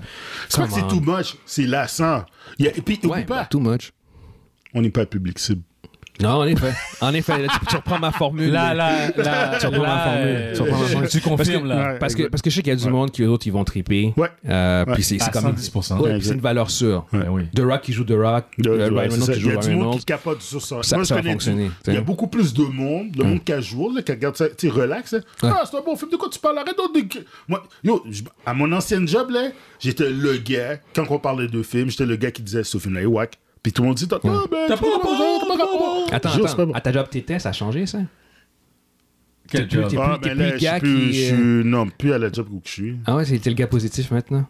C'est pas que c'est come too on. much, c'est lassant. Il y a- et puis, oublie Ouais, bah, pas, too much. on n'est pas public cible. Non, en effet. En effet, là, tu, tu reprends ma formule. Là, là, là. Tu reprends ma là, formule. euh, Tu reprends ma formule. Tu Parce confirmes, que- là. Ouais. Ah, Parce que, parce que je sais qu'il y a du monde qui eux autres ils vont triper. Ouais. Euh, Ouais. Puis c'est c'est À comme. 110%. Ouais, Ouais, puis c'est une valeur sûre. Ben oui. The Rock qui joue The Rock, Il euh, Ryan Reynolds qui y joue a Ryan du monde Reynolds. qui capote sur ça. Ça- Moi, je ça va connais- fonctionner, Mm. tu sais. Il y a beaucoup plus de monde, le monde casual, là, qui regarde ça, tu sais, relax. là. Ah, c'est un bon film, de quoi tu parles? Arrête donc de- Moi, yo, je- à mon ancienne job, là, j'étais le gars, quand on parlait de films, j'étais le gars qui disait ce film-là est wack. Puis tout le monde dit, t'as ah, ben, T'as tu pas vois, rapport, t'as pas t'as rapport. Attends, Yo, c'est pas attends. bon. À ta job, t'étais, ça a changé ça Quel job. t'es- Ah, plus- ben plus là, le je gars suis plus- qui, euh, je suis. Non, plus à la job où je suis. Ah ouais, c'était le gars positif maintenant.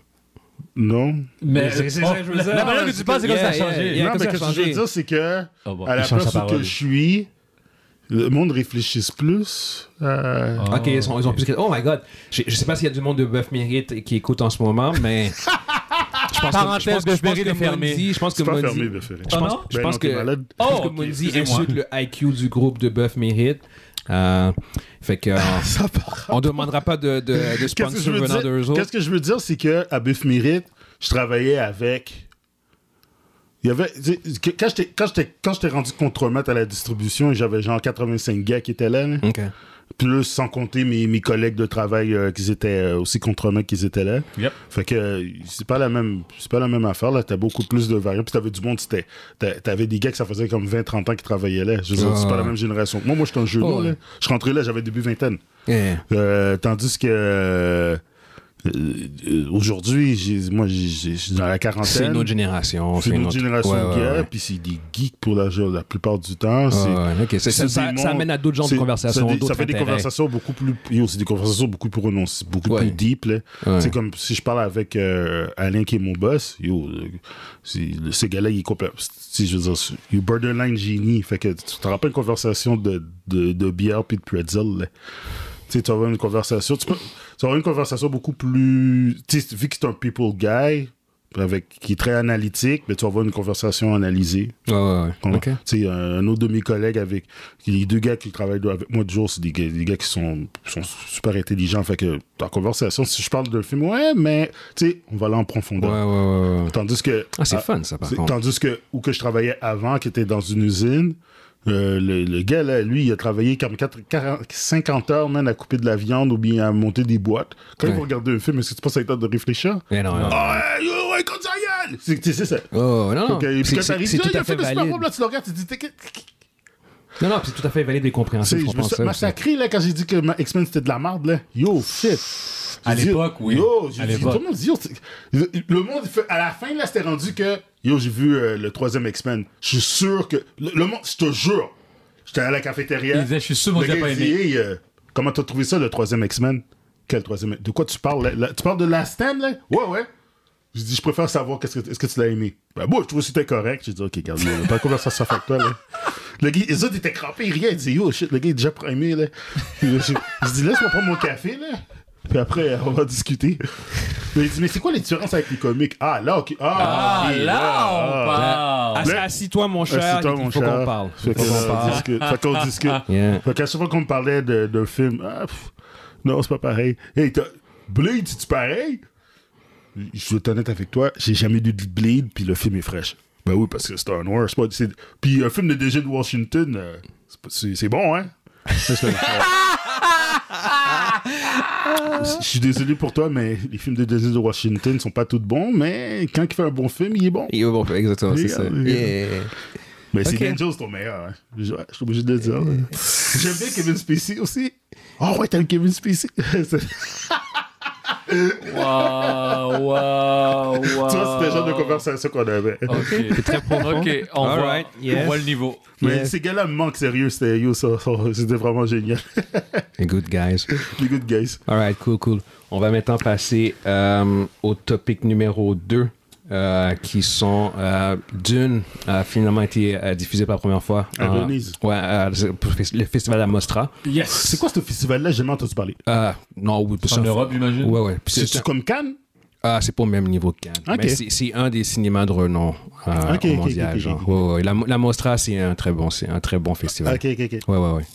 Non. Mais C'est- c'est oh, ça que je veux la- dire. La manière que tu parles, c'est comme ça a Yeah, yeah, changé. yeah. Non, comme ça, mais ce que je changer. veux dire, c'est que Oh, bon. à la Il change sa place où que parole. je suis, le monde réfléchisse plus. euh, à- Ah, ok, ils, sont, ils ont plus. que- Oh my god. Je, je sais pas s'il y a du monde de Bœuf Mérite qui écoute en ce moment, mais. Je pense Parenthèse, Bœuf Mérite est fermé. Mondi- Je pense que C'est pas Mondi. fermé, bien fermé. Je pense, Ah non? je Ben pense non, que, t'es malade. je pense Oh, que ok, Mondi excusez-moi. insulte le IQ du groupe de Bœuf Mérite. Euh, fait que. on- Ça part. On demandera pas de, de, de Qu'est-ce que je sponsor veux venant dire? d'eux autres. Qu'est-ce que je veux dire, c'est que à Buff Mérite, je travaillais avec. Il y avait, tu sais, que- quand j'étais- quand j'étais quand j'étais rendu contremaître à la distribution, j'avais genre 85 gars qui étaient là, Mm. là. Ok. plus sans compter mes, mes collègues de travail euh, qui étaient euh, aussi contremaîtres qu'ils étaient là. Yep. Fait que euh, c'est pas la même c'est pas la même affaire là, t'as beaucoup plus de variantes puis t'avais du monde, c'était t'a- t'avais des gars que ça faisait comme 20 30 ans qui travaillaient là. Je veux dire, Ah. c'est pas la même génération. Moi moi j'étais un jeune Oh, là. ouais. Eh, Je rentrais là, j'avais début vingtaine. Yeah. Euh, tandis que euh, euh, aujourd'hui, j'ai- moi, j'ai- j'ai- je suis dans la C'est quarantaine. notre génération. C'est une autre génération Ouais, de ouais, gars, ouais. puis c'est des geeks pour la, la plupart du temps. c'est- Ah ouais, ok. C'est- c'est ça, ça- des ça mondes- amène à d'autres genres c'est- de conversations. Ça, fait des- d'autres ça fait des intérêts. conversations beaucoup plus. yo, c'est des conversations beaucoup plus prononcées, beaucoup Ouais. plus deep. là. Ouais. C'est comme si je parle avec euh, Alain qui est mon boss. Yo, euh, c'est- le- ce gars-là, il est complètement. Si je veux dire, c'est- il est borderline génie. Fait que tu te rappelles une conversation de, de, de bière puis de pretzel. là. Tu sais, tu vas avoir une conversation. Tu peux, tu vas avoir une conversation beaucoup plus. Tu sais, vu que c'est un people guy. Avec, qui est très analytique, mais tu vas avoir une conversation analysée. Ouais, ouais, ouais. Ok. Tu sais, un, un autre de mes collègues avec. Les deux gars qui travaillent avec moi du jour, c'est des gars, des gars qui sont, qui sont super intelligents. Fait que dans la conversation, si je parle de le film, ouais, mais tu sais, on va aller en Ouais, profondeur. ouais, ouais, ouais. Tandis que. Ah, c'est à- fun, ça, par c'est- contre. Tandis que où que je travaillais avant, qui était dans une usine, euh, le, le gars, là, lui, il a travaillé comme quatre- 40 50 heures, man, à couper de la viande ou bien à monter des boîtes. Quand Ouais. vous regardez un film, est-ce que tu penses à temps de réfléchir? Mais non, non. Ah, ouais, yo, ouais, comme ça, Yann! C'est tu sais, c'est ça. Oh, non, non. Donc, euh, puis C'est- quand C'est t'arrives, c'est là, tout il à a fait fait des super valide. bombes, là, tu le regardes, tu te dis, t'es- t'es- t'es- Non, non, puis c'est tout à fait valide et Tu compréhensible. sais, qu'on je me pense suis ça aussi. massacré là, quand j'ai dit que ma X-Men c'était de la merde. Là. Yo, shit. À J'ai dit- l'époque, oui. Yo, j'ai À dit, tout l'époque. le monde dit, yo, c'est- le monde, il fait- à la fin, là, c'était rendu que, yo, j'ai vu euh, le troisième X-Men. Je suis sûr que, le, le monde, je te jure, j'étais à la cafétéria. Il disait, je suis sûr, mon Le gars gars, pas il dit, Hey, euh, comment t'as trouvé ça, le troisième X-Men? Quel troisième? De quoi tu parles? là? Là, tu parles de Last Stand, là? Ouais, ouais. J'ai dit, je préfère savoir qu'est-ce que, est-ce que tu l'as aimé. Ben, moi, je trouve que c'était correct. J'ai dit, ok, garde, on n'a pas de conversation avec toi, là. Le gars, les autres étaient crampés, rien. Ils disaient, yo, shit, le gars est déjà primé, là. Puis là, j'ai j'ai dit, laisse-moi prendre mon café, là. Puis après, on va discuter. Mais il dit, mais c'est quoi les différences avec les comiques? Ah, là, ok. Ah, Ah, ok, là, on ah. parle. Ass- Assis-toi, Ah, mon cher. Assieds-toi, mon Il faut cher. qu'on parle. Fait Faut que, qu'on euh, parle. discute. Fait qu'on discute. Yeah. Fait qu'à chaque fois qu'on me parlait de- d'un film, ah, pff, non, c'est pas pareil. Hey, t'as- Blade, c'est-tu pareil? Je vais être honnête avec toi, j'ai jamais lu de Blade, puis le film est fraîche. Ben oui, parce que c'est un noir. c'est pas- c'est- Puis un film de DG de Washington, euh, c'est pas- c'est c'est bon, hein? C'est ça. Je suis désolé pour toi, mais les films de DG de Washington sont pas tous bons, mais quand il fait un bon film, il est bon. Et, euh, bon, exactement, c'est ça. Regarde, Yeah. Mais Ok. c'est Angels ton meilleur. Hein. Je, ouais, je suis obligé de le dire. hein. J'aime bien Kevin Spacey aussi. Oh ouais, t'aimes Kevin Spacey. C'est- Waouh, waouh, waouh. tu vois, c'était le genre de conversation qu'on avait. Ah. Ok, Très profond. Ok, on All voit, right, on yes. voit le niveau. Mais Yes. ces gars-là me manquent sérieux. C'était yo, ça, ça, c'était vraiment génial. Good guys. Les good guys. All right, cool, cool. On va maintenant passer euh, au topic numéro 2, qui sont euh, Dune, a finalement été euh, diffusé pour la première fois. À en- Venise. Ouais, euh, c'est- le festival à Mostra. Yes. C'est quoi ce festival-là J'ai jamais entendu parler. Euh, non, oui, En Europe, j'imagine. Ouais, ouais. Puis C'est c'est- comme Cannes Ah, c'est pas au même niveau que Cannes. Ok. Mais c'est- c'est un des cinémas de renom euh, Ok, ok, au mondial. ok, ok, genre. ok. Ouais, ouais. La, la Mostra, c'est un très bon, c'est un très bon festival. Ok, ok, ok. Ouais, ouais, ouais.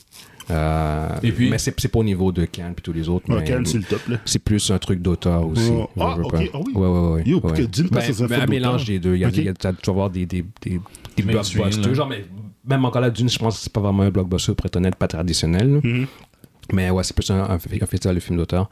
Euh, Et puis? mais c'est c'est pas au niveau de Cannes puis tous les autres. Ouais, mais- Cannes, c'est le top. Là. c'est plus un truc d'auteur aussi. Oh. Je Ah, veux ok. pas. Ah oui. Ouais, ouais, ouais. Yo, ouais. puis que Dune passe Ben, dans un ben, film un mélange d'auteur. des deux. Il y a, Ok. il y a- tu vas voir des, des, des, des Mainstream, blockbusters. là. Genre, mais même encore là, Dune, je pense que c'est pas vraiment un blockbuster, pour être honnête, pas traditionnel. là. Mm-hmm. Mais ouais, c'est plus un, un- un festival de films d'auteur.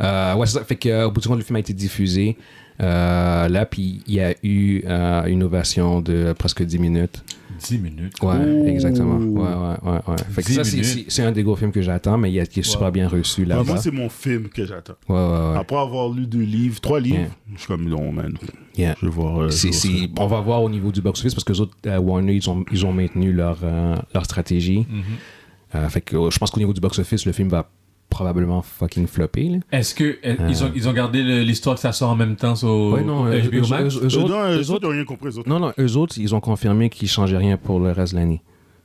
Euh, ouais, c'est ça. Fait qu'au bout du compte, le film a été diffusé. Euh, là, puis il y a eu euh, une ovation de presque 10 minutes. 10 minutes. Ouais, Ouh. exactement. Ouais, ouais, ouais. ouais. Fait que 10 ça, c'est- minutes. c'est c'est un des gros films que j'attends, mais il, y a- qui est super bien reçu Ouais, Ah, là-bas. moi, c'est Ah. mon film que j'attends. Ouais, ouais, ouais. Après avoir lu deux livres, trois livres, je suis comme non, man. Yeah. Je vais voir. euh, C'est- je vais voir c'est- on va voir au niveau du box-office parce que les autres, euh, Warner, ils ont, ils ont maintenu leur, euh, leur stratégie. Mhm. Euh, fait que euh, je pense qu'au niveau du box-office, le film va probablement fucking flopper. Là. Est-ce que est- ils, ont, ils ont gardé le- l'histoire que ça sort en même temps sur Ah. Ouais, non, euh, HBO eux- Max eux- eux ça. Euh, autres- non, euh, eux eux autres- autres n'ont rien compris. eux autres. non, non, eux autres, ils ont confirmé qu'ils changeaient rien pour le reste de l'année.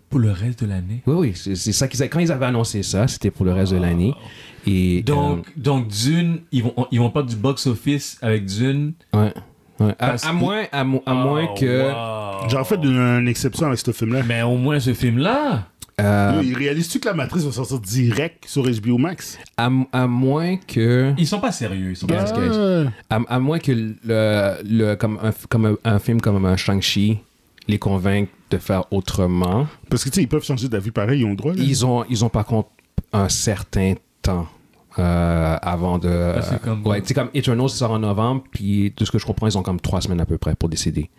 pour le reste de l'année? Oui, oui, c'est c'est ça qu'ils a- Quand ils avaient annoncé ça, c'était pour le reste de l'année. Et Ah. Donc, donc Dune, ils vont, ils vont pas du box-office avec Dune. euh, ouais, ouais. À, Parce- à moins, à, mo- à moins Oh, que. wow. J'en fais une, une exception avec ce film-là. Mais au moins ce film-là. euh, Yo, il réalise-tu que la matrice va sortir direct sur HBO Max? à, à moins que. Ils sont pas sérieux. Ils sont pas Parce sérieux. que- Ah. À, à moins que le, le- comme un, comme un, un film comme un Shang-Chi les convainque de faire autrement, Parce que tu sais, ils peuvent changer d'avis pareil, ils ont le droit. Mm. là. ils ont, ils ont par contre un certain temps euh, avant de. Ah, c'est comme- Ouais, c'est comme Eternals sort en novembre, puis de ce que je comprends, ils ont comme trois semaines à peu près pour décider.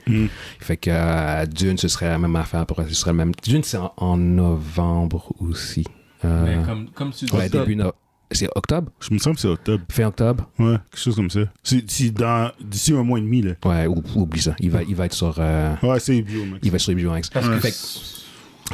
Fait que euh, Dune, ce serait la même affaire, à peu près, ce serait le même. Dune, c'est en, en novembre aussi. Euh, Mais comme, comme tu dis, ouais, début novembre. c'est octobre? Je me sens que c'est octobre. Fin octobre? Ouais, quelque chose comme ça. C'est c'est dans- d'ici un mois et demi, là. Ouais, ou- oublie ça. Il va, il va être sur. euh, Ouais, c'est bio, mec. il va être sur les Biomax. Parce que Fait que-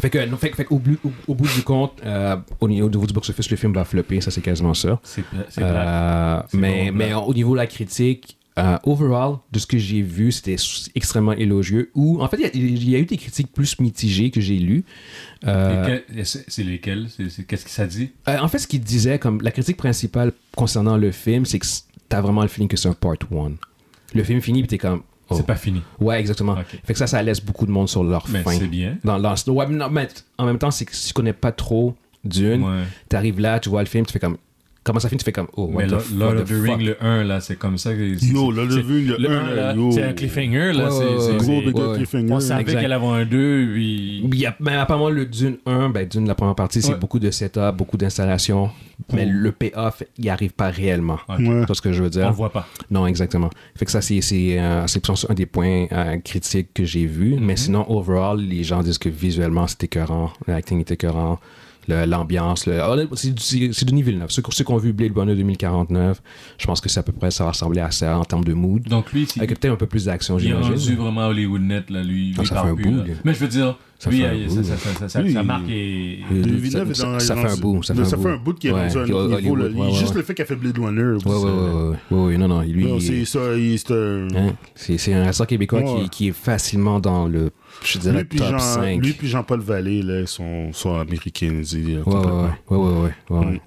Fait que, non, fait, que- fait que au, bout- au- au bout du compte, euh, au niveau au niveau du box-office, le film va flopper, ça c'est quasiment sûr. c'est pla- c'est Euh, plat. mais, bon, mais au niveau de la critique, euh, overall, de ce que j'ai vu, c'était s- extrêmement élogieux. Ou en fait, il y a- il y, a eu des critiques plus mitigées que j'ai lues. Euh, Lesquels- C'est c'est lesquels C'est- c'est- Qu'est-ce que ça dit euh, en fait, ce qu'il disait, comme la critique principale concernant le film, c'est que c- t'as vraiment le feeling que c'est un part one. Le film finit, puis t'es comme. oh. C'est pas fini. Ouais, exactement. Ok. Fait que ça, ça laisse beaucoup de monde sur leur Mais fin. c'est bien. Dans, dans- ouais, mais non, mais en même temps, c'est que si tu connais pas trop d'une, Ouais. t'arrives là, tu vois le film, tu fais comme. Comment ça finit Tu fais comme. Oh, what Mais the, Lo- fuck, Lord the of the fuck? Ring, le 1, là, c'est comme ça. que- c'est- Yo, c'est- là, le c'est- vu, le le 1, 1, là, yo. C'est un cliffhanger, là. Ouais, c'est- ouais, c'est- ouais. Gros Ouais, big ouais. cliffhanger. On savait Exact. qu'elle avait un 2, puis. Il y a- mais apparemment, le Dune 1, ben, Dune, la première partie, c'est Ouais. Oh. beaucoup de setup, beaucoup d'installation, mais le payoff, il arrive pas réellement. Ouais. Tu vois ce que je veux On dire? le voit pas. Non, exactement. Fait que ça, c'est c'est, euh, c'est sans- un des points euh, critiques que j'ai vu. Mhm. Mais sinon, overall, les gens disent que visuellement, c'est écœurant. L'acting est écœurant. Le- L'ambiance. le- Ah, là, C'est du- c'est- c'est Denis Villeneuve. Ceux, ceux qui ont vu Blade Runner 2049, je pense que c'est à peu près, ça va ressembler à ça en termes de mood. Donc lui, il, Avec peut-être un peu plus d'action, il est rendu j'imagine. vraiment Hollywood net, là, lui. Ah, lui ça parle fait un plus, bout, là. lui. Mais je veux dire, Ça lui, fait un il- bout. ça, ça, ça, ça, ça, Lui, ça il- marque et... Le- Le Villeneuve est ça, dans- ça dans- fait un bout. Ça fait un, bout. bout qu'il est rendu à un Ouais, autre niveau. là. Hollywood, ouais, Juste ouais. le fait qu'elle fait Blade Runner. Ouais, ouais, ouais, ouais, ouais, ouais, non, non, lui, Non, il- c'est ça, il- c'est un... hein, c'est c'est un restaurant québécois Ouais. qui, qui est facilement dans le, je dirais, Lui puis, top Jean, 5. lui puis Jean-Paul Vallée, là, sont, sont américains, ils, Ouais, euh, ouais, complètement. ouais, ouais, ouais, ouais, ouais, ouais.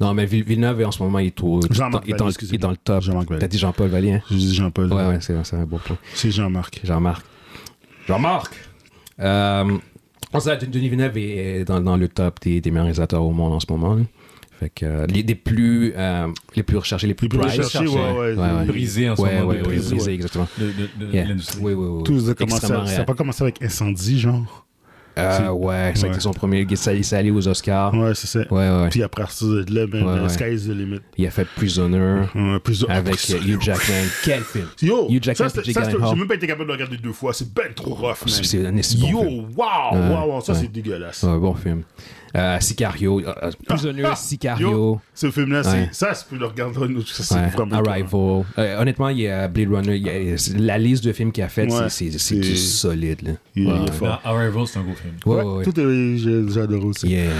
Non, mais Vill- Villeneuve, en ce moment, il est, au- Jean-Marc il est dans, Vallée, il est dans le top. Jean-Marc Vallée. T'as dit Jean-Paul Vallée, hein? Je dis Jean-Paul. Ouais, ouais, c'est c'est un bon point. C'est Jean-Marc. Jean-Marc. Jean-Marc! Euh, on sait, que Denis Villeneuve est est dans, dans le top des, des meilleurs réalisateurs au monde en ce moment. là. Fait que euh, les, des plus, euh, les plus recherchés, les plus Les plus prized. recherchés, ouais, ouais. Ouais, ouais. brisé en ce Ouais, moment. ouais, de- ouais, brisé, brisé, exactement. de- de- de Yeah. l'industrie. Oui, oui, oui. Tout ça, commence à- Extrêmement ça a réel. pas commencé avec incendie, genre. Euh, ouais, ça a Ouais. été son premier. Ça, ça allait aux Oscars. Ouais, Ouais, c'est ça. ouais. ouais. Puis après ça, de là, ben, Ouais, le ouais. sky's the limit. Il a fait Prisoner Ouais, plus de- avec euh, Hugh Jackman. Quel film! Yo, Hugh Jackman ça, c'est- et Jake ça, c'est- Gyllenhaal. j'ai même pas été capable de le regarder deux fois. C'est ben trop rough, man. C'est c'est un assez bon Yo, film. wow, wow, wow, ça ouais. c'est dégueulasse. C'est un bon film. Euh, Sicario. euh, euh, Prisoner, Ah, Sicario. Yo, ce film-là, c'est- Ouais. ça, je peux le regarder un autre. ça, c'est ouais, vraiment cool. Arrival. Euh, honnêtement, il y a Blade Runner. il y a- c'est- la liste de films qu'il a fait, Ouais, c'est- c'est c'est c'est- du solide. Là. Il- Ouais, il est ouais. fort. Non, Arrival, c'est un gros film. Ouais, Ouais, ouais, ouais. tout est- j'ai- j'adore aussi. Yeah.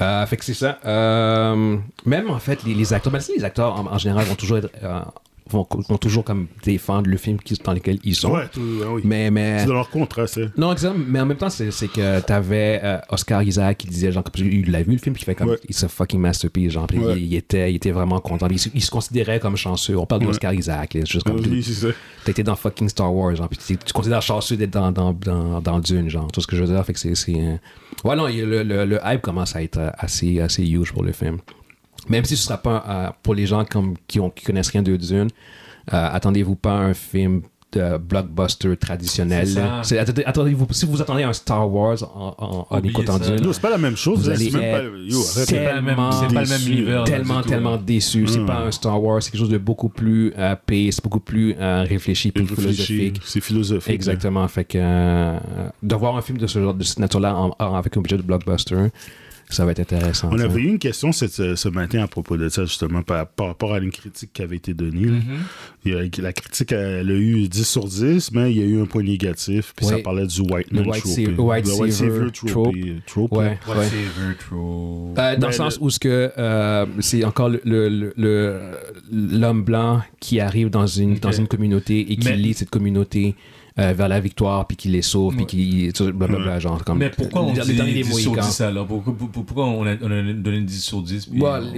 Euh, fait que c'est ça. Euh, même en fait, les, les acteurs, ben, tu sais, les acteurs en, en général vont toujours être, euh, vont, vont toujours comme défendre le film qui- dans lequel ils sont. Ouais, tout, ouais, oui. Mais, euh, mais. C'est dans leur contrat, ça. Non, exact, mais en même temps, c'est c'est que t'avais euh, Oscar Isaac qui disait, genre, comme il l'a vu le film, puis il fait comme, Ouais. it's a fucking masterpiece, genre, puis Ouais. il, il était, il était vraiment content, puis il, se- il se considérait comme chanceux. On parle d'Oscar Isaac, là, juste comme, Oui, c'est ça. t'as été dans fucking Star Wars, genre, puis tu tu te considères chanceux d'être dans, dans, dans, dans Dune, genre, tout ce que je veux dire, fait que c'est. c'est, euh, Ouais, non, il- le, le, le hype commence à être euh, assez, assez huge pour le film. Même si ce sera pas, euh, pour les gens comme, qui, ont, qui connaissent rien de Dune, euh, attendez-vous pas à un film de blockbuster traditionnel. C'est ça. C'est- attendez- attendez-vous, si vous attendez un Star Wars en, en, en Oubliez écoutant ça. Dune, Yo, c'est pas la même chose. Vous là, allez c'est même pas. être Yo, arrête. C'est pas le même- c'est pas le même Déçu. univers. là, du tellement, tout, hein. Hmm. tellement là. déçu. C'est pas un Star Wars, c'est quelque chose de beaucoup plus euh, payé, c'est beaucoup plus euh, réfléchi, plus Réfléchis, philosophique. C'est philosophique. Exactement. Fait que euh, de voir un film de ce genre de cette nature-là en- en- avec un budget de blockbuster, ça va être intéressant. On t'sais. avait eu une question cette- euh, ce, ce matin à propos de ça, justement, par, par rapport à une critique qui avait été donnée. Mm-hmm. là. Il y a- la critique, elle a eu 10 sur 10, mais il y a eu un point négatif, puis Ouais. ça parlait du white Le man white trope, sav- hein. white Le white savior savior trope. trope, hein, trope, hein. Ouais, ouais. Whatever, true. Euh, dans Ben, le sens le- où ce que euh, c'est encore le- le- le- le- l'homme blanc qui arrive dans une dans Ok. une communauté et qui Mais- lie cette communauté euh, vers la victoire puis qui les sauve puis qui tout- blablabla genre comme Mais pourquoi on les- les derniers dit 10 sur Mohicans. 10 alors Pourquoi, pour- pour- pourquoi on, a, on a donné une 10 sur 10 puis Ouais, on-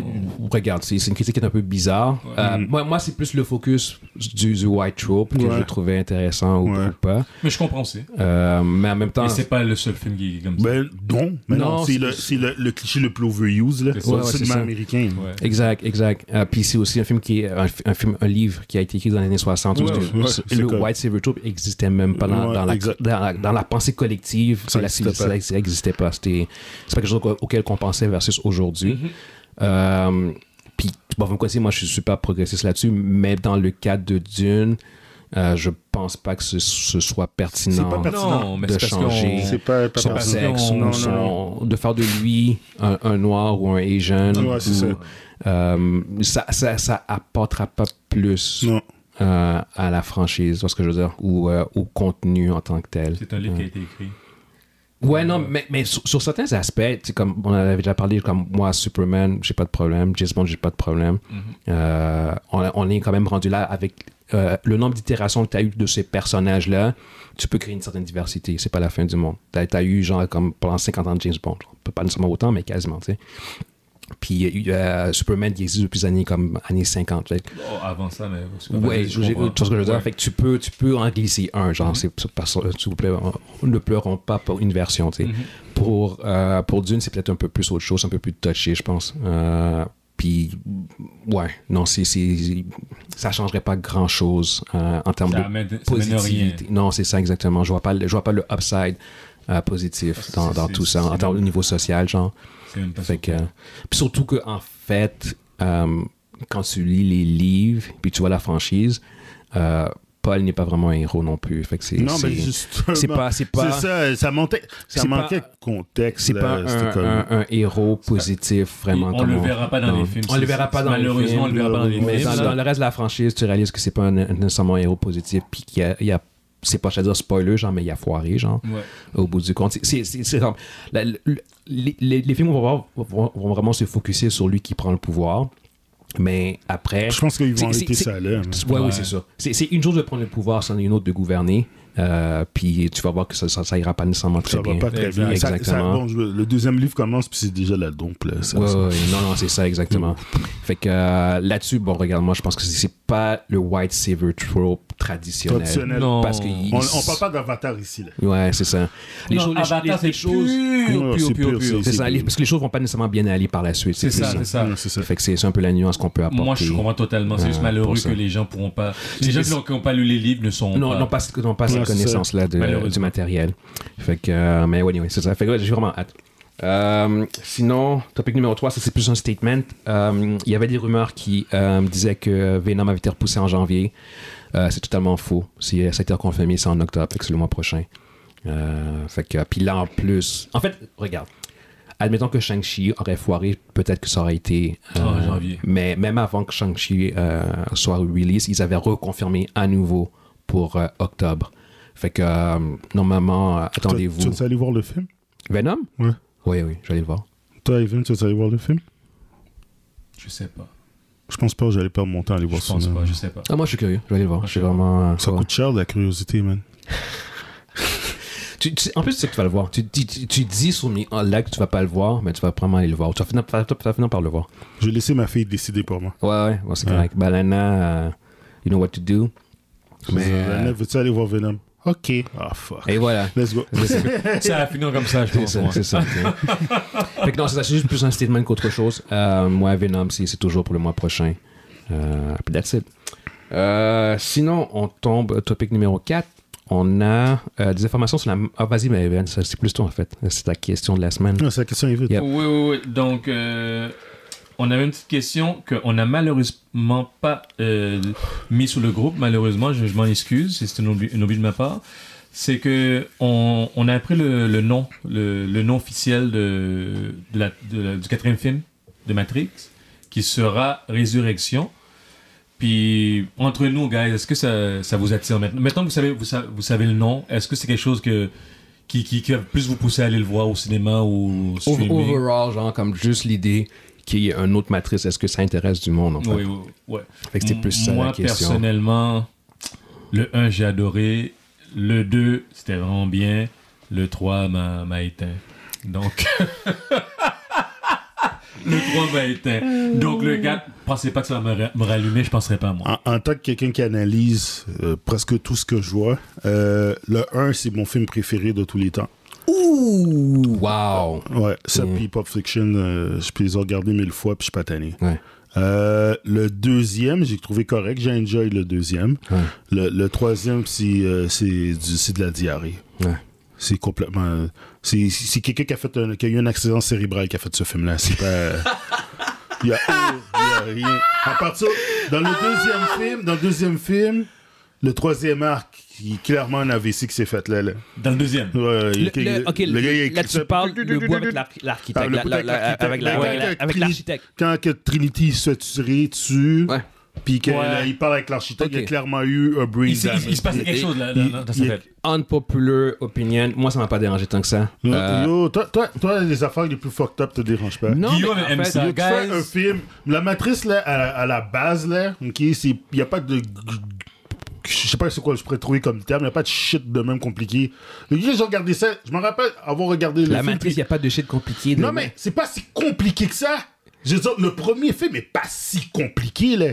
les- regarde, c'est c'est une critique qui est un peu bizarre. Euh, Moi, moi c'est plus le focus du, du white trope que Ouais. je trouvais intéressant ou, Ouais. ou pas. Mais je comprends, c'est. Euh, mais en même temps, Mais c'est pas le seul film qui est comme ça. Ben non, mais non, Non, c'est c'est- le, c'est le, le cliché le plus overuse, là. C'est C'est ça. Ouais, ouais, c'est absolument ça. américain. Ben, là. Ouais. Exact, exact. Euh, puis c'est aussi un film qui est un, fi- un film, un livre qui a été écrit dans les années 60. où Ouais, ce que- ouais, ce- c'est le comme- White Savior Trope existait même pas dans, Ouais, dans la, exact. dans, la, dans la pensée collective. Ça la- existait ça pas. ça existait pas. C'était c'est pas quelque chose au- auquel on pensait versus aujourd'hui. Mm-hmm. Euh, puis bon, vous me connaissez, moi je suis super progressiste là-dessus, mais dans le cadre de Dune. euh, je pense pas que ce, ce soit pertinent. pas pertinent. Non, mais de c'est parce changer. qu'on... C'est pas, pas Son parce personnel. sexe, qu'on- ou non, son- non, de faire de lui un, un noir ou un Asian. Ouais, c'est ça. ou, euh, ça. Ça, ça apportera pas plus Non. euh, à la franchise, tu vois ce que je veux dire, ou euh, au contenu en tant que tel. C'est un livre qui a été écrit. Ouais, non, mais, mais sur, sur certains aspects, tu sais, comme on en avait déjà parlé, comme moi, Superman, j'ai pas de problème, James Bond, j'ai pas de problème. Euh, on, on est quand même rendu là avec euh, le nombre d'itérations que tu as eu de ces personnages-là, tu peux créer une certaine diversité, c'est pas la fin du monde. Tu as, eu, genre, comme pendant 50 ans de James Bond, genre, pas nécessairement autant, mais quasiment, tu sais. Puis euh, Superman, il existe depuis les années, comme, années 50. fait que Oh, avant ça, mais. c'est pas mal, Ouais, je Mhm. j'ai- tu comprends. vois ce que je veux dire. Ouais. Fait que tu peux, tu peux en glisser un, genre, c'est- c'est parce- euh, s'il vous plaît, on- ne pleurons pas pour une version, tu sais. Mhm. Pour, euh, pour Dune, c'est peut-être un peu plus autre chose, un peu plus touché, je pense. Euh, puis, ouais, non, c'est, c'est- ça changerait pas grand-chose euh, en termes Ça de amène- ça amène positivité. Non, c'est ça exactement. Je vois pas, le- je vois pas le upside euh, positif Ah, C'est- dans, dans c'est- tout ça, c'est en termes au même- niveau social, genre. C'est une façon- Fait que, puis surtout que en fait, euh, quand tu lis les livres, puis tu vois la franchise, euh, Paul n'est pas vraiment un héros non plus. Fait que c'est Non, c'est- mais justement. c'est pas- c'est pas- ça, ça, montait, ça c'est pas- manquait de contexte. c'est là, pas un, c'était comme- un- un héros positif vraiment. on comme le verra pas dans les films, On le c'est- verra pas c'est- dans les films. malheureusement, on le verra pas dans les Mais films, dans, ça. dans le reste de la franchise, tu réalises que c'est pas un- nécessairement un héros positif, puis qu'il y a, il y a- c'est pas je veux dire spoiler genre, mais il y a foiré genre Ouais. au bout du compte. C'est- C'est c'est- c'est comme. la- le- les, les- les films vont, voir- vont- vont vraiment se focuser sur lui qui prend le pouvoir. Mais après. Je pense qu'ils vont c'est- arrêter c'est- ça là. mais- c'est- ouais, Ouais. Oui, c'est sûr. C'est c'est une chose de prendre le pouvoir, c'en est une autre de gouverner. Euh, puis tu vas voir que ça, ça, ça ira pas nécessairement très Ça va bien. pas très bien. Ça- ça- Exactement. bon, je- le deuxième livre commence, puis c'est déjà la dompe. Là, ça, Ouais, ça. ouais, ouais. non, non, c'est ça, exactement. fait que euh, là-dessus, bon, regarde, moi, je pense que c'est- c'est pas le white savior trope traditionnel. Traditionnel. Non. Parce que On, on parle pas d'avatar ici. Là. Ouais, c'est ça. Les Non, choses- les- Avatar, les- les c'est choses- pur, Ouais, pur, c'est pur, pur, pur. c'est- C'est ça, les- parce que les choses vont pas nécessairement bien aller par la suite. C'est ça, plus Ah, c'est ça. Non, c'est ça. Fait que c'est c'est un peu la nuance qu'on peut apporter. Moi, je comprends totalement. C'est juste Ouais, malheureux Ah, pour ça. que les gens pourront pas. C'est- Les gens qui n'ont- qui n'ont pas lu les livres ne sont Non, pas. non, pas, non, pas cette Ouais, c'est ça. connaissance-là de- Malheureusement. du matériel. Fait que, euh, mais anyway, c'est ça. Fait que ouais, j'ai vraiment hâte. Euh, sinon, topic numéro 3, ça c'est plus un statement. Euh, Il y avait des rumeurs qui euh, disaient que Venom avait été repoussé en janvier. Euh, c'est totalement faux. Si, ça a été confirmé, c'est en octobre, fait que c'est le mois prochain. Euh, fait que, puis là en plus, en fait, regarde. Admettons que Shang-Chi aurait foiré, peut-être que ça aurait été euh, En janvier. Mais même avant que Shang-Chi euh, soit release, ils avaient reconfirmé à nouveau pour euh, octobre. Fait que euh, normalement, euh, Toi, Tu attendez-vous. vas aller voir le film Venom Ouais. Oui, oui, j'allais le voir. Toi, Evan, tu vas aller voir le film Je sais pas. Je pense pas que j'allais perdre mon temps à aller Je voir ça. pense là. pas. Je sais pas. Ah, moi, je suis curieux, je vais aller le voir. Je suis vraiment. euh, Ça ouais. coûte cher de la curiosité, man. Tu- tu- en plus, tu sais que tu vas le voir. Tu, tu, tu- tu dis sur mes en là que tu vas pas le voir, mais tu vas vraiment aller le voir. Tu vas finir, tu vas- tu vas finir par le voir. Je vais laisser ma fille décider pour moi. Ouais, ouais, ouais, c'est correct. Balana, euh, you know what to do. Mais, euh, Mais. Veux-tu aller voir Venom Ok. Ah, fuck. Et voilà. Let's go. Ça a fini comme ça, je C'est pense. ça, moi. c'est ça. ok. fait que non, c'est ça, c'est juste plus un statement qu'autre chose. Euh, moi, Venom, c'est c'est toujours pour le mois prochain. Euh, puis that's it. Euh, sinon, on tombe au topic numéro 4. On a euh, des informations sur la. Ah, vas-y, mais Evan, ça, c'est plus toi en fait. C'est ta question de la semaine. Non, c'est la question Evan. Yep. Oui, oui, oui. Donc, euh, on avait une petite question qu'on n'a malheureusement pas euh, mis sur le groupe. Malheureusement, je, je m'en excuse, c'est une oubli une oubli de ma part. C'est que on, on a appris le, le nom, le, le nom officiel de, de la- de la- du quatrième film de Matrix, qui sera Résurrection. Puis, entre nous, guys, est-ce que ça, ça vous attire maintenant Maintenant que vous savez, vous sa- vous savez, le nom, est-ce que c'est quelque chose que, qui, qui, qui va plus vous pousser à aller le voir au cinéma ou au Over- streaming Overall, genre, comme juste l'idée qu'il y ait une autre matrice, est-ce que ça intéresse du monde en fait? Oui, oui, ouais. Fait que c'était plus ça Moi, la question. personnellement, le 1, j'ai adoré. Le 2, c'était vraiment bien. Le 3 m'a m'a éteint. Donc. le 3 m'a éteint. Donc, le 4, pensez pas que ça va me, ra- me rallumer, je penserais pas à moi. En, en tant que quelqu'un qui analyse euh, presque tout ce que je vois, euh, le 1, c'est mon film préféré de tous les temps. Ouh! Wow! Ouais, ça, Mm. puis Pop Fiction, euh, je peux les regarder mille fois, puis je suis pas tanné. Ouais. Euh, le deuxième, j'ai trouvé correct. J'ai enjoy le deuxième. Ouais. Le, le troisième, c'est euh, c'est du- c'est de la diarrhée. Ouais. C'est complètement. C'est c'est quelqu'un qui, a fait un- qui a eu un accident cérébral qui a fait ce film-là. C'est pas. Il y a, il y a rien. À partir. Dans le deuxième film, dans le deuxième film, le troisième arc, il- clairement un AVC qui s'est fait là. là. Dans le deuxième. Ouais, il- Le- le- ok, le gars, il a là, écrit tu ça- parles le bout avec l'arch- Ah, l'architecte. le la- bout la- la- Avec la- Ouais, avec la- quand avec Trini- l'architecte. Quand que Trinity se tirait dessus, Ouais. puis qu'il Ouais. parle avec l'architecte, il y Ok. a clairement eu un brain Il, s'est- il- il damage. se passe quelque chose là, il- dans, dans sa il- tête. Unpopular opinion, moi ça m'a pas dérangé tant que ça. Yo, Euh, yo, toi, toi, toi, les affaires les plus fucked up te dérangent pas. non, Guillaume mais en aime fait, euh, ça. Tu fais Guys. un film, la matrice là, à la, à la base là, ok, il n'y a pas de. Je sais pas c'est quoi je pourrais trouver comme terme, il n'y a pas de shit de même compliqué. Mais j'ai regardé ça, je me rappelle avoir regardé le La film, matrice, il puis- n'y a pas de shit compliqué. Non mais c'est pas si compliqué que ça. Je veux dire, le premier film est pas si compliqué là.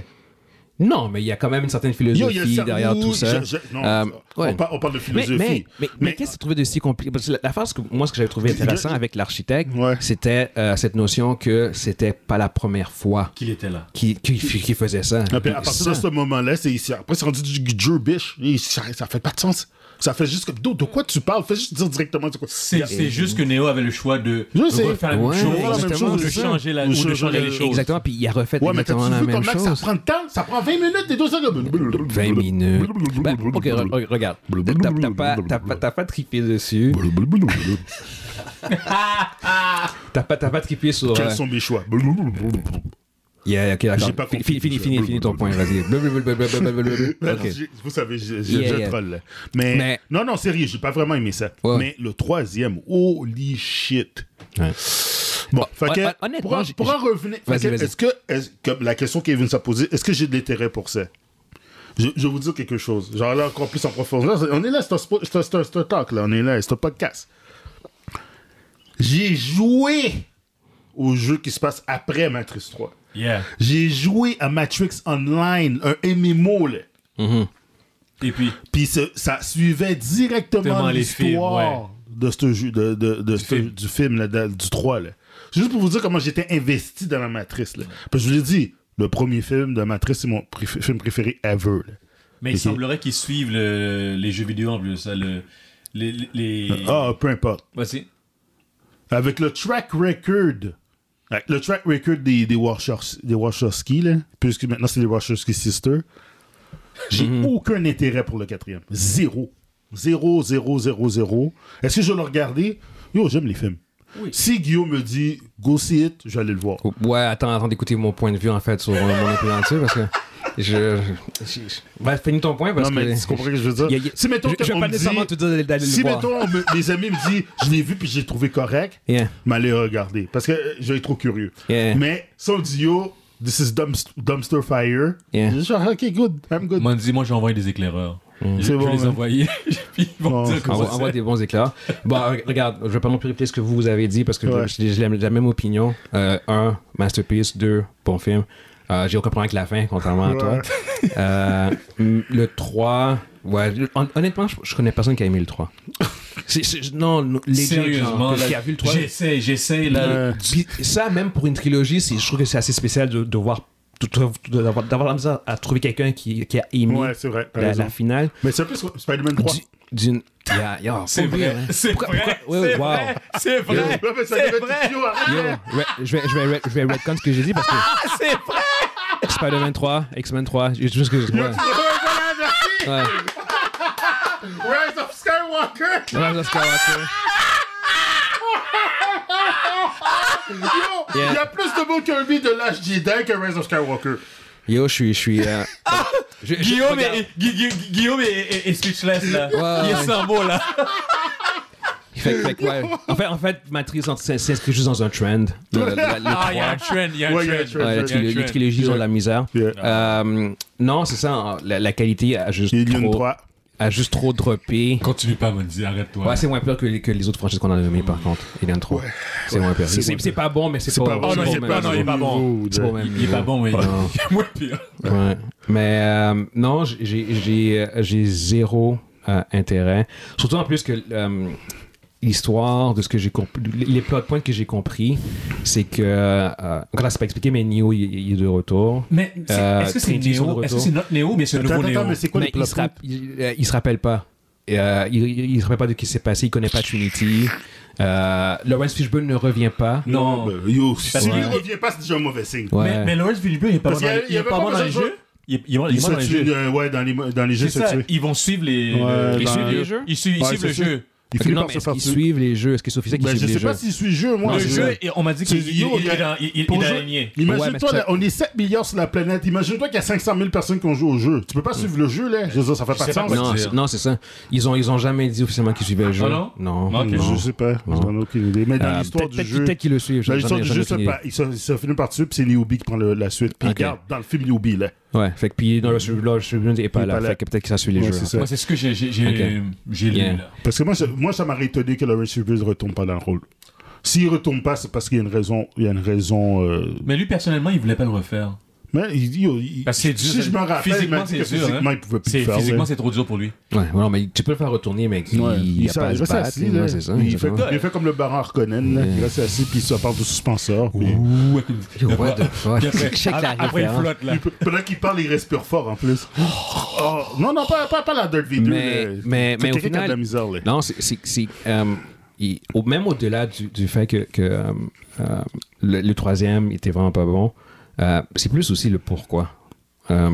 Non, mais il y a quand même une certaine Yo, philosophie il y a le derrière cerveau, tout ça. je- je- non, Euh, on, ouais. parle, on parle de Mais, philosophie. mais, mais, mais, qu'est-ce que tu trouvais de si compliqué Parce que la, la phase que moi, ce que j'avais trouvé intéressant avec l'architecte, Ouais. c'était euh, cette notion que c'était pas la première fois Qu'il était là. qu'il qu'il- qu'il faisait ça. Ah, puis à partir Ça, de ce moment-là, c'est c'est- Après, c'est rendu du du jeu biche. Et Ça, ça fait pas de sens. Ça fait juste comme. D'où- De quoi tu parles Fais juste dire directement. de quoi- C'est c'est juste que Neo avait le choix de Je de sais. refaire la même Ouais, chose, exactement. ou de C'est ça. changer la- Ou ou de changer changer les- les choses. Exactement, puis il a refait Ouais, mais t'as-tu exactement la vu même comment que ça chose. prend de temps Ça prend 20 minutes et 2 secondes. 20 minutes. Ben, ok, re- re- regarde. T'as- t'as pas- T'as pas, t'as pas trippé dessus. T'as pas, t'as pas trippé sur. euh, Quels sont mes choix Yeah, ok, d'accord. J'ai pas Fini, compris. fini, fini, fini ton point, vas-y. Blablabla. Alors, Ok. j'ai- Vous savez, j'ai Yeah, j'ai yeah. troll. là. Mais, Mais- non, non, sérieux, j'ai pas vraiment aimé ça. Ouais. Mais le troisième, holy shit. Ouais. Bon, fait hon- que, hon- honnêtement, pour, en- j'ai- pour en revenir, fait Vas-y, que, vas-y. est-ce que, est-ce que- la question qu'Evin s'est posée, est-ce que j'ai de l'intérêt pour ça je, je vais vous dire quelque chose. Genre là, encore plus en profondeur. On est là, c'est un, spo- c'est un- c'est un- c'est un talk, là. On est là, c'est un podcast. J'ai joué au jeu qui se passe après Matrix 3. Yeah. J'ai joué à Matrix Online, un MMO, là. Et puis, Puis ce- ça suivait directement Tellement les l'histoire de ce jeu, de, de, de ce- film. du film, là, de- du 3. Là. C'est Juste pour vous dire comment j'étais investi dans la matrice. Là. Parce que je vous l'ai dit, le premier film de Matrice, c'est mon préf- film préféré ever. là. mais il Ok. semblerait qu'ils suivent le- les jeux vidéo en plus. ça, le- les, les- les- Ah, peu importe. Voici. Avec le track record. avec Le track record des, des, Wachowski, des Wachowski, là, puisque maintenant c'est les Wachowski Sisters, j'ai Mhm. aucun intérêt pour le quatrième. Zéro. Zéro, zéro, zéro, zéro. Est-ce que je vais le regarder? Yo, j'aime les films. Si Guillaume me dit go see it, je vais aller le voir. Ouais, attends, attends d'écouter mon point de vue en fait sur euh, mon opinion là-dessus parce que je. je- je- Bah, finis ton point parce non, mais que. tu comprends ce que je veux dire? Y a- y a- Si mettons je, que je vais on pas me nécessairement dit- te dire d'aller si le voir. mettons, on me- les amis me disent je l'ai vu puis j'ai trouvé correct, Yeah. mais allez regarder parce que euh, je vais être trop curieux. Yeah. Mais si on dit yo, this is dumpst- dumpster fire, Yeah. je dis genre ok, good, I'm good. Moi, dit, moi, j'ai envoyé des éclaireurs. Je, C'est je bon, les ai hein. envoyés. puis ils vont Bon, dire c'est comment Envoie, ça- envoie des bons éclats. Bon, re- regarde, je vais pas non plus répéter ce que vous, vous avez dit parce que Ouais. j'ai j'ai la, la même opinion. Euh, un, masterpiece. Deux, bon film. Euh, j'ai aucun problème avec la fin, contrairement à toi. Ouais. Euh, m- le 3, ouais, le- hon- honnêtement, je, je connais personne qui a aimé le 3. C'est- c'est- non, non, les gens, genre, Sérieusement, qui a là, vu le 3. j'essaie, j'essaie. Là, Euh, Puis ça, même pour une trilogie, c'est- je trouve que c'est assez spécial de, de voir de- de- de- d'avoir d'avoir la misère à trouver quelqu'un qui, qui a aimé Ouais, c'est vrai, t'as la, raison. la finale Mais c'est un peu ce- Spider-Man 3. du- d'une yeah, yeah, C'est pour vrai, vrai, hein. c'est Pourquoi- vrai, pourquoi- ouais, c'est wow. vrai, c'est vrai, Ouais, mais ça c'est devait être- vrai. Yo, arrête. Yo, re- je vais, je vais, re- je vais retcon ce que j'ai dit parce que. c'est vrai! Spider-Man 3, X-Men 3, j'ai tout ce que j'ai ouais. Ouais. Rise of Skywalker! Rise of Skywalker. Yo, Yeah. Il y a plus de mots qu'un beat de l'âge Jedi que Rise of Skywalker. Yo, je suis. Je suis euh, je- je- Guillaume regarde, est, Gui- Gui- Guillaume est, est- est speechless là. Ouais. Il est sans mots là. fait- fait que, ouais. En fait, en fait Matrix en- s'ins- s'inscrit juste dans un trend. Le- le- le- Ah, il y a un trend, il y a un Ouais, il y a un trend. trend. ouais, la il y a un tri- les trend. trilogies ont de la misère. Yeah. Euh, non, c'est ça. La, la qualité a juste, Alien trop, 3. a juste trop droppé. Continue pas, Mondi, arrête-toi. Ouais, c'est moins peur que les, que les autres franchises qu'on a nommées, par contre. Alien 3. c'est moins peur. c'est C'est moins c'est pas bon, mais c'est C'est pas, pas bon. Oh non, c'est il est pas au pas, même non, il est niveau. pas bon. C'est pas au même Il est niveau. pas bon, mais Non. il est moins pire. Ouais. Mais euh, non, j'ai- j'ai- j'ai euh, j'ai zéro euh, intérêt. Surtout en plus que euh, l'histoire de ce que j'ai compris, les plot points que j'ai compris, c'est que, euh, encore là, c'est pas expliqué, mais Neo, il, il est de retour. Mais c'est- Euh, est-ce que c'est Trinity, son Néo de Est-ce que retour. c'est notre Néo, mais c'est le Attends, nouveau attends, Néo mais c'est quoi mais les il plot se, rapp- il, euh, il se rappelle pas. Et, euh, il, il- il se rappelle pas de ce qui s'est passé, il connaît pas Trinity. Euh, Lawrence Fishburne ne revient pas. Non. points? Yo, si Parce lui que- revient pas, c'est déjà un mauvais signe. Ouais. Mais, mais Lawrence Fishburne, il est pas Parce bon dans qu'il y a- le- il y il est avait pas pas bon dans besoin le de jouer. jeu. Ils, ils vont, ils Ils vont se dans les tuent, jeux. euh, ouais, dans les, dans les jeux, C'est ils se ça, tuent. ils vont suivre les. Ouais, les- ben, suivent les jeux. Ils suivent, Ouais, ils suivent c'est le ça. jeu. Ils Ok, finissent non, par mais se est-ce faire qu'ils tuer. suivent les jeux? Est-ce qu'il suffisait qu'ils Ben, je suivent les sais jeux? pas s'ils suivent le jeu, moi. le c'est- jeu, et on m'a dit C'est qu'il il, yo, il, y a- est dans- il- il- Pour il est jeu- aligné. Ouais, Imagine-toi, mais là, on est 7 milliards sur la planète. Imagine-toi qu'il y a 500 000 personnes qui ont joué au jeu. Tu peux pas suivre le jeu, là. Je veux dire, ça fait pas de sais pas sens. quoi Non, dire. c'est- non, c'est ça. Ils ont, ils ont jamais dit officiellement qu'ils suivaient le jeu. Ah non? Non. Ok, non. Je sais pas. J'en ai aucune idée. Mais dans Euh, l'histoire peut-être- du peut-être jeu. peut-être qu'ils le suivent. j'en- Dans l'histoire j'en ai- du j'en ai jeu, aucune ça, idée. pa- il se, se finit par tuer, puis c'est Niobi qui prend le- la suite. Puis Ok. regarde, dans le film Niobi, là. Ouais, fait que puis non, celui-là, celui-là n'est pas Il est là. pas là. Fait que peut-être que ça suit les Ouais, jeux. c'est hein. ça. Moi, c'est ce que j'ai j'ai- j'ai- Ok. j'ai Yeah. lu là. Parce que moi, je- moi ça m'aurait étonné que Lawrence Hughes ne retourne pas dans le rôle. S'il ne retourne pas, c'est parce qu'il y a une raison. Il y a une raison. euh, Mais lui, personnellement, il voulait pas le refaire. Mais il dit. il- Parce que c'est si dur, je me rappelle, il physiquement, m'a dit c'est que dur, hein. physiquement, il pouvait plus C'est- le faire. Physiquement, ouais. c'est trop dur pour lui. Ouais, ouais, non, mais tu peux le faire retourner, mais il Ouais. il a s'est- pas à se reste battre, assis, là, là. c'est ça. Il fait, exactement. il fait comme le baron Harkonnen, là. il reste assis, puis il se parle de suspenseur. puis- Ouh, écoute, Yo, de what quoi- the fuck? Puis après- Check la Après, il référence. flotte là. Il peut- Pendant qu'il parle, il respire fort en plus. Oh, non, non, pas, pas, pas la Dirt V2. Mais- là. mais- C'est mais au quelqu'un qui a de final- la misère, là. Non, c'est- c'est. c'est, euh, il- au- Même au-delà du, du fait que, que, euh, euh, le, le troisième était vraiment pas bon, euh, c'est plus aussi le pourquoi. Euh,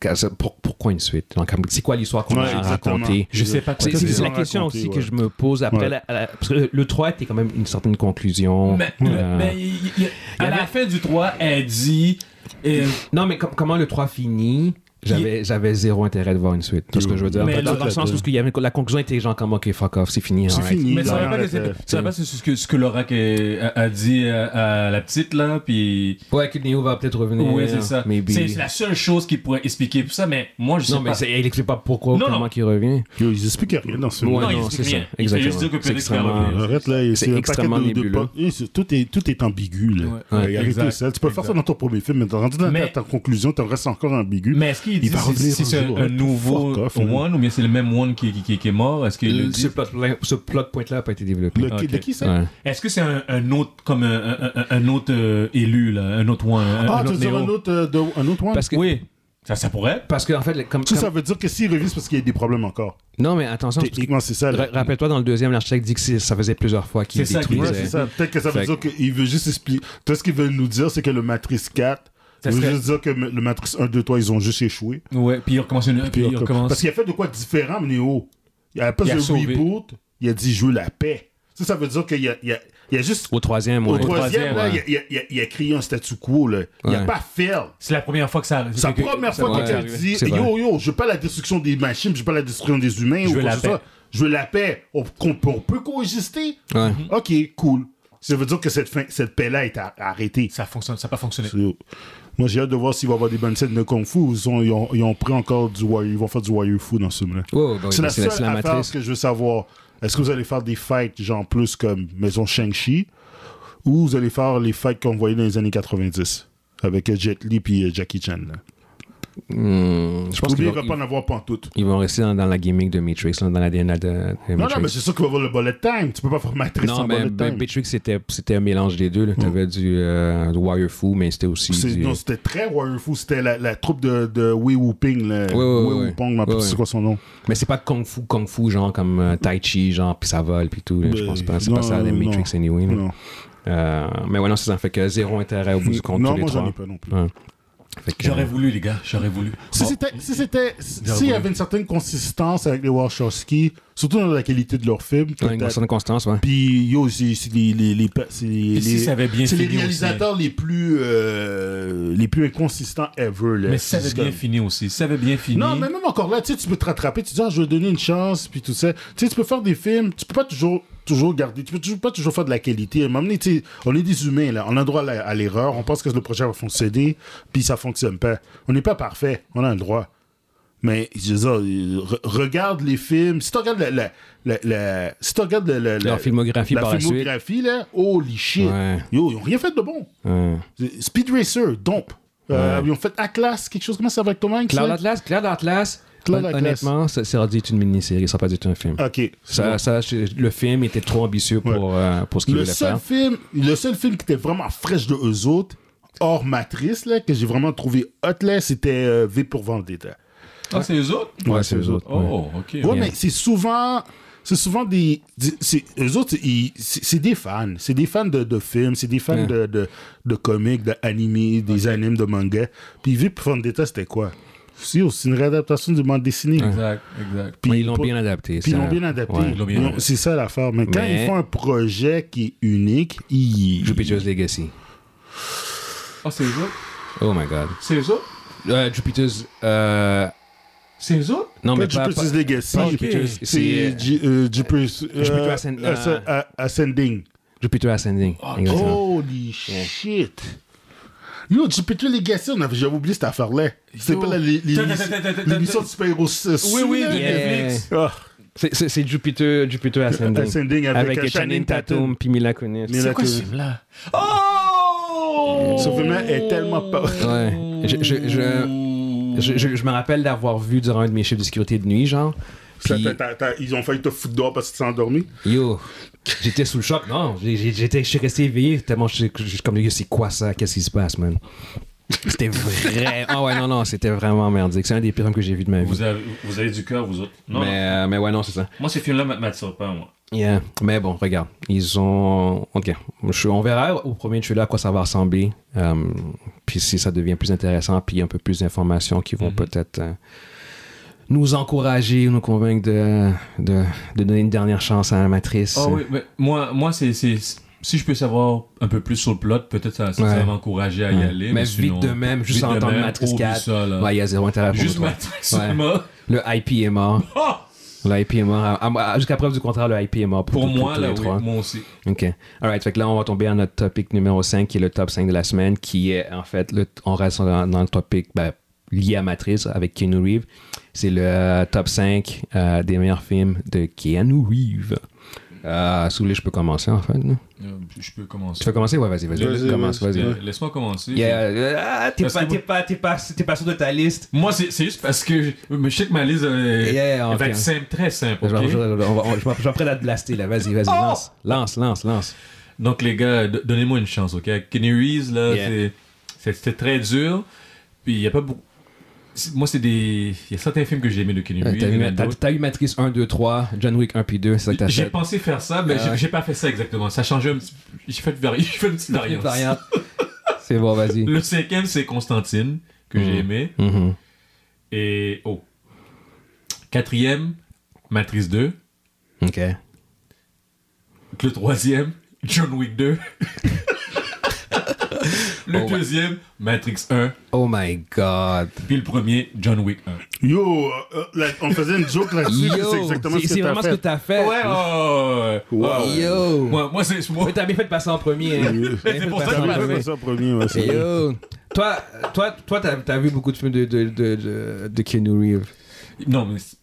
que- ça- pour- pourquoi une suite? Donc, comme, C'est quoi l'histoire qu'on Ouais, a exactement. racontée? Je sais pas quoi C'est c'est- dire. c'est la raconté, question aussi ouais. que je me pose après. Ouais. la- la- parce que le 3 était quand même une certaine conclusion. Mais, Euh, mais il- il- à la fin du 3, elle dit. euh, Non, mais com- comment le 3 finit j'avais, j'avais zéro intérêt de voir une suite. Parce que je veux dire, Mais dans, là- dans le sens où il y avait, la conclusion était genre comme ok, fuck off, c'est fini. C'est alright. fini. mais ça là, va pas, arrête, laisser- euh, ça va pas, c'est ce que, ce que Laura que- a, a dit euh, à, à la petite là, puis. Ouais, que Neo va peut-être revenir. ouais, c'est ça. maybe. C'est c'est la seule chose qui pourrait expliquer tout ça, mais moi je sais Non, pas. mais c'est- il explique pas pourquoi ou Non, comment non. qu'il revient. Ils expliquent rien dans ce Ouais, non, monde. il non, explique c'est ça. rien. Il fait Exactement. juste dire que C'est peut-être qu'il va extrêmement- euh, revenir. Arrête là, C'est un paquet extrêmement de- de nébuleux. pas- Eh, c'est- tout, est, tout est ambigu. Là. Ouais. Euh, Ouais, arrêtez exact, ça. Tu peux faire ça exact. dans ton premier film, mais rendu dans Mais- ta, ta conclusion, t'en restes encore ambigu. Mais est-ce qu'il dit va si revenir si un c'est un, jour, un hein, nouveau fuck off, hein. One ou bien c'est le même One qui, qui, qui- qui est mort Est-ce qu'il le Ce dit plot, ce plot point-là n'a pas été développé. Ah. Le- Ok. De qui ça Ouais. Est-ce que c'est un, un autre comme un, un- un- un autre euh, élu là, un autre One, un, Ah, un tu autre veux dire Neo? un autre, euh, de- un autre one Parce que, Oui, ça, ça pourrait. être. parce que, en fait, le- comme, Ça, ça comme- veut dire que s'ils revisent, c'est parce qu'il y a des problèmes encore. Non, mais attention. parce que- Techniquement, c'est ça. là. ra- Rappelle-toi, dans le deuxième, l'architecte dit que c'est- ça faisait plusieurs fois qu'il C'est ça, détruisait. Ouais, c'est ça. Peut-être que ça veut Fait dire qu'il veut juste expliquer. Peut-être ce qu'ils veulent nous dire, c'est que le Matrice 4, Ça ils veulent serait- juste dire que le Matrice 1, 2, 3, ils ont juste échoué. Ouais, puis il recommence une, puis il Parce recommence. qu'il a fait de quoi de différent, Néo. Il a pas Il a de sauvé. reboot, il a dit je veux la paix. Ça, ça veut dire qu'il y a, il y a- il y a juste. Au troisième, Au ouais. troisième, troisième, là, ouais. il, a, il a- il a- il a créé un statu quo. Là. Il n'a Ouais. pas fail. C'est la première fois que ça arrive. C'est la que- première ça fois va qu'il a arriver. dit C'est Yo, vrai. yo, je veux pas la destruction des machines, je veux pas la destruction des humains. veux ou quoi la que ce paix. soit. Je veux la paix. On, qu'on peut- on peut coexister Mm-hmm. Ouais. Ok, cool. Ça veut dire que cette, fin- cette paix-là est ar- arrêtée. Ça fonctionne, ça n'a pas fonctionné. So, Moi, j'ai hâte de voir s'il va y avoir des bonnes scènes de Kung Fu. Ils ont, ils ont, ils ont pris encore du Warrior. Ils vont faire du Warrior Fu dans ce moment-là. Oh, bah oui, c'est bah la c'est seule la- c'est la affaire matrice. que je veux savoir. Est-ce que vous allez faire des fights, genre plus comme Maison Shang-Chi, ou vous allez faire les fights qu'on voyait dans les années 90 avec euh, Jet Li puis euh, Jackie Chan là. Hmm, je pense Ou bien qu'ils il va vont, pas en avoir pantoute. ils vont rester dans, dans la gimmick de Matrix, là, dans la DNA de, de Non, Matrix. non, mais c'est sûr qu'il va avoir le bullet time. Tu peux pas faire Matrice Non, sans mais, bullet mais time. Matrix, c'était c'était un mélange des deux. là. T'avais du, euh, du Warrior Foo, mais c'était aussi C'est- du... Non, c'était très Warrior Fu. C'était la, la troupe de, de Wei Wu Ping. là. Ouais, ouais, Wei ouais, Wu Pong, ma ouais. c'est quoi son nom Mais c'est pas Kung Fu, Kung Fu, genre comme euh, Tai Chi, genre, puis ça vole, puis tout. là. je Euh, pense pas. C'est non, pas ça, les non. Matrix, anyway. là. Non, Euh, mais ouais, non, c'est ça. Fait que zéro intérêt au bout du compte, non tous les moi j'en ai trois. pas non plus. Ouais. Fait que, euh, J'aurais voulu, les gars, j'aurais voulu. Oh. Si c'était, si c'était, s'il y avait une certaine consistance avec les Wachowski, surtout dans la qualité de leurs films, euh, ouais, une peut-être. certaine constance, ouais. puis yo, c'est, c'est les, les, les, pa- c'est les, si les- ça avait bien c'est les fini réalisateurs les plus, euh, les plus inconsistants ever. là. Mais ça avait C'est bien comme- fini aussi. Ça avait bien fini. Non, mais même encore là, tu sais, tu peux te rattraper, tu dis, ah, je vais donner une chance, puis tout ça. Tu sais, tu peux faire des films, tu peux pas toujours, toujours garder, tu peux toujours, pas toujours faire de la qualité. À un moment donné, tu sais, on est des humains, là, on a droit à la- à l'erreur, on pense que le projet va fonctionner, puis ça fonctionne pas. On n'est pas parfait, on a le droit. Mais, je veux dire, euh, re- regarde les films, si tu regardes la, la, la, la- si tu regardes la, la- la- Leur filmographie la par la suite. filmographie, là, holy shit. Ouais. Yo, ils ont rien fait de bon. Ouais. Speed Racer, Domp. Euh, Ils ont fait Atlas, quelque chose comme ça avec Tom Hanks. Cloud là? Atlas, Cloud Atlas. Cloud hon- Atlas. Honnêtement, ça ça aurait dû être une mini-série, ça aurait pas dû être un film. Ok. Ça, ça, je- le film était trop ambitieux pour, Ouais. euh, pour ce qu'il le voulait seul faire. film le seul film qui était vraiment fraîche de eux autres hors matrice là que j'ai vraiment trouvé hot là c'était euh, V pour Vendetta Ah, c'est les autres Ouais, c'est eux autres. ouais. Oh, ok. ouais ouais. mais c'est souvent c'est souvent des, des- c'est, eux autres ils- c'est, c'est des fans c'est des fans de, de films c'est des fans Ouais. de, de, de comics d'animés des animes de manga puis V pour Vendetta c'était quoi Si, c'est une réadaptation du bande dessiné. Exact, exact. Mais ils l'ont bien adapté. Puis ils ça. l'ont bien adapté. Ouais. Ils l'ont bien l'ont- adapté. C'est ça l'affaire. Mais quand Mais- ils font un projet qui est unique, ils. Jupiter's Legacy. Oh, c'est eux autres Oh my god. C'est eux autres Euh, Jupiter's. euh, C'est eux autres Non, Pas mais pas. Jupiter's pas- Legacy. pas Jupiter's- C'est C'est Ju- euh, Jupiter's Jupiter euh, Ascend- Asc- euh, Oh, A- Ascending. Jupiter Ascending. Ah, exactement. Holy shit! Yo, Jupiter Legacy, on avait j'avais oublié cette affaire-là. C'était Yo. pas la- les- les- Attends, attends, attends, attends, l'émission de attends. super-héros. euh, Oui, oui, de sous- Yeah. Netflix. Ah, C'est- C'est c'est Jupiter, Jupiter Ascending. Ascending Avec, avec, euh, Channing Tatum puis Mila Kunis. Mila C'est quoi Kunis. ce film-là Oh Ce film-là est tellement pas- Ouais. Je- je- Je, je- je me rappelle d'avoir vu durant un de mes chiffres de sécurité de nuit, genre. Ça, Puis, t'as- t'as- t'as- Ils ont failli te foutre dehors parce que tu t'es endormi. yo, j'étais sous le choc, non. j'ai- j'ai- J'étais, je suis resté éveillé tellement je je- je- comme, yo, c'est quoi ça? Qu'est-ce qui se passe, man? C'était vrai. Ah ouais, non, non, c'était vraiment merdique. C'est un des pires films que j'ai vu de ma vie. Vous avez, vous avez du cœur, vous autres. Non, mais, euh, mais ouais, non, c'est ça. non. moi, ces films-là m'a- m'attirent pas, moi. Yeah. Mais bon, regarde, ils ont. Ok. Je- on verra au premier trailer à quoi ça va ressembler. euh, puis si ça devient plus intéressant, puis un peu plus d'informations qui Mhm. vont peut-être euh, nous encourager, nous convaincre de, de, de donner une dernière chance à la matrice. Ah oui, mais moi, moi c'est, c'est- si je peux savoir un peu plus sur le plot, peut-être ça, ça, Ouais. va m'encourager à y Ouais. aller. Mais sinon- vite de même, juste vite en de entendre même, Matrice oublie 4. ça, là. Ouais, il y a zéro intérêt pour Juste toi. Matrix Ouais. mort. Le IP est mort. Oh! Le IP est mort. À- à- Jusqu'à preuve du contraire, le IP est mort. Pour, Pour pour- pour moi, tous là, les oui, trois. moi aussi. OK. All right. Fait que là, on va tomber à notre topic numéro 5, qui est le top 5 de la semaine, qui est, en fait, le, on reste dans, dans le topic ben, lié à Matrice avec Keanu Reeves. C'est le euh, top 5 euh, des meilleurs films de Keanu Reeves. Euh, si vous voulez, je peux commencer, en fait. non? Euh, Je peux Tu commencer. veux commencer? Ouais, vas-y, vas-y. Vas-y, commence, vas-y. vas-y. Euh, Laisse-moi commencer. Yeah, euh, ah, t'es Parce pas, que- t'es pas, t'es pas, t'es pas sûr de ta liste. Moi, c'est c'est juste parce que je, mais je sais que ma liste euh, Yeah, elle ok. va être simple, très simple. Je vais- ok? Je vais- on va- on- je vais- je vais prêt à te blaster, là. Vas-y, Oh! vas-y. Lance, lance, lance, lance. Donc, les gars, do- donnez-moi une chance, ok? Kenny Reeves, là, Yeah. c'est- c'est- c'était très dur. Puis, il n'y a pas beaucoup. c'est- Moi, c'est des. Il y a certains films que j'ai aimés de Kenny Euh, Reeves. T'as il y en a eu, t'as- d'autres. t'as eu Matrice 1, 2, 3, John Wick 1 puis 2, c'est ça que t'as J'ai fait. pensé faire ça, mais Ah j'ai- ouais. j'ai pas fait ça exactement. Ça a changé un petit. J'ai fait, une vari- j'ai fait une petite variante. Variante. C'est bon, vas-y. Le cinquième, c'est Constantine, que Mhm. j'ai aimé. Mhm. Et. Oh. Quatrième, Matrice 2. Ok. Le troisième, John Wick 2. le Oh, ouais. deuxième, Matrix 1. Oh my god. Puis le premier, John Wick 1. Yo, euh, là, on faisait une joke là-dessus, puis c'est exactement c'est ce c'est que t'as vraiment ce que fait. t'as fait. Ouais, oh, ouais, ouais, ouais. Yo. Moi, moi c'est moi. Mais t'as bien fait de passer en premier. hein. Oui. T'as bien fait C'est de pour ça passer que en je T'avais premier. fait ça en premier, ouais, c'est vrai. Yo. Toi, toi, toi, t'as t'as vu beaucoup de films de de de de, de Keanu Reeves. Non, mais. c'est-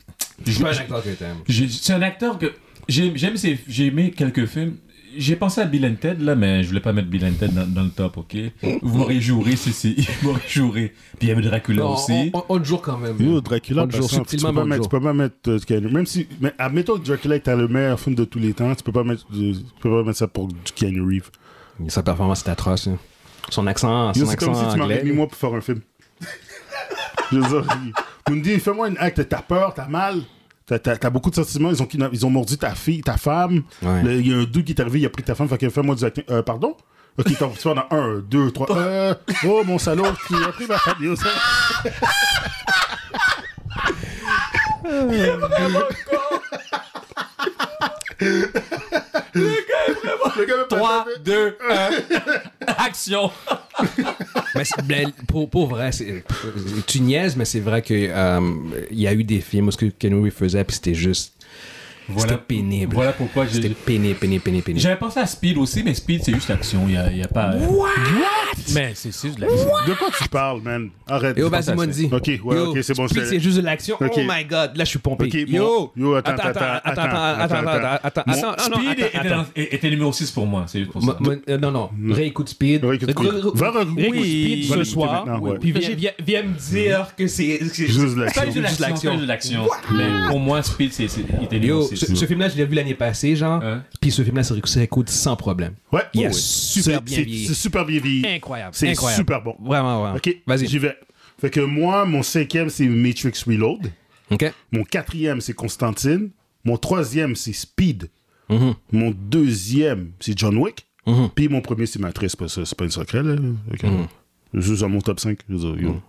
C'est j'ai- pas un acteur que t'aimes. j'ai- C'est un acteur que. j'ai- J'aime ses- J'ai aimé quelques films. J'ai pensé à Bill and Ted là, mais je voulais pas mettre Bill and Ted dans, dans le top, ok? Vous m'aurez juré, c'est si. Vous m'aurez juré. Puis il y avait Dracula On- aussi. On, on, on le joue quand même. Yo, Dracula, On le joue par exemple, tu subtilement, peux pas mais on le mettre, joue. tu peux pas mettre, euh, Keanu- même si, mais admettons que Dracula est le meilleur film de tous les temps, tu peux pas mettre, euh, tu peux pas mettre ça pour du Keanu Reeves. Sa performance est atroce. hein. Son accent, Yo, son c'est accent comme si tu anglais. m'aurais mis moi pour faire un film. Je veux dire, il- vous me dites, fais-moi une acte, t'as peur, t'as mal, t'as, t'as- t'as beaucoup de sentiments, ils ont, kidna- ils ont mordu ta fille, ta femme, Ouais. Le- il y a un doux qui est arrivé, il a pris ta femme, fait que fais-moi du acting. Euh, pardon? Ok, t'en tu vas dans un, deux, trois, euh, oh mon salaud, tu as pris ma femme, yo, ça. Le gars, 3, 2, 1. Action! Mais c'est- mais pour, pour vrai, c'est- tu niaises, mais c'est vrai qu'il il y a eu des films où ce que Keanu Reeves faisait, puis c'était juste. C'était pénible. Voilà pourquoi j'ai- C'était pénible, pénible, pénible, pénible. J'avais pensé à Speed aussi, mais Speed, c'est juste action. Il n'y a, y a pas. What? Mais c'est c'est juste de l'action. De quoi tu parles, man? Arrête. Yo, Je pense vas-y, à Mondi. ça. Ok, ouais, Yo, ok, c'est bon. Speed, je- c'est juste de l'action. Ok. Oh my god, là, je suis pompé. Ok, yo, bon. Yo, attends, attends, attends, attends, attends, attends, attends, attends, Mon- attends, attends, non, non, Speed était, attends, attends. dans- était- était numéro 6 pour moi, c'est juste pour Mo- ça. mo- euh, non, non, réécoute Speed. Réécoute Speed. Re- re- Va re- Réécoute oui. Speed ce Va l'écouter soir. maintenant, ouais. Puis viens, viens- viens me dire que c'est. que c'est- Juste Pas de l'action. de juste l'action, l'action. pas de l'action. Mais pour moi, Speed, c'est c'est- il était numéro Yo, 6. ce, ce film-là, je l'ai vu l'année passée, genre. Hein? Puis ce film-là, c'est réécoute sans problème. Ouais. Il a Oh, ouais. super C'est- bien c'est- vieilli. C'est super bien vieilli. Incroyable. C'est incroyable. super bon. Vraiment, vraiment. Ok, Vas-y. J'y vais. Fait que moi, mon cinquième, c'est Matrix Reload. Ok. Mon quatrième, c'est Constantine. Mon troisième, c'est Speed. Mm-hmm. Mon deuxième, c'est John Wick. Mhm. Puis mon premier, c'est Matrice. parce que C'est Mm-hmm. pas une secret, là. Ok. C'est ça, mon top 5. Je veux dire, yo.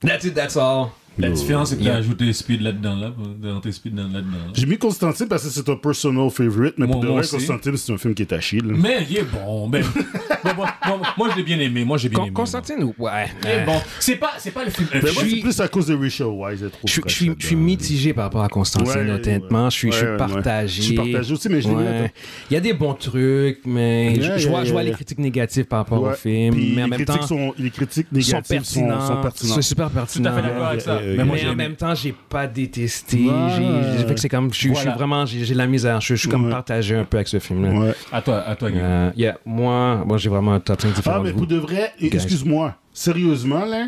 That's it, that's all. La différence, c'est que tu as Yeah. ajouté Speed là-dedans, là, pour- t'as rentré Speed dans- là-dedans. là. J'ai mis Constantine parce que c'est un personal favorite, mais Moi- pour de moi vrai, aussi. Constantine, c'est un film qui est à chier. là. Mais il est bon, ben. ben, moi, moi- moi, je l'ai bien aimé, moi, Eh. j'ai bien Con- aimé. Constantine, ou- ouais. moi. Il est bon. C'est pas, c'est pas le film. Mais Ben, moi, Je c'est suis- plus à cause de Rachel Wise, je trouve. Je suis- que je suis c'est je suis dans- mitigé par rapport à Constantine, Ouais, honnêtement. Je suis, je suis ouais, ouais. partagé. Je suis partagé aussi, mais je l'ai mis, attends. Il y a des bons trucs, mais je- Yeah, je, yeah, vois, je vois yeah, yeah. les critiques négatives par rapport Ouais. au film, Puis mais en les même critiques temps, sont- les critiques ils sont négatives sont, pertinents. sont pertinentes. C'est super Tout pertinent. à fait d'accord avec ça. Euh, euh, mais moi, mais j'ai en aimé. même temps, j'ai pas détesté. Ouais. J'ai- j'ai- fait que c'est comme, je, suis- je Voilà. suis vraiment, j'ai j'ai la misère. Je, je suis comme Ouais. partagé un peu avec ce film-là. Ouais. À toi, à toi, Guy. Euh, yeah, moi, moi j'ai vraiment un top 5 différent. Ah, de mais vous. pour de vrai, et- Guys. excuse-moi, sérieusement, là,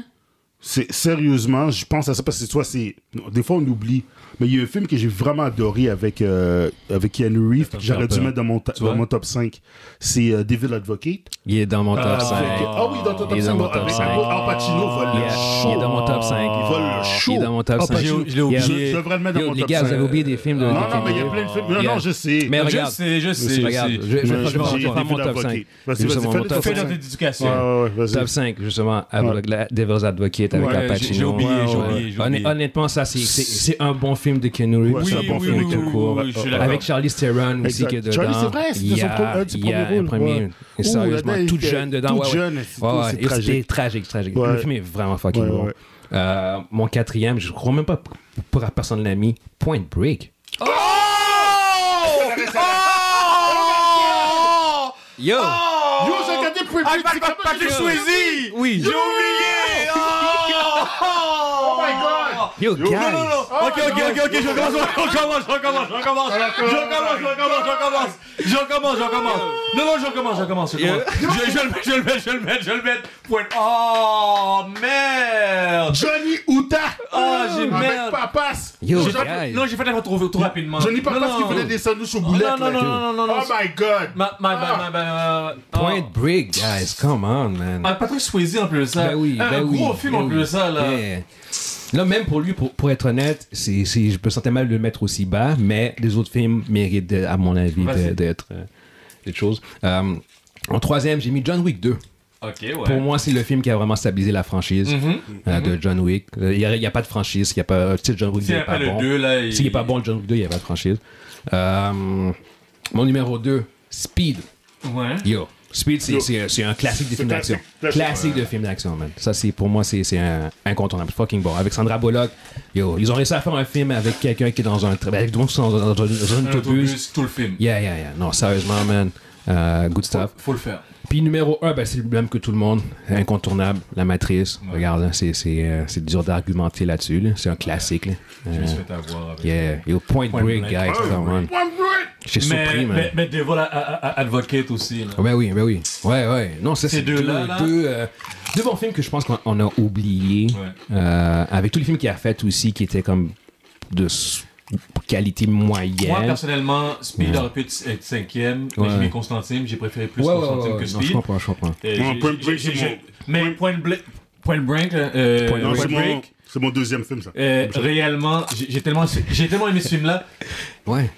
c'est sérieusement, je pense à ça parce que toi, c'est. Des fois, on oublie. Mais il y a un film que j'ai vraiment adoré avec, euh, avec Keanu Reeves, que j'aurais dû peur. mettre dans mon, ta- Tu vois? dans mon top 5. C'est euh, Devil Advocate. Il est dans mon top Ah, 5. Avec- ah oui, dans ton Il top est 5. dans mon bon, top avec- 5. oh, Al Pacino vole le Yeah, show. Il est dans mon top 5. Il vole le show. Il est dans mon top Al 5. Pacino- Je- je l'ai oublié. Je, je devrais le mettre dans Yo, mon les top gars, 5. vous avez oublié des films de. Non, de- non, mais il y a plein de films. Non, Yeah. non, je sais. Mais Je regarde. sais, je sais, je regarde, sais. je, je, vais faire- Mais je- je vais j'ai faire vu mon top d'avocat. 5. Vas-y, C'est vas-y, mon fais-le, top Fais fais-le. 5. notre éducation. Ouais, ouais, ouais, vas-y. Top 5, justement, avec la Devil's Advocate avec Ouais, Al j'ai- Pacino. j'ai oublié, j'ai Ouais, ouais. oublié, j'ai Honn- oublié. Honnêtement, ça, c'est- c'est c'est un bon film de Keanu Reeves. Ouais, c'est oui, un bon oui, film oui, de tout oui, court. oui, je suis d'accord. avec Charlie Theron aussi Exact. qui est dedans. Charlie, c'est vrai, c'était Il y son a- pro- un du il y a premier un rôle, premier. ouais. Et Ouh, sérieusement, là-dedans, il tout était jeune dedans. tout ouais, ouais. jeune, c'est- Ouais, ouais, c'est et C'était tragique. tragique, tragique. Ouais. Le film est vraiment fucking Ouais, bon. ouais. Euh, mon quatrième, je crois même pas pour personne l'a mis, Point Break. Oh! Yo! Oh! Yo, j'ai regardé Point Break, c'est quand même- Oui! Yo, Oh my God! Yo, guys! Non, non, non. Ok, ok, ok, ok, je recommence, je recommence, je recommence, je recommence, je recommence, je recommence, je recommence, je recommence, je recommence. Non, non, je recommence, je recommence, je recommence. Je, je le mets, je le mets, je le mets, je le mets. Point. Oh, merde. Johnny Utah! Ah, j'ai Avec merde. Papas! Yo, J'ai- guys! Non, j'ai fait la trop, trop rapidement. Johnny Non, Papas qui non. faisait des sandwichs aux boulettes! non, non, non, là. non, non, non, non. Oh my God! Ma, ma, ma, ma, ma, ma- ma- Point Oh. Break, guys! Come on, man! Ah, Patrick Swayze en plus de ça. Ben oui, un ben oui. gros film ben en oui. plus de ça, là. Yeah. Là, même pour lui, pour, pour être honnête, c'est c'est- je me sentais mal de le mettre aussi bas, mais les autres films méritent, de- à mon avis, de- Vas-y. d'être euh, des choses. Euh, en troisième, j'ai mis John Wick 2. Ok, Pour ouais. Mm-hmm. moi, c'est le film qui a vraiment stabilisé la franchise euh, de John Wick. Euh, Il n'y a, pas de franchise. Il y a pas, tu sais, John Wick 2 S'il n'y n'est a pas pas, le bon. 2, là. S'il n'est pas bon, le John Wick 2, il n'y a pas de franchise. Euh, mon numéro 2, Speed. Ouais. Yo. Speed, c'est- Yo. c'est c'est un classique de C'est film d'action. classique. Classique, Classique. de film d'action, man. Ça, c'est pour moi, c'est c'est un- incontournable. Fucking bon. Avec Sandra Bullock, yo, ils ont réussi à faire un film avec quelqu'un qui est dans un. tra- Avec tout le monde qui sont dans, dans- dans- dans un Un autobus. autobus, tout le film. Yeah, yeah, yeah. Non, sérieusement, man. Euh, good stuff. Faut le faire. Puis numéro 1, c'est le même que tout le monde. Incontournable, la matrice. Regarde, hein, c'est c'est, euh, c'est dur d'argumenter là-dessus. là. C'est un classique. Là. Je Euh, me suis fait avoir avec. yeah. Yo, point, break, Break. guys. Come on. Point Break! J'ai surpris, Mais, man. mais, mais Devil a- a- a- Advocate aussi. Là. Ah Ben oui, ben oui. Ouais, ouais. Non, ça, c'est deux, deux-là, là. deux, euh, deux bons films que je pense qu'on on a oubliés. Ouais. Euh, avec tous les films qu'il a fait aussi, qui étaient comme de s- qualité moyenne. Moi, personnellement, Speed Ouais. aurait pu être être cinquième. mais Ouais. J'ai mis Constantine, j'ai préféré plus ouais, ouais, ouais, Constantine ouais. que Non, je Speed. comprends, je comprends. Euh, Non, j'ai- Point j'ai- Break, j'ai- c'est j'ai- mon- Mais Point Break, Point Break, Point euh, Point Non, c'est mon, Break, c'est mon deuxième film, ça. euh, réellement, j'ai j'ai tellement, j'ai tellement aimé ce film-là. Ouais.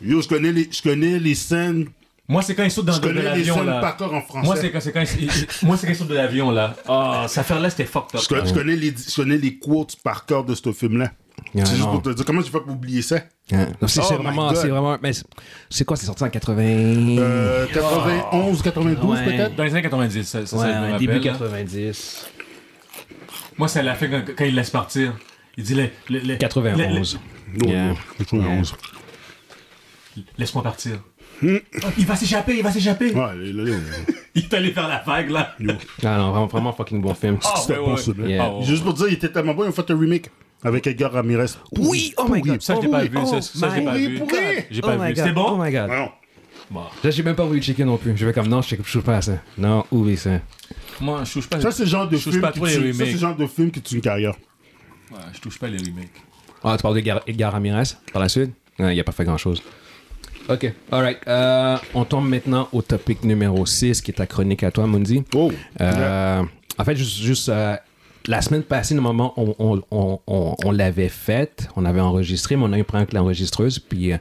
Yo, je connais les, je connais les scènes, Moi, c'est quand ils sautent dans je le- de connais les l'avion scènes par là. cœur en français. Moi, c'est quand, c'est quand ils, ils- moi, c'est quand ils sautent de l'avion là. Ah, cette affaire-là, c'était fucked up. je, connais, je connais les, je connais les quotes par cœur de ce film-là. Ah, c'est juste non. pour te dire comment j'ai fait pour oublier ça. Mm. Hein. Non, C'est Oh c'est my vraiment, God. c'est vraiment. Mais c'est- c'est quoi, c'est sorti en 80. Euh, 91, 92 Ouais. peut-être? Dans les années 90, ça, ça, ça, je me ouais, rappelle, début là. 90. Moi, ça l'a fait quand, quand il laisse partir. Il dit le- le- le- 91. le- Non, Yeah. non, 91. le- Laisse-moi partir. Oh, il va s'échapper, il va s'échapper. Hmm. Ouais, là, là, là. Il est allé faire la vague là. Ah non, vraiment, vraiment fucking bon film. Ah, C'était ouais, bon, ouais. celui-là. Yeah. Ah, ouais, Juste pour dire, il était tellement bon, ils ont fait un remake avec Edgar Ramirez. Oui, oh my Pourri. God. Ça, je l'ai pas Oh, vu. Ça, ça, je l'ai my pas God. vu. Pourri. J'ai Oh pas my vu. God. C'était Oh bon? my God. Non. Bon. Là, j'ai même pas voulu checker non plus. Je vais comme non, je check- je trouve pas à ça. Non, oublie ça. Moi, je touche pas. Ça, c'est le genre de Je touche film pas qui trop les tue- ça, remakes. c'est le genre de film qui tue une carrière. Ouais, je touche pas les remakes. Ah, tu parles d'Edgar Edgar Ramirez par la suite Ouais, Il a pas fait grand chose. Ok, alright. Euh, on tombe maintenant au topic numéro 6 qui est ta chronique à toi, Mundi. Oh. Euh, En fait, juste, juste, euh, la semaine passée, normalement, on, on, on, on, on l'avait faite, on avait enregistré, mais on a eu un problème avec l'enregistreuse, puis euh,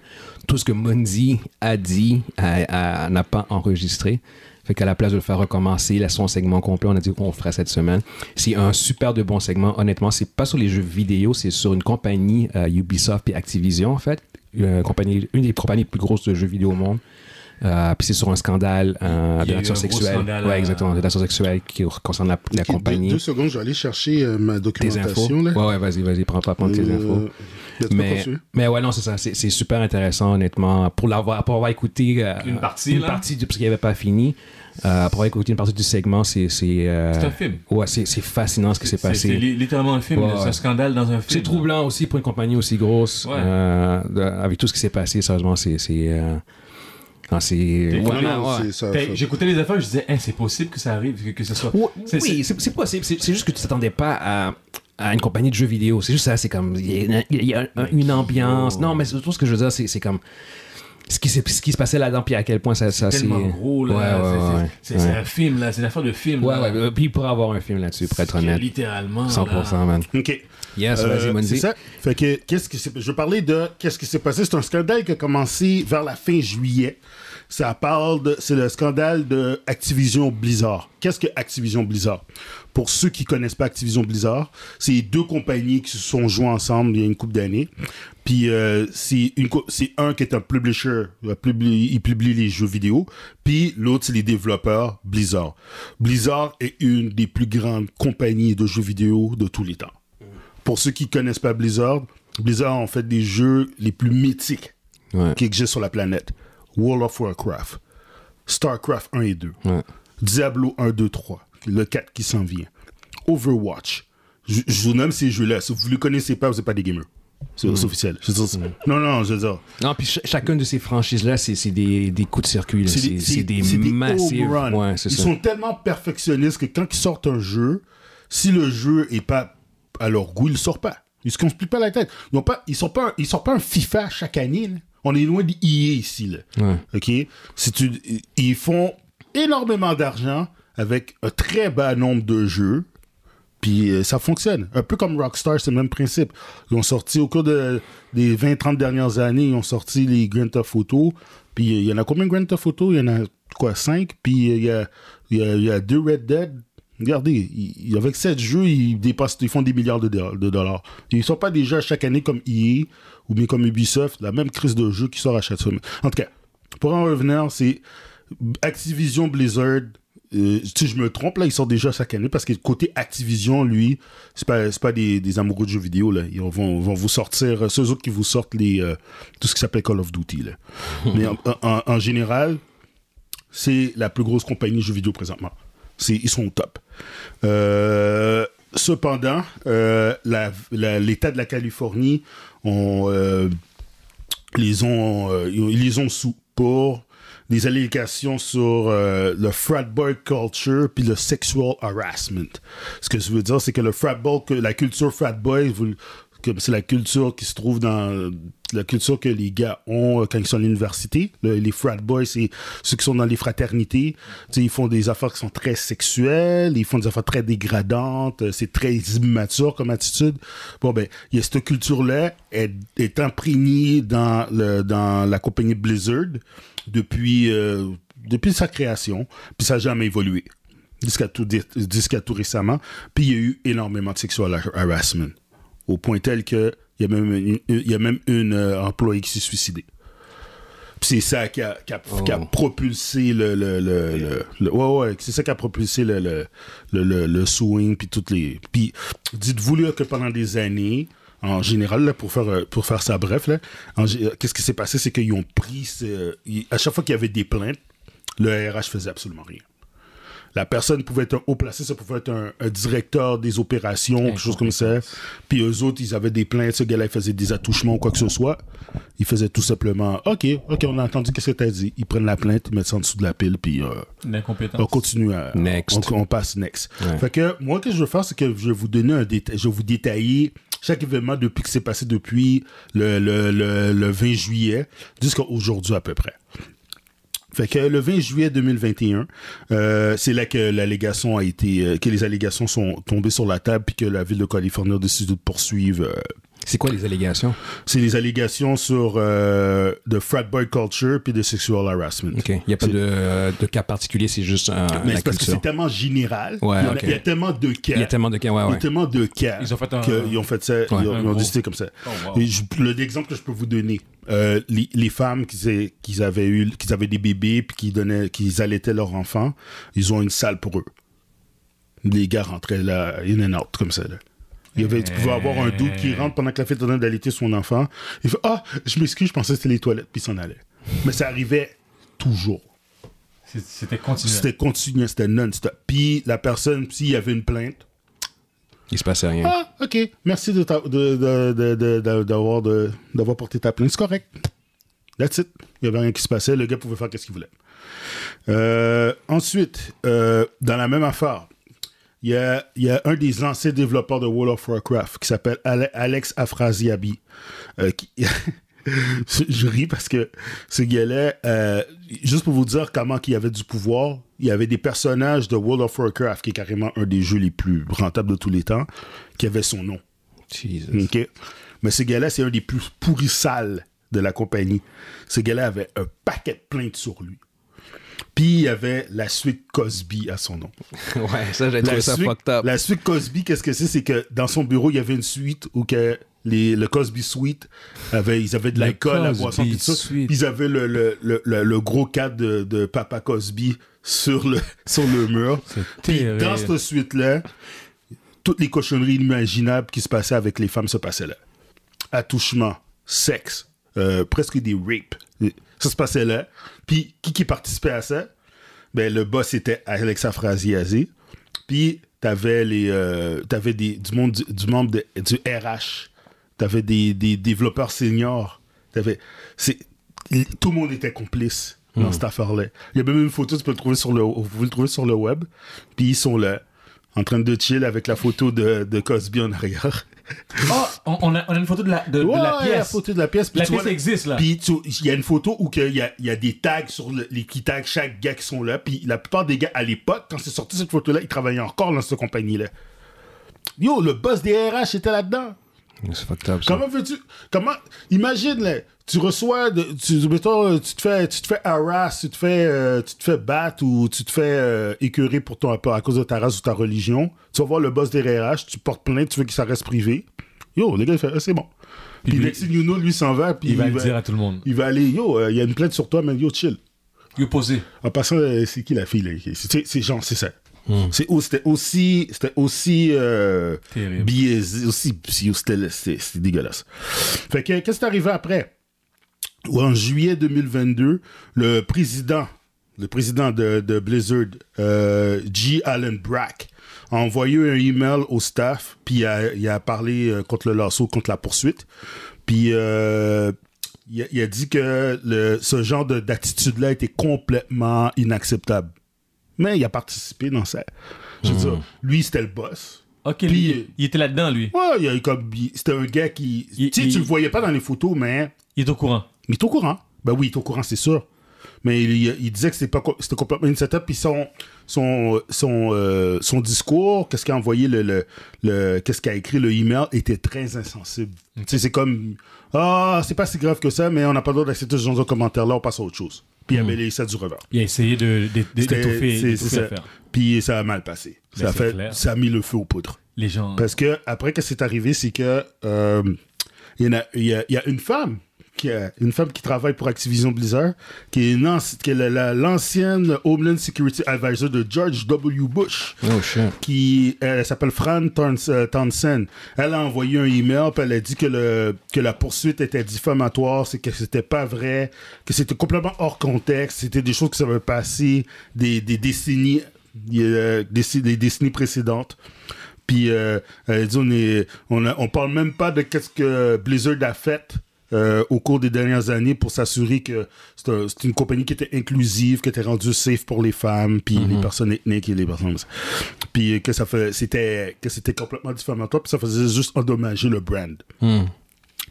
tout ce que Mundi a dit a- a- n'a pas enregistré. Fait qu'à la place de le faire recommencer, là, son segment complet, on a dit qu'on le fera cette semaine. C'est un super de bon segment. Honnêtement, c'est pas sur les jeux vidéo, c'est sur une compagnie, euh, Ubisoft et Activision, en fait. Une, compagnie, une des compagnies les plus grosses de jeux vidéo au monde. Euh, puis c'est sur un scandale euh, Il y de a eu nature un gros sexuelle. scandale, ouais, euh, exactement, de nature sexuelle qui concerne la, la Ok, deux- compagnie. Deux, secondes, je vais aller chercher euh, tes ma infos. documentation. Ouais, Là. ouais, vas-y, vas-y, prends pas prendre tes Euh, infos. mais tu peux Mais, continuer. mais ouais, non, c'est ça. C'est c'est super intéressant, honnêtement. Pour, l'avoir, pour avoir écouté. euh, Une partie, Une là. partie, du, parce qu'il n'y avait pas fini. Euh, pour avoir écouté une partie du segment, c'est. C'est euh, C'est un film. Ouais, c'est c'est fascinant ce qui s'est C'est c'est passé. li- littéralement un film, Ouais, c'est ouais. un scandale dans un film. C'est troublant aussi pour une compagnie aussi grosse. Ouais. euh, de- avec tout ce qui s'est passé, sérieusement, c'est. C'est. euh, non, c'est- ouais, Non, non, ouais. c'est ça. Fait, ça- J'écoutais les affaires, je disais, Hey, c'est possible que ça arrive, que, que ce soit. Ou- C'est- Oui, c'est c'est possible. C'est c'est juste que tu t'attendais pas à, à une compagnie de jeux vidéo. C'est juste ça. C'est comme. Il y a, il y a un- une ambiance. Non, mais surtout ce que je veux dire, c'est c'est comme. Ce qui, s'est- ce qui se passait là-dedans, puis à quel point ça. ça C'est tellement c'est- gros, Ouais, là. ouais, c'est- ouais, ouais. c'est c'est- c'est un film, là. C'est l'affaire de film. Ouais, là. ouais, ouais. Puis il pourrait avoir un film là-dessus, pour être Qui est honnête. Littéralement. 100%, là. man. OK. Yes, Euh, vas-y, c'est Monzi. ça. Fait que, qu'est-ce qui s'est Je parlais de qu'est-ce qui s'est passé. C'est un scandale qui a commencé vers la fin juillet. Ça parle de. C'est le scandale de Activision Blizzard. Qu'est-ce que Activision Blizzard Pour ceux qui connaissent pas Activision Blizzard, c'est deux compagnies qui se sont jouées ensemble il y a une couple d'années. Puis euh, c'est une co- c'est un qui est un publisher, il publie, il publie les jeux vidéo, puis l'autre c'est les développeurs Blizzard. Blizzard est une des plus grandes compagnies de jeux vidéo de tous les temps. Pour ceux qui connaissent pas Blizzard, Blizzard en fait des jeux les plus mythiques Ouais. qui existent sur la planète. World of Warcraft, StarCraft 1 et 2, Ouais. Diablo 1, 2, 3, le 4 qui s'en vient, Overwatch. Je, je vous nomme ces jeux-là. Si vous ne les connaissez pas, vous n'êtes pas des gamers. C'est Mm. c'est officiel. Je veux dire, c'est- Non, non, je veux dire, Non, puis ch- chacune de ces franchises-là, c'est c'est des, des coups de circuit. là. C'est c'est des, c'est des massives. home runs. Ouais, c'est ils ça. sont tellement perfectionnistes que quand ils sortent un jeu, si le jeu est pas à leur goût, ils le sortent pas. Ils se compliquent pas la tête. Ils ont pas, ils sortent pas, un- ils sortent pas un FIFA chaque année. là. On est loin d'IA ici. Là. Ouais. Ok, si tu, ils font énormément d'argent avec un très bas nombre de jeux. Puis euh, ça fonctionne. Un peu comme Rockstar, c'est le même principe. Ils ont sorti au cours de, des 20-30 dernières années, ils ont sorti les Grand Theft Auto. Puis euh, il y en a combien de Grand Theft Auto Il y en a quoi, 5 Puis euh, il y, a, il y, a, il y a deux Red Dead. Regardez, ils- ils- avec 7 jeux, ils, dépassent, ils font des milliards de, doll- de dollars. Ils ne sont pas des jeux à chaque année comme EA ou bien comme Ubisoft, la même crise de jeux qui sort à chaque semaine. En tout cas, pour en revenir, c'est Activision Blizzard. euh, si je me trompe, là, ils sortent déjà chaque année parce que côté Activision, lui, c'est pas, c'est pas des, des amoureux de jeux vidéo. Là. Ils vont, vont vous sortir, euh, ceux autres qui vous sortent les, euh, tout ce qui s'appelle Call of Duty. Là. Mais en, en- en général, c'est la plus grosse compagnie de jeux vidéo présentement. C'est- Ils sont au top. Euh, cependant, euh, la- la- l'État de la Californie ont. euh, les ont, euh, ils les ont sous pour des allégations sur euh, le frat boy culture puis le sexual harassment. Ce que je veux dire, c'est que le frat boy, que la culture frat boy, vous- que c'est la culture qui se trouve dans la culture que les gars ont euh, quand ils sont à l'université. Le- les frat boys, c'est ceux qui sont dans les fraternités. Tu sais, ils font des affaires qui sont très sexuelles, ils font des affaires très dégradantes, euh, c'est très immature comme attitude. Bon, ben, il y a cette culture-là, elle est imprégnée dans, le, dans la compagnie Blizzard depuis, euh, depuis sa création, puis ça n'a jamais évolué. Jusqu'à tout, dé- jusqu'à tout récemment. Puis il y a eu énormément de sexual har- harassment. Au point tel que il y a même une, il y a même une euh, employée qui s'est suicidée. Puis c'est ça qui a, qui a- qui a Oh. propulsé le. le, le, le- le- ouais, ouais, c'est ça qui a propulsé le, le, le, le- le swing, puis toutes les. Puis dites-vous là que pendant des années, en général, là, pour, faire, euh, pour faire ça bref, là, en gé- euh, qu'est-ce qui s'est passé, c'est qu'ils ont pris. ce- ils- à chaque fois qu'il y avait des plaintes, le RH faisait absolument rien. La personne pouvait être un haut placé, ça pouvait être un, un directeur des opérations, quelque chose comme ça. Puis eux autres, ils avaient des plaintes, ce gars-là, il faisait des attouchements ou quoi que ce soit. Ils faisaient tout simplement OK, OK, on a entendu qu'est-ce que t'as dit. Ils prennent la plainte, ils mettent ça en dessous de la pile, puis euh, L'incompétence. on continue à. Next. On, on passe next. Ouais. Fait que moi, que je veux faire, c'est que je vais vous donner un détail. Je vais vous détailler chaque événement depuis que c'est passé depuis le, le, le, le 20 juillet jusqu'à aujourd'hui à peu près. Fait que le 20 juillet 2021, euh, c'est là que l'allégation a été, euh, que les allégations sont tombées sur la table puis que la ville de Californie a décidé de poursuivre euh, C'est quoi les allégations? C'est des allégations sur euh, de frat boy culture puis de sexual harassment. OK. Il n'y a pas C'est- de, de cas particulier, c'est juste euh, Mais la c'est parce que culture. c'est tellement général. Ouais, il, y en a, ok. il y a tellement de cas. Il y a tellement de cas, ouais, Il y ouais. a tellement de cas Ils ont fait un- qu'ils ont fait ça, ils ont, ils ont gros. décidé comme ça. Oh, wow. Et je- le- L'exemple que je peux vous donner, euh, les, les femmes qui, s'est- qui avaient eu, qui avaient des bébés puis qui donnaient, qui allaitaient leurs enfants, ils ont une salle pour eux. Les gars rentraient là, in and out comme ça. là. Il y avait, tu pouvais avoir un doute qui rentre pendant que la fête est en train d'allaiter son enfant. Il fait ah, je m'excuse, je pensais que c'était les toilettes puis il s'en allait. Mais ça arrivait toujours. C'est- C'était continuel. C'était continué, c'était non-stop. Puis la personne, s'il y avait une plainte, Il se passait rien. ah, ok. Merci de ta- de- de- de- de- de- d'avoir de- d'avoir porté ta plainte. C'est correct. That's it. Il n'y avait rien qui se passait. Le gars pouvait faire qu'est-ce qu'il voulait. Euh, ensuite, euh, dans la même affaire, il y a, il y a un des anciens développeurs de World of Warcraft qui s'appelle Ale- Alex Afrasiabi. euh, qui- Je ris parce que ce gars-là, euh, juste pour vous dire comment il y avait du pouvoir, il y avait des personnages de World of Warcraft, qui est carrément un des jeux les plus rentables de tous les temps, qui avait son nom. Jesus. OK? Mais ce gars-là, c'est un des plus pourris sales de la compagnie. Ce gars-là avait un paquet de plaintes sur lui. Puis il y avait la suite Cosby à son nom. ouais, ça, j'ai trouvé ça suite, fucked up. la suite Cosby, qu'est-ce que c'est C'est que dans son bureau, il y avait une suite où que les, le Cosby Suite avait, ils avaient de Le l'alcool, la Cosby boisson, puis tout ça. Suite. Puis Ils avaient le, le, le, le- le gros cadre de, de Papa Cosby sur le, sur le mur. Puis terrible. dans cette suite-là, toutes les cochonneries imaginables qui se passaient avec les femmes se passaient là. Attouchement, sexe, euh, presque des rapes. Ça se passait là. Puis qui qui participait à ça ben, le boss était Alex Afrasiasi. Puis, t'avais les, euh, t'avais des, du monde, du, du membre de- du RH. T'avais des, des développeurs seniors. T'avais, c'est, tout le monde était complice dans cette affaire-là. Il y a même une photo, tu peux le trouver sur le, vous le trouvez sur le web. Puis ils sont là, en train de chill avec la photo de, de Cosby en arrière. Oh, on, on a, on a une photo de la, de, de Ouais, la la pièce. photo de la pièce. puis La tu pièce vois- existe, là. Puis tu- il y a une photo où que il y a, il y a des tags sur le- les qui taguent chaque gars qui sont là. Puis la plupart des gars à l'époque, quand c'est sorti cette photo-là, ils travaillaient encore dans cette compagnie-là. Yo, le boss des RH était là-dedans. C'est fucked up, ça. Comment veux-tu. Comment. Imagine, là, tu reçois. de- tu, mettons, tu te fais, tu te fais harass, tu te fais, euh, tu te fais battre ou tu te fais euh, écœurer pour ton, à cause de ta race ou ta religion. Tu vas voir le boss des RH, tu portes plainte, tu veux que ça reste privé. Yo, le gars, il fait, Ah, c'est bon. Puis, lui- next thing you know, lui s'en va. Puis Il va le dire à tout le monde. il va aller, yo, euh, il y a une plainte sur toi, mais yo, chill. You posé. En passant, euh, c'est qui la fille là? C'est- C'est c'est genre, c'est ça. C'est au- C'était aussi, c'était aussi euh, Terrible. biaisé, aussi, si- c'était c'était- c'était dégueulasse. Fait que, qu'est-ce qui est arrivé après? En juillet 2022, le président, le président de, de Blizzard, euh, G. Allen Brack, a envoyé un email au staff, puis il a, il a parlé euh, contre le lasso, contre la poursuite. Puis euh, il, a, il a dit que le- ce genre de- d'attitude-là était complètement inacceptable. Mais il a participé dans ça. Je veux Hmm. dire, lui, c'était le boss. Ok, Puis- lui, il était là-dedans, lui. Ouais, il y a eu comme- il- c'était un gars qui. Il- tu sais, il- tu le voyais pas dans les photos, mais Il est au courant. il est au courant. Ben oui, il est au courant, c'est sûr. Mais il, il- il disait que c'était, pas, co- c'était complètement une setup. Puis son, son, son, euh, son discours, qu'est-ce qu'il a envoyé, le, le, le- qu'est-ce qu'il a écrit, le email, était très insensible. Tu sais, c'est comme Ah, c'est pas si grave que ça, mais on n'a pas le droit d'accepter ce genre de commentaires-là, on passe à autre chose. Puis Hmm. il y avait les ça du revers. Il a essayé de, de, de, C'était- d'étouffer- c'est- d'étouffer c'est ça. l'affaire. Puis ça a mal passé. Mais Ça a, c'est fait, clair. ça a mis le feu aux poudres. Les gens. Parce que après, qu'est-ce qui est arrivé, c'est que euh, il y en a- il y, a- il y a une femme qui a- une femme qui travaille pour Activision Blizzard, qui est, une anci- qui est la- la- l'ancienne Homeland Security Advisor de George W. Bush Oh, shit. qui elle, s'appelle Fran Towns- euh, Townsend. Elle a envoyé un email, puis elle a dit que, le, que la poursuite était diffamatoire, c'est que c'était pas vrai, que c'était complètement hors contexte, c'était des choses qui s'avaient passé des, des décennies, euh, des, des décennies précédentes. Puis euh, elle dit on est, on, a- on parle même pas de qu'est-ce que Blizzard a fait. euh, au cours des dernières années pour s'assurer que c'est un- c'est une compagnie qui était inclusive, qui était rendue safe pour les femmes, puis les personnes ethniques et les personnes comme ça. Puis euh, que ça fait, c'était, que c'était complètement diffamatoire, puis ça faisait juste endommager le brand.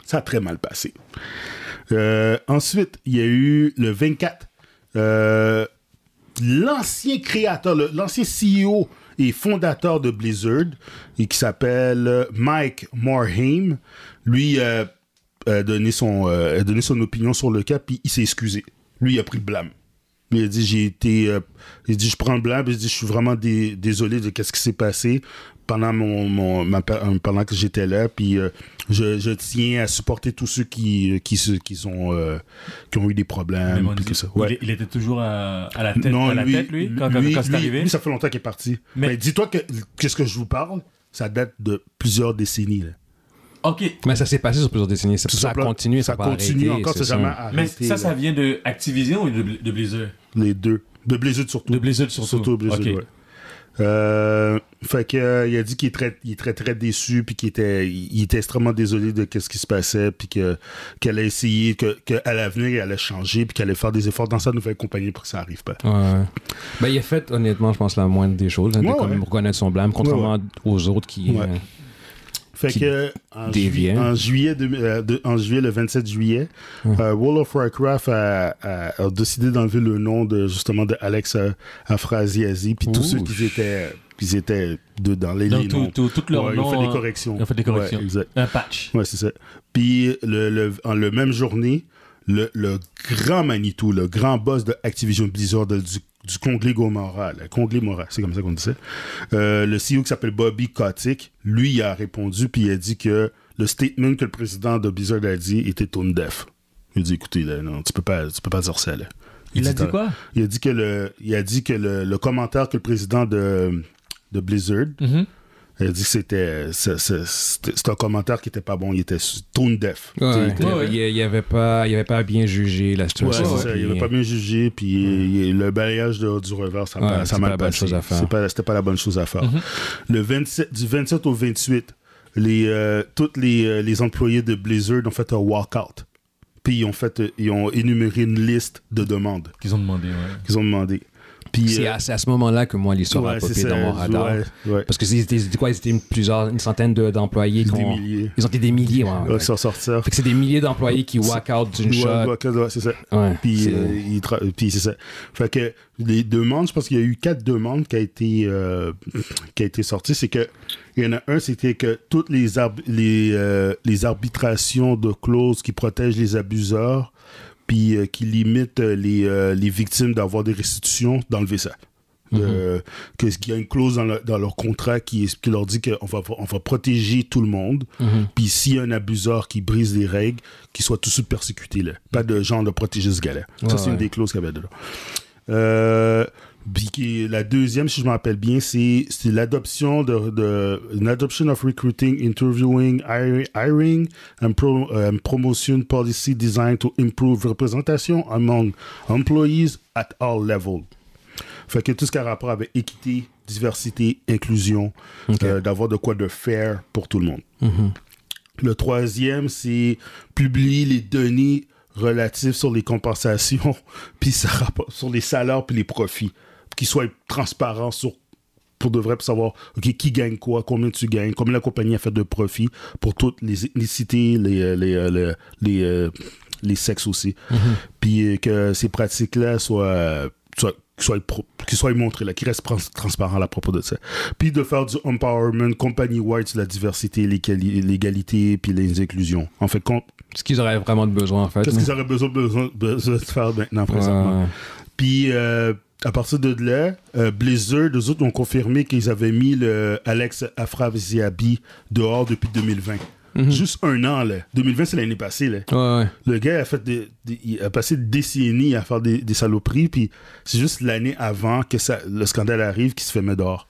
Ça a très mal passé. Euh, ensuite, il y a eu le 24. euh, l'ancien créateur, le- l'ancien CEO et fondateur de Blizzard, et qui s'appelle euh, Mike Morhaime. Lui euh, a, donné son, euh, a donné son opinion sur le cas, puis il s'est excusé. Lui, il a pris le blâme. Il a dit j'ai été euh, il dit je prends le blâme, il dit je suis vraiment dé- désolé de qu'est-ce qui s'est passé pendant mon, mon- ma per- euh, pendant que j'étais là puis euh, je, je tiens à supporter tous ceux qui qui se- qui sont euh, qui ont eu des Mais problèmes bon, puis que il- ça. il, Ouais. il était toujours à, à la tête, à la tête, lui, quand, quand- lui- quand c'est lui- arrivé. lui, ça fait longtemps qu'il est parti. Mais, Mais- dis-toi que qu'est-ce que je vous parle, ça date de plusieurs décennies. là. Ok, Mais ça s'est passé sur plusieurs décennies. Ça, Tout ça a simplement, continué, ça, ça a pas continue arrêté, encore, c'est c'est jamais ça. arrêté. mais ça, ça là. vient de Activision ou de, Bl- de Blizzard les deux, de Blizzard surtout. De Blizzard surtout. Surtout Blizzard, Ok. ouais. Euh, fait que euh, il a dit qu'il est très, il est très très déçu puis qu'il était, il était extrêmement désolé de qu'est-ce qui se passait puis que qu'elle a essayé que, que à l'avenir elle allait changer puis qu'elle allait faire des efforts dans sa nouvelle compagnie pour que ça arrive pas. Ouais, ouais. Ben, il a fait, honnêtement, je pense, la moindre des choses, hein, de Ouais, quand même ouais. reconnaître son blâme, contrairement aux autres qui. Ouais. euh, Fait Qui que euh, en, déviait. juillet- en juillet, deux- euh, de- en juillet, le 27 juillet, euh, World of Warcraft a, a- a décidé d'enlever le nom de justement de Alex euh, Afrasiasi puis tous Ouh. ceux qui étaient, qui étaient dedans les, Dans les tout, noms. tout, tout leur Ouais, ils ont nom. fait des hein, corrections. ils ont fait des corrections. Ouais, exact. Un patch. Ouais, c'est ça. Puis, le, le- en le même journée, le, le grand Manitou, le grand boss de Activision Blizzard de- du, du Conglé Gomorrah, le Conglé Mora, c'est comme ça qu'on dit ça, euh, le CEO qui s'appelle Bobby Kotick, lui, il a répondu, puis il a dit que le statement que le président de Blizzard a dit était tone deaf. Il a dit, écoutez, là, non, tu peux pas, tu peux pas dire ça, là. Il a dit t'as- quoi Il a dit que le, il a dit que le, le commentaire que le président de, de Blizzard Mhm. elle dit que c'était c'est- c'est- c'était c'est un commentaire qui était pas bon, il était s- tone deaf. ouais, Tu sais, il ouais. était- ouais. euh, Il y- Il y avait pas, il y avait pas à bien jugé la Ouais, situation. c'est ça, il puis- avait pas bien jugé, puis il- le balayage de- du revers, ça Ouais, m'a c'est ça m'a pas la bonne passé. chose à faire. C'est pas- C'était pas, la bonne chose à faire. Le 27, du 27 au 28, les, euh, tous les, euh, les employés de Blizzard ont fait un walkout. Puis ils ont, fait, euh, ils ont énuméré une liste de demandes Qu'ils ont demandé, ouais. qu'ils ont demandées. Puis, C'est euh, à, c'est à ce moment-là que moi, l'histoire ouais, a c'est popé ça, dans mon radar. ouais, ouais. Parce que c'était c'était quoi Ils étaient une, plusieurs, une centaine de- d'employés. Des qui ont- milliers. Ils ont été des milliers, ouais. ouais. Ouais, s'en sortir. Fait que c'est des milliers d'employés qui walk out d'une Ouais, shot. walkout, ouais, c'est ça. Ouais, Puis, c'est- euh, il tra- puis c'est ça. Fait que les demandes, je pense qu'il y a eu quatre demandes qui a été, euh, qui a été sortie. C'est que, il y en a un, c'était que toutes les, arb- les, euh, les arbitrations de clauses qui protègent les abuseurs, puis euh, qui limitent euh, les, euh, les victimes d'avoir des restitutions, d'enlever ça. Mhm. De- que- qu'il y a une clause dans, le- dans leur contrat qui, qui leur dit qu'on va, on va protéger tout le monde. Mhm. Puis s'il y a un abuseur qui brise les règles, qu'il soit tout de suite persécuté. Là. Pas de genre de protéger ce gars-là. ça, Ouais, c'est ouais. une des clauses qu'il y avait dedans. Euh, puis qui- la deuxième, si je me rappelle bien, c'est c'est l'adoption de, de une adoption of recruiting, interviewing, hir- hiring and, pro- euh, and promotion policy designed to improve representation among employees at all levels. Fait que tout ce qui a rapport avec équité, diversité, inclusion, euh, d'avoir de quoi de faire pour tout le monde. Le troisième, c'est publier les données relatives sur les compensations, puis ça rapporte- sur les salaires, puis les profits, qu'ils soient transparents sur pour de vrai, pour savoir ok qui gagne quoi, combien tu gagnes, combien la compagnie a fait de profit pour toutes les ethnicités, les, euh, les, euh, les, les, euh, les sexes aussi. Puis euh, que ces pratiques-là soient, soient, soient, pro- qu'ils soient montrées, là, qu'ils restent trans- transparents à propos de ça. Puis de faire du empowerment company-wide sur la diversité, l'égali- l'égalité, puis les inclusions. En fait, compte, Ce qu'ils auraient vraiment de besoin, en fait. qu'est-ce qu'ils auraient besoin, besoin, besoin de faire maintenant, présentement? Ouais. Puis euh, à partir de là, euh, Blizzard, eux autres, ont confirmé qu'ils avaient mis le Alex Afrasiabi dehors depuis 2020. Juste un an, là. 2020, c'est l'année passée, là. Ouais, ouais. Le gars a, fait des- des- il a passé des décennies à faire des, des saloperies, puis c'est juste l'année avant que ça, le scandale arrive qui se fait mettre dehors.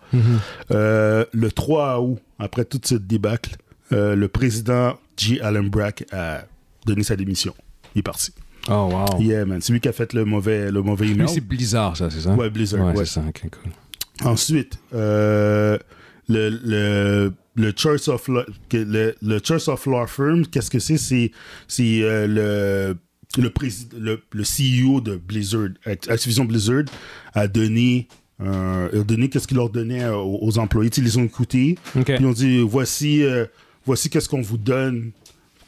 Euh, le 3 août, après toute cette débâcle, euh, le président J. Allen Brack a donné sa démission. Il est parti. Oh, wow. Yeah, man. C'est lui qui a fait le mauvais, le mauvais Lui, email. c'est Blizzard, ça, c'est ça Ouais, Blizzard, ouais. c'est ça, ok, cool. Ensuite, euh, le, le, le Church of Law, que le, le Church of Law Firm, qu'est-ce que c'est? C'est, c'est euh, le, le, prési- le, le CEO de Blizzard, Act- Activision Blizzard, a donné, euh, a donné qu'est-ce qu'il leur donnait euh, aux, aux employés. Tu sais, Ils les ont écoutés, Ok. puis ils ont dit, voici, euh, voici qu'est-ce qu'on vous donne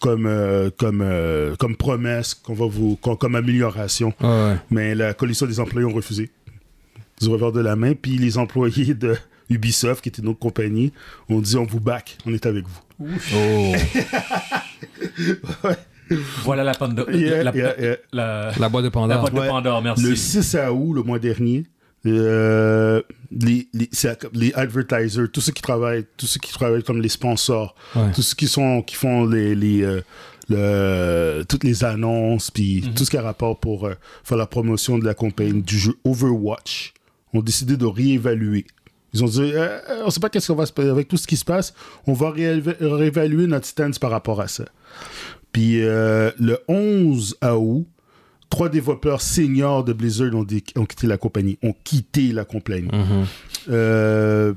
comme, euh, comme, euh, comme promesse, qu'on va vous, qu'on- comme amélioration. Ouais, ouais. Mais la coalition des employés ont refusé. Du revers de la main. Puis les employés de Ubisoft, qui était notre compagnie, on dit on vous back, on est avec vous. Oh, Voilà la pande Yeah, la, yeah, yeah. la- La boîte de la Pandore. boîte de Ouais. Pandore, merci. Le 6 août, le mois dernier, euh, les, les, c'est comme les advertisers, tous ceux qui travaillent, tous ceux qui travaillent comme les sponsors, Ouais. tous ceux qui sont qui font les, les euh, le- toutes les annonces, puis tout ce qui a rapport pour euh, faire la promotion de la compagnie du jeu Overwatch, ont décidé de réévaluer. Ils ont dit, Euh, euh, on sait pas qu'est-ce qu'on va se passer avec tout ce qui se passe, on va rééva- réévaluer notre stance par rapport à ça. Puis euh, le 11 août, trois développeurs seniors de Blizzard ont, dé- ont quitté la compagnie, ont quitté la compagnie. Mm-hmm. Euh,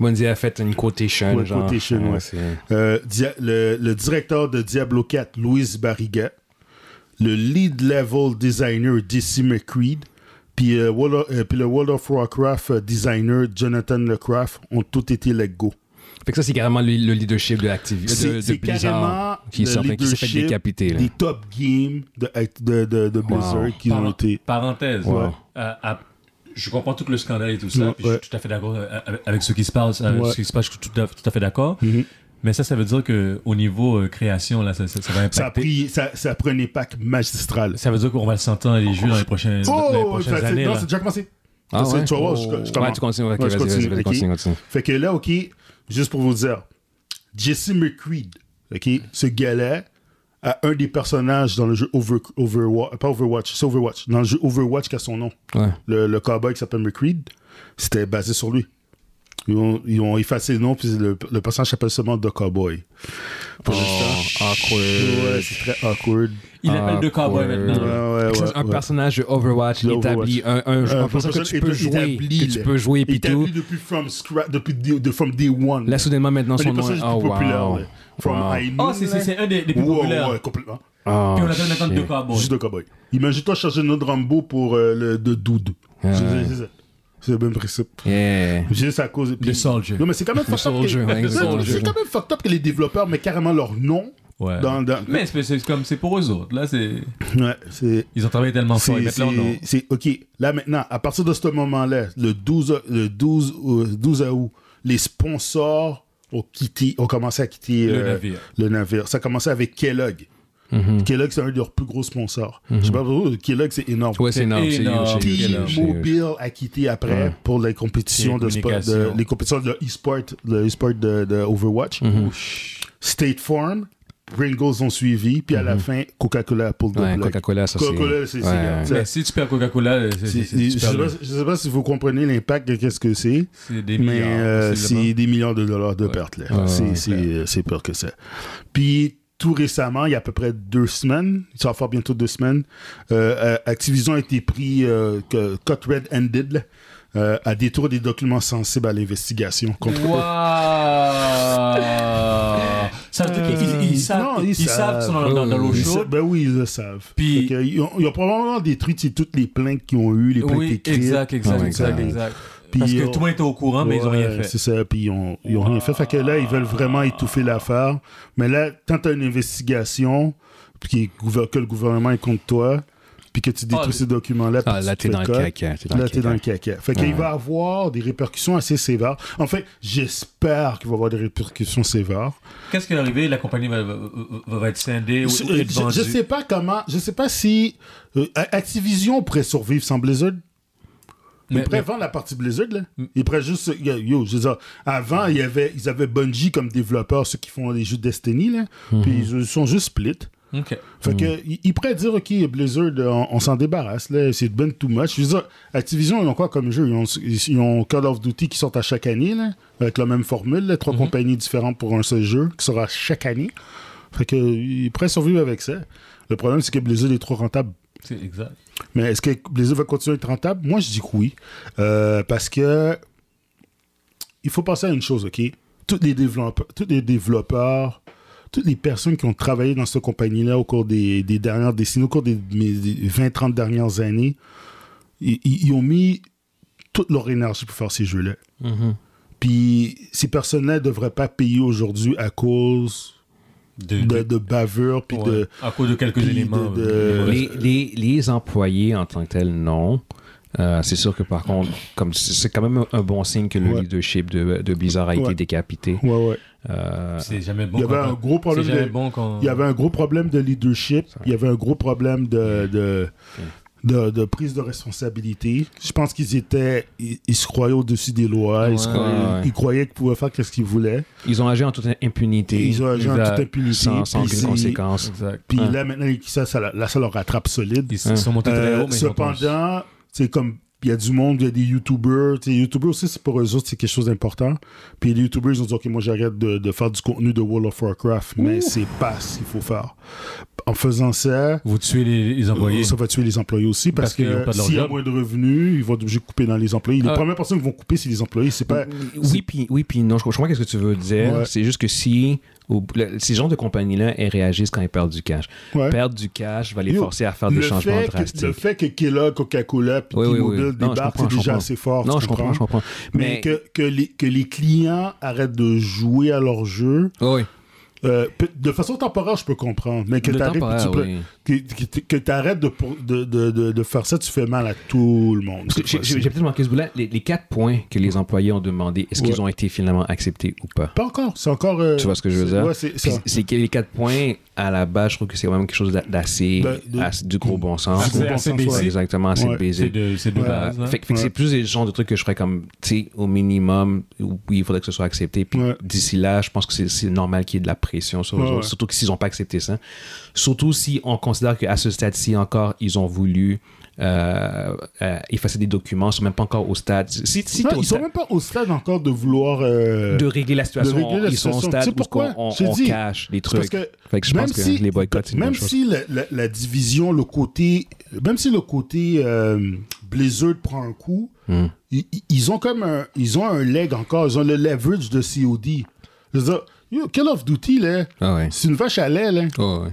Bungie a fait une quotation. Ouais, genre. quotation, ouais. c'est- euh, Dia- le, le directeur de Diablo 4, Luis Barriga, le lead level designer DC McCreed, puis, euh, World of- euh, puis le World of Warcraft euh, designer Jonathan LeCraft ont tous été let go. Fait que ça, c'est carrément le, le leadership de Activision. C'est De, de c'est carrément Blizzard. Qui, le sort- qui s'est fait leadership décapiter. là. des top games de, de, de- de Blizzard Wow. qui ont Par- été. Parenthèse. Wow. À- à- je comprends tout le scandale et tout ça. Ouais, puis ouais. Je suis tout à fait d'accord euh, avec- avec ce qui se passe. avec Ouais. ce qui se passe, je suis tout à, tout à fait d'accord. Mhm. Mais ça, ça veut dire que au niveau euh, création, là, ça, ça- ça va impacter. Ça, a pris, ça, ça prend un impact magistral. Ça veut dire qu'on va le sentir dans les jeux dans les prochaines, dans les Oh, prochaines ça, c'est- années. non, là. c'est déjà commencé. Ah Ça, c'est- ouais? Tu vas voir, je, Oh. je commence. Ouais, tu continues. Ok, Ouais, vas-y, vas-y, je continue, vas-y, ok. continue, continue. Fait que là, OK, juste pour vous dire, Jesse McCreed, OK, ce gars-là a un des personnages dans le jeu Over, Overwatch, pas Overwatch, c'est Overwatch, dans le jeu Overwatch qui a son nom. Ouais. Le, le cowboy qui s'appelle McCreed, c'était basé sur lui. Ils ont, ils ont effacé le nom, puis le, le personnage s'appelle seulement The Cowboy. Oh. Pour l'instant. Ah, awkward. Ouais, c'est très awkward. Il appelle deux cowboys Awkward. maintenant. Ah, Ouais, ouais, Fait que ça, ouais, un ouais. personnage de Overwatch De établi, un, un, Euh, jeu- un personnage Euh, que tu peux jouer, établi, que tu peux jouer, puis établi tout. depuis from scratch, depuis de, de- from day one. Là, soudainement, maintenant, Un des son nom personnages est... Ah, les Oh, plus populaires. wow. là. From Wow. High Noon, Oh, c'est- c'est là. c'est un des, des plus Ouais, populaires. ouais, Ah, complètement. Oh, Puis on l'appelle maintenant shit. deux cowboys. Juste de cowboy. Imagine-toi changer le nom de Rambo pour euh, le de Dude. Ah. C'est- c'est ça. C'est le même principe. Yeah. Juste à cause. puis- Le soldier. Non, mais c'est quand même fucked up. soldier, que- ouais, le Non, mais soldier. C'est quand même fucked up que les développeurs mettent carrément leur nom Ouais. dans. dans- Mais c'est c'est comme c'est pour eux autres. Là, c'est Ouais, c'est. ils ont travaillé tellement fort. Ils C'est- mettent leur nom. C'est c'est- OK. Là, maintenant, à partir de ce moment-là, le 12, au- le 12, au- 12 août, les sponsors ont, quitté, ont commencé à quitter Le euh, navire. le navire. Ça a commencé avec Kellogg. Mhm. Kellogg, c'est un de leurs plus gros sponsors. Je sais pas pourquoi, Kellogg, c'est énorme. Ouais, c'est énorme. C'est énorme. huge, c'est huge, c'est huge, c'est huge. T-Mobile a quitté après pour les compétitions Les de, sport- de communications. les compétitions de e-sport, de e-sport de, de Overwatch. Mhm. State Farm, Pringles ont suivi, puis à la fin Coca-Cola pour le Mhm. Ouais, Black. Coca-Cola, ça, c'est... Coca-Cola, c'est- c'est- ouais. c'est- Mais si tu perds Coca-Cola, euh, c'est- C'est- c'est c'est- c'est- je, tu sais perds pas, le- je sais pas si vous comprenez l'impact de qu'est-ce que c'est, c'est des mais milliards. euh, c'est le- c'est des milliards de dollars de pertes. là. Ouais, C'est- ouais, c'est euh, c'est pire que ça. Puis tout récemment, il y a à peu près deux semaines, ça va faire bientôt deux semaines, euh, euh, Activision a été pris euh, que- cut red-handed là, euh, à détour des documents sensibles à l'investigation contre Waouh Ça veut dire qu'ils ils- ils savent, Euh, non, ils, ils ils savent qu'ils sont dans, dans- dans l'eau Oui, Ils sa- chaude. ben oui, ils le savent. Puis- Fait que ils, ont, ils ont probablement détruit tu sais, toutes les plaintes qu'ils ont eues, les plaintes Oui, écrites. exact, exact, Ouais, exact, exact. exact. Puis Parce que ils ont- tout le monde était au courant, mais ils ont rien Ouais, fait. C'est ça, puis ils ont, ils ont rien fait. Fait que là, ils veulent vraiment étouffer l'affaire. Mais là, quand t'as une investigation, puis qu'il est gouver- que le gouvernement est contre toi, puis que tu détruis Ah, ces documents-là, puis Ah, tu là, te t'es fais dans le cote, caca, t'es dans Là, le t'es dans le caca. caca. Fait qu'il va avoir des répercussions assez sévères. En fait, j'espère qu'il va avoir des répercussions sévères. Qu'est-ce qui est arrivé La compagnie va, va, va- va être scindée ou, Je, ou être euh, je- je vendue. sais pas comment, je sais pas si euh, Activision pourrait survivre sans Blizzard. Ils Mais- pourraient mais- vendre la partie Blizzard là. Ils pourraient juste yo, yo, je veux dire, avant il y avait ils avaient Bungie comme développeur ceux qui font les jeux Destiny là, Mhm. puis ils euh, sont juste split. Ok. Fait que ils- ils pourraient dire OK Blizzard euh, on, on s'en débarrasse là, c'est ben too much. Je veux dire, Activision ils ont quoi comme jeu ils ont, ils- ils ont Call of Duty qui sortent à chaque année là, avec la même formule, là, Mhm. trois compagnies différentes pour un seul jeu qui sera chaque année. Fait que ils pourraient survivre avec ça. Le problème c'est que Blizzard est trop rentable. C'est exact. Mais est-ce que Blizzard va continuer à être rentable? Moi, je dis que oui. Euh, parce que il faut penser à une chose, OK? Tous les développeurs, tous les développeurs, toutes les personnes qui ont travaillé dans cette compagnie-là au cours des, des dernières décennies, au cours des, mes- des 20-30 dernières années, ils, ils- ils ont mis toute leur énergie pour faire ces jeux-là. Puis ces personnes-là ne devraient pas payer aujourd'hui à cause De, de, de bavures, puis ouais. de... à cause de quelques puis éléments. de- euh, de- Les, les, les employés en tant que tels, non. Euh, c'est sûr que par contre, comme c'est c'est quand même un bon signe que le Ouais. leadership de, de Blizzard a été Ouais. décapité. Ouais, ouais. Euh, C'est jamais bon. Il y avait quand- un gros C'est problème jamais de- bon quand. Il y avait un gros problème de leadership. Il y avait un gros problème de, de, de, de prise de responsabilité. Je pense qu'ils étaient. Ils, ils se croyaient au-dessus des lois. Ils, se Ouais, croyaient, ouais. ils croyaient qu'ils pouvaient faire ce qu'ils voulaient. ils ont agi en toute impunité. Ils ont agi en euh, toute impunité, Sans, sans puis aucune c'est- conséquence. Exact. Puis Ouais. là, maintenant, ils- ça, ça, la- là, ça leur rattrape solide. Ils se sont montés très Euh, haut, mais ils ont pas réussi. cependant, c'est comme il y a du monde, il y a des YouTubers. Les YouTubers aussi, c'est pour eux autres, c'est quelque chose d'important. Puis les YouTubers, ils ont dit Ok, moi j'arrête de, de faire du contenu de World of Warcraft, mais c'est pas ce qu'il faut faire. En faisant ça, Vous tuez les, les employés. Euh, ça va tuer les employés aussi Parce parce, qu'ils ont que pas de leur s'il y a job. moins de revenus, ils vont être obligés de couper dans les employés. Les Ah. premières personnes qui vont couper, c'est les employés. C'est pas. Oui, puis oui, puis non, je comprends qu'est-ce que tu veux dire. Ouais. C'est juste que si au- le- ces genres de compagnies-là, elles réagissent quand elles perdent du cash. Ouais. Perdre du cash va les Yo, forcer à faire des le changements fait que- drastiques. le fait que Kellogg, Coca-Cola, puis Oui, oui, oui. T-Mobile Non, je débarquent, comprends, c'est je déjà comprends. assez fort. non, tu je comprends, je comprends. Mais, Mais, que, que, les, que les clients arrêtent de jouer à leur jeu, Oh, oui. Euh, pe- de façon temporaire, je peux comprendre, mais que Le t'arrêtes temporaire, tu peux- oui. que- que- que t'arrêtes de, pour- de, de, de, de faire ça, tu fais mal à tout le monde. Parce que J'ai j'ai- j'ai peut-être manqué ce bout-là. Les, les quatre points que les employés ont demandé, est-ce Ouais. qu'ils ont été finalement acceptés ou pas? Pas encore, c'est encore. euh, Tu vois ce que je veux c'est- dire? ouais, c'est- Puis ça. C'est que les quatre points, à la base, je trouve que c'est vraiment quelque chose d'a- d'assez, Ben, de- assez- du gros bon sens. assez- assez Ouais, basic. Exactement, assez Ouais. basic. C'est hein. de, c'est de Euh, base. là. fait, que- fait que c'est Ouais. plus le genre de trucs que je ferais comme, tu sais, au minimum, oui, il faudrait que ce soit accepté. Puis Ouais. d'ici là, je pense que c'est- c'est normal qu'il y ait de la pression sur eux Ouais, autres, ouais. surtout que s'ils n'ont pas accepté ça. Surtout si on considère qu'à ce stade-ci encore, ils ont voulu euh, euh, effacer des documents, ils sont même pas encore au stade. Si, si Non, t'es au ils sont stade même pas au stade encore de vouloir. euh, de régler la situation, régler la ils sont au situation. stade Tu où sais est-ce pourquoi? qu'on- on, J'ai on dit. cache des parce trucs. que fait que je même pense que si- les boycotts, c'est une même bonne chose. si la, la- la division, le côté, même si le côté euh, Blizzard prend un coup, Hmm. ils, ils- ils ont comme un, ils ont un leg encore, ils ont le leverage de COD. Je veux dire, yo, Call of Duty là, Ah ouais. c'est une vache à lait là. Ah ouais.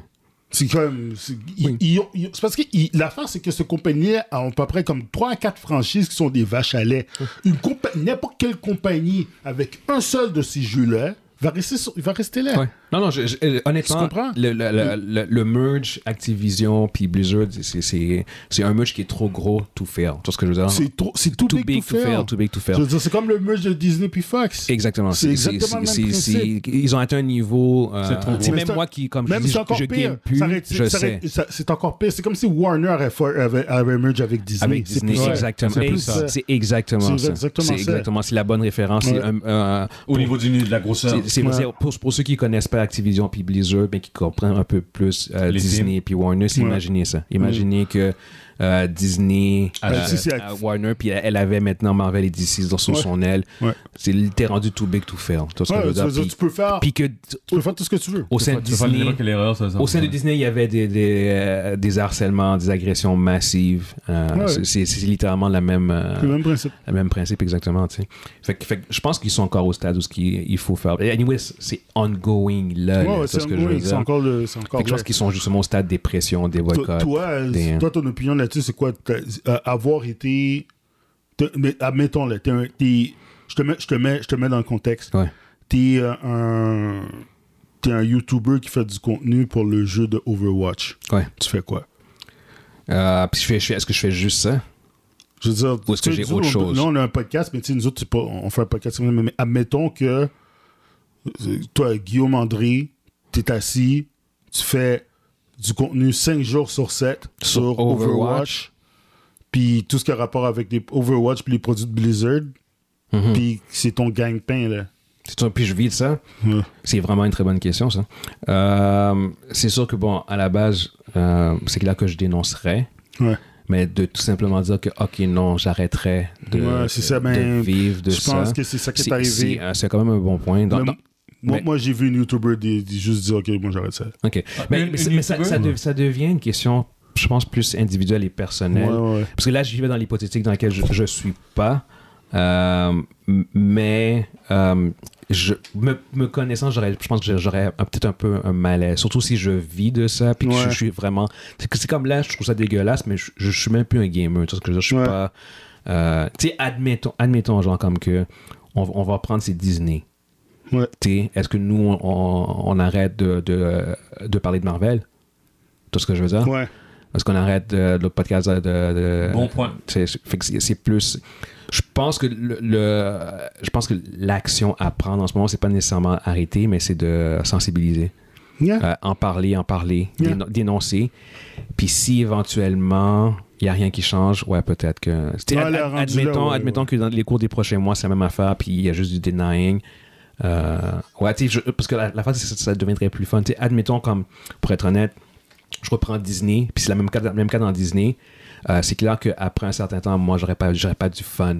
C'est comme. C'est ils- ils ont- ils- c'est parce que ils- l'affaire, c'est que cette compagnie a à peu près comme 3 à 4 franchises qui sont des vaches à lait. Une compa- N'importe quelle compagnie avec un seul de ces jeux-là va rester, sur- il va rester là. Ouais. Non, non, je- je- euh, honnêtement, Tu comprends? Le, le- le- le- le merge Activision puis Blizzard, c'est- c'est c'est un merge qui est trop gros tout faire. Tu vois ce que je veux dire? C'est trop- c'est tout too big, big tout to fail, fail. too big to fail. Je veux dire, C'est comme le merge de Disney puis Fox. Exactement. C'est exactement le même c'est- principe. c'est- Ils ont atteint un niveau. euh, C'est trop tu sais, Mais même c'est- moi qui, comme Même je, dis, c'est je, encore je game pire. plus, Ça aurait- je ça sais. aurait- ça- C'est encore pire. C'est comme si Warner avait, fait- avait, avait merge avec Disney. Avec C'est Disney, plus- ouais. exactement. C'est plus Et ça. C'est exactement C'est ça. exactement C'est ça. exactement. C'est la bonne référence. C'est Ouais. un- un- Au niveau du, de la grosseur. C'est- c'est- Ouais. c'est- pour, pour ceux qui connaissent pas Activision puis Blizzard, mais qui comprennent un peu plus euh, Les Disney puis Warner, c'est Ouais. imaginer ça. Imaginez que euh, Disney, Ah, euh, si, c'est Act- euh, Warner, puis elle avait maintenant Marvel et DC dans sous Ouais. son aile. Ouais. C'est t'es rendu too big to fail. Tu vois ce que je Ouais, veux tu veux dire? dire, Tu peux faire Puis, puis que tu peux faire tout ce que tu veux. au sein de Tu peux pas Disney, dire que l'erreur, ça, ça- au sein de Disney, il y avait des, des, euh, des harcèlements, des agressions massives. Euh, Ouais. c'est- C'est c'est littéralement la même. euh, C'est le même principe. le même principe, exactement. tu sais. Fait, que- fait que je pense qu'ils sont encore au stade où ce qu'il- il faut faire. Et Anyways, c'est ongoing là. Ouais, là, ouais, c'est c'est ce que je veux ongoing, c'est dire. encore le- c'est Fait encore que je pense là. qu'ils sont justement au stade des pressions, des Toi, boycotts. toi, euh, des- toi, ton opinion là-dessus, c'est quoi T'as- euh, Avoir été. t'es- Mais admettons, là, t'es un- t'es- je, te mets, je, te mets, je te mets dans le contexte. Ouais. T'es euh, un. T'es un YouTuber qui fait du contenu pour le jeu de Overwatch. Ouais. Tu fais quoi Euh, puis je fais, je fais- est-ce que je fais juste ça? Je veux dire, Ou est-ce que tu sais, j'ai nous, autre on- chose? Là, on a un podcast, mais tu sais, nous autres, c'est pas, on fait un podcast, mais, mais admettons que euh, toi, Guillaume André, t'es assis, tu fais du contenu 5 jours sur 7 sur, Overwatch, Overwatch. puis tout ce qui a rapport avec les Overwatch puis les produits de Blizzard, Mhm. puis c'est ton gagne-pain, là. C'est toi, puis je vis de ça? Ouais. C'est vraiment une très bonne question, ça. Euh, c'est sûr que, bon, à la base, euh, c'est là que je dénoncerais. Ouais. Mais de tout simplement dire que, OK, non, j'arrêterais de, Ouais, c'est ça, de ben, vivre de Je ça. pense que c'est ça qui est, c'est, c'est, arrivé. euh, c'est quand même un bon point. Dans- Le- dans- moi, mais- moi, j'ai vu une YouTuber di- di- juste dire, OK, moi, j'arrête ça. OK. Mais, une- mais c'est- une mais ça, youtubeuse, ça, de- ouais. ça devient une question, je pense, plus individuelle et personnelle. Ouais, ouais. Parce que là, j'y vais dans l'hypothétique dans laquelle je ne suis pas. Euh, m- mais euh, je, me, me connaissant, j'aurais- je pense que j'aurais un- peut-être un peu un malaise. Surtout si je vis de ça, puis que Ouais. je, je suis vraiment... C'est que- c'est comme là, je trouve ça dégueulasse, mais je, je suis même plus un gamer. Tu vois ce que je veux dire? Je suis Ouais. pas... euh, tu sais, admettons, admettons, genre, comme que on, on va prendre ces Disney. Ouais. T'sais, Est-ce que nous, on, on- on arrête de, de, de parler de Marvel? Tout ce que je veux dire? Ouais. Est-ce qu'on arrête euh, le podcast de. de- Bon point. c'est- c'est- fait que c'est- c'est plus. Je pense que le, le- je pense que l'action à prendre en ce moment, c'est pas nécessairement arrêter, mais c'est de sensibiliser, Yeah. Euh, en parler, en parler, Yeah. déno- dénoncer. Puis si éventuellement il y a rien qui change, ouais, peut-être que. C'était- Ouais, ad- là, ad- rendu là, admettons, ouais, admettons que dans les cours des prochains mois, c'est la même affaire, puis il y a juste du denying. Euh, ouais, tu sais, je- parce que la, la phase, c'est que ça deviendrait plus fun. Tu sais, admettons, comme, pour être honnête, je reprends Disney, puis c'est le même cas, le même cas dans Disney. Euh, c'est clair qu'après un certain temps, moi, j'aurais pas, j'aurais pas du fun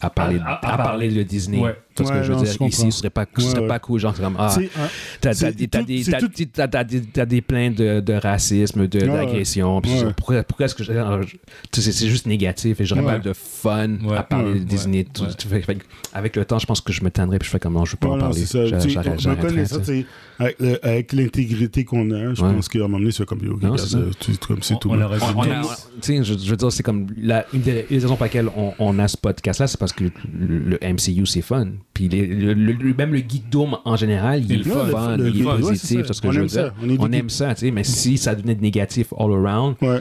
à parler, À- à, à- à parler de Disney. Ouais. Parce que Ouais, je veux non, je dire, comprends. ici, ce serait pas, ce Ouais, serait ouais. pas cool. Genre, c'est comme, ah, C'est- hein, T'as C'est t'as des- t'as tout- des- c'est t'as- tout- t'as- t'as des t'as des plaintes de, de racisme, de- Ouais, d'agression. puis c'est- ouais. Pourquoi, pourquoi est-ce que je- alors, je- tu sais, C'est juste négatif et j'aurais Ouais. pas de fun Ouais, à parler ouais, de Disney. tout- ouais. tout- fait- fait que avec le temps, je pense que je me tannerais puis je fais comme non, je veux pas Ouais, en non, parler. c'est ça. J'a- Tu sais, j'arrête- on j'arrêterais, connaît tu sais. ça, tu sais, avec le- avec l'intégrité qu'on a, je Ouais. pense qu'à un moment donné, c'est comme, OK, Non, gars, c'est ça. tu- comme c'est On- tout. on bon. aurait On- dû on a- dire- on- tu sais, je, je veux dire, c'est comme la, une des une des raisons pour laquelle on, on a ce podcast-là, c'est parce que le, le MCU, c'est fun. Puis les- le- le- même le geekdom en général, il est Il est fun, fun, il le- est le- ouais, c'est positif, ça. c'est ce que On je veux aime ça, dire. on est On geek. aime ça, tu sais, mais si ça devenait négatif all around, Ouais.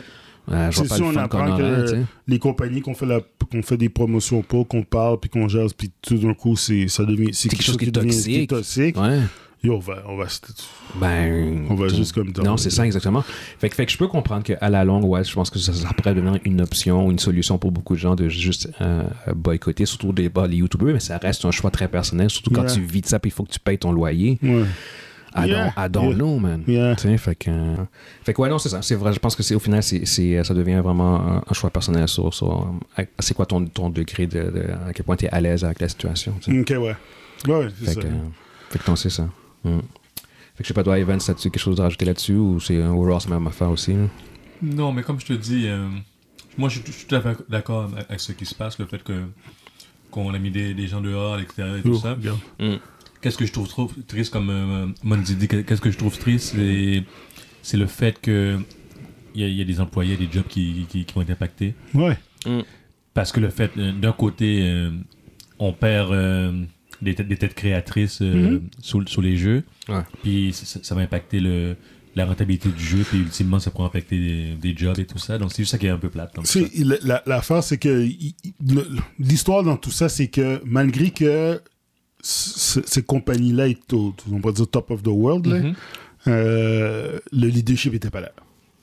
euh, je C'est vois pas si le on fun qu'on apprend aurait, que tu sais. les compagnies qu'on fait, la, qu'on fait des promotions pour, qu'on parle, puis qu'on gère, puis tout d'un coup, c'est, ça devient, c'est quelque chose qui, devient qui est toxique. Ouais. Yo, on va, on va, se- Ben. on va tu- juste comme Non, c'est ça, exactement. Fait que, fait que je peux comprendre qu'à la longue, ouais, je pense que ça, ça pourrait devenir une option, une solution pour beaucoup de gens de juste euh, boycotter, surtout des, bah, les YouTubers, mais ça reste un choix très personnel, surtout quand Yeah. tu vis de ça puis il faut que tu payes ton loyer. Ouais. I Yeah. don't, I don't Yeah. know, man. Yeah. Tu sais, fait que. euh, Fait que, ouais, non, c'est ça. C'est vrai. Je pense que c'est au final, c'est, c'est- ça devient vraiment un, un choix personnel sur. sur, euh, c'est quoi ton, ton degré de, de- à quel point tu es à l'aise avec la situation. tu sais. Ok, ouais. Ouais, c'est Fait ça. que, euh, fait que non, c'est ça. Mm. Fait que je sais pas, toi, Evan, as-tu quelque chose à rajouter là-dessus ou c'est euh, overall, c'est la même affaire aussi? là? Non, mais comme je te dis, euh, moi je suis tout- je suis tout à fait d'accord avec- avec ce qui se passe, le fait que qu'on a mis des, des gens dehors à l'extérieur et tout Yo, ça. Oh, regarde. Qu'est-ce que je trouve trop triste, comme euh, Monzi dit, qu'est-ce que je trouve triste, c'est, c'est le fait que il y, a- il y a des employés, des jobs qui, qui, qui vont être impactés. Ouais. Parce que le fait, euh, d'un côté, euh, on perd euh, des, têtes, des têtes créatrices euh, Mhm. sous, sous les jeux, Ouais. puis ça, ça- ça va impacter le, la rentabilité du jeu, puis ultimement, ça pourrait impacter des, des jobs et tout ça. Donc, c'est juste ça qui est un peu plate. dans tout Tu ça. sais, la- la- l'affaire, c'est que il- il- le- l'histoire dans tout ça, c'est que malgré que c- ces compagnies-là étaient au, on va dire, top of the world, là, Mm-hmm. euh, le leadership était pas là.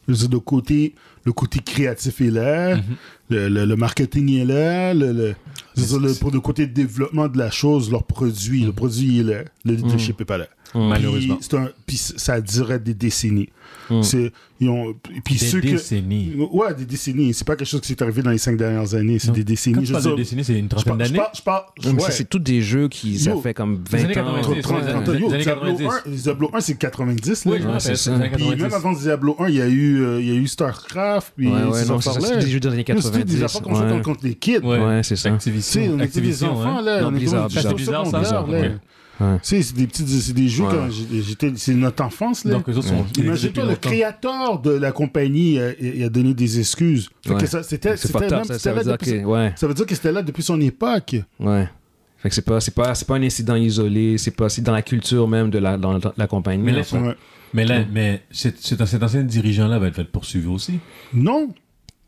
Je veux dire, le côté, le côté créatif est là, Mm-hmm. le, le- le marketing est là, le, le- je veux dire, le- pour le côté de développement de la chose, leur produit, le produit est là, le leadership est pas là. Mm-hmm. Malheureusement. Mm. Puis, c'est un- puis ça durait des décennies. C'est, ils ont, puis Des ceux que- décennies. Ouais, des décennies. C'est pas quelque chose qui s'est arrivé dans les cinq dernières années. C'est Non. des Quand décennies. tu Je parles veux de dire, décennies, c'est une je trentaine parle- je d'années. parle- je parle- Non, mais ça, ouais. c'est tous des jeux qui, ça Yo. fait comme Les 20 années ans. 90. 30, les 30, années yo, 90. Diablo 1, Diablo 1, c'est 90. là. Oui, je me Ouais, rappelle, c'est c'est ça. les années Puis 90. même avant Diablo 1, il y a eu, euh, il y a eu StarCraft. Puis Ouais, ouais, ces non, c'est ça, affaires-là. c'est des jeux des années Yo, C'est toutes des 90, affaires qu'on joue quand- ouais. contre les kids. Ouais. Ouais, c'est ça. Tu sais, Activision. on était des Activision, enfants, hein. là. Non, on était bizarre, au- bizarre, au bizarre, secondaire, ça, là. ok. Ouais. Tu sais, c'est des petits, c'est des jeux Ouais. quand j'ai- j'étais, c'est notre enfance, là. Donc, eux autres sont. hein. ils existent Imagine-toi, depuis le longtemps. créateur de la compagnie, euh, il a donné des excuses. Fait que Ouais. ça, c'était, C'est c'était fucked up, même- ça, c'était ça veut là dire depuis- que. Ouais, ça veut dire que c'était là depuis son époque. ouais. Fait que c'est pas, c'est pas, c'est pas un incident isolé, c'est pas, c'est dans la culture même de la, dans la, la compagnie. Mais en là, fait. Ouais. Mais là, mais cet, cet, cet ancien dirigeant-là va être fait poursuivre aussi. Non.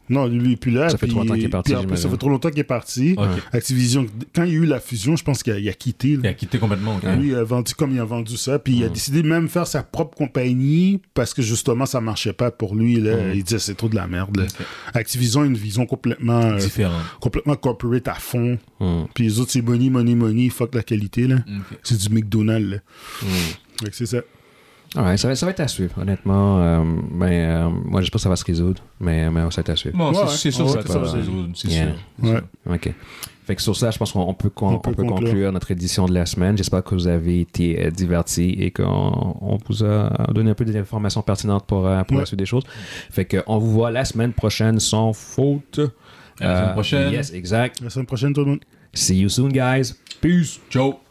Non, lui, il est plus là. Ça fait puis- trop longtemps qu'il est parti, puis après, ça j'imagine. fait trop longtemps qu'il est parti. Ok. Activision, quand il y a eu la fusion, je pense qu'il a, il a quitté. Il là. a quitté complètement. ok. Lui, il a vendu comme il a vendu ça. Puis Mm. il a décidé de même faire sa propre compagnie parce que justement, ça marchait pas pour lui. Là. Mm. Il disait, c'est trop de la merde. là. Activision a une vision complètement, euh, Différent. complètement corporate à fond. Mm. Puis les autres, c'est money, money, money, fuck la qualité. Là. Ok. C'est du McDonald's. Là. Mm. Fait que c'est ça. Ouais, ça, va, ça va être à suivre, honnêtement. euh, mais euh, moi, j'espère que ça va se résoudre, mais, mais ça va être à suivre. Bon, Ouais, c'est- c'est sûr, ouais, ça, ouais, ça, ouais. c'est sûr, c'est Yeah. sûr. Ouais. OK. Fait que sur ça, je pense qu'on on peut, con- On on peut peut, conclure. conclure. notre édition de la semaine. J'espère que vous avez été euh, divertis et qu'on on vous a donné un peu des informations pertinentes pour, euh, pour Ouais. la suite des choses. Fait que on vous voit la semaine prochaine sans faute. Euh, À la semaine prochaine. Yes, exact. La semaine prochaine, tout le monde. See you soon, guys. Peace. Ciao.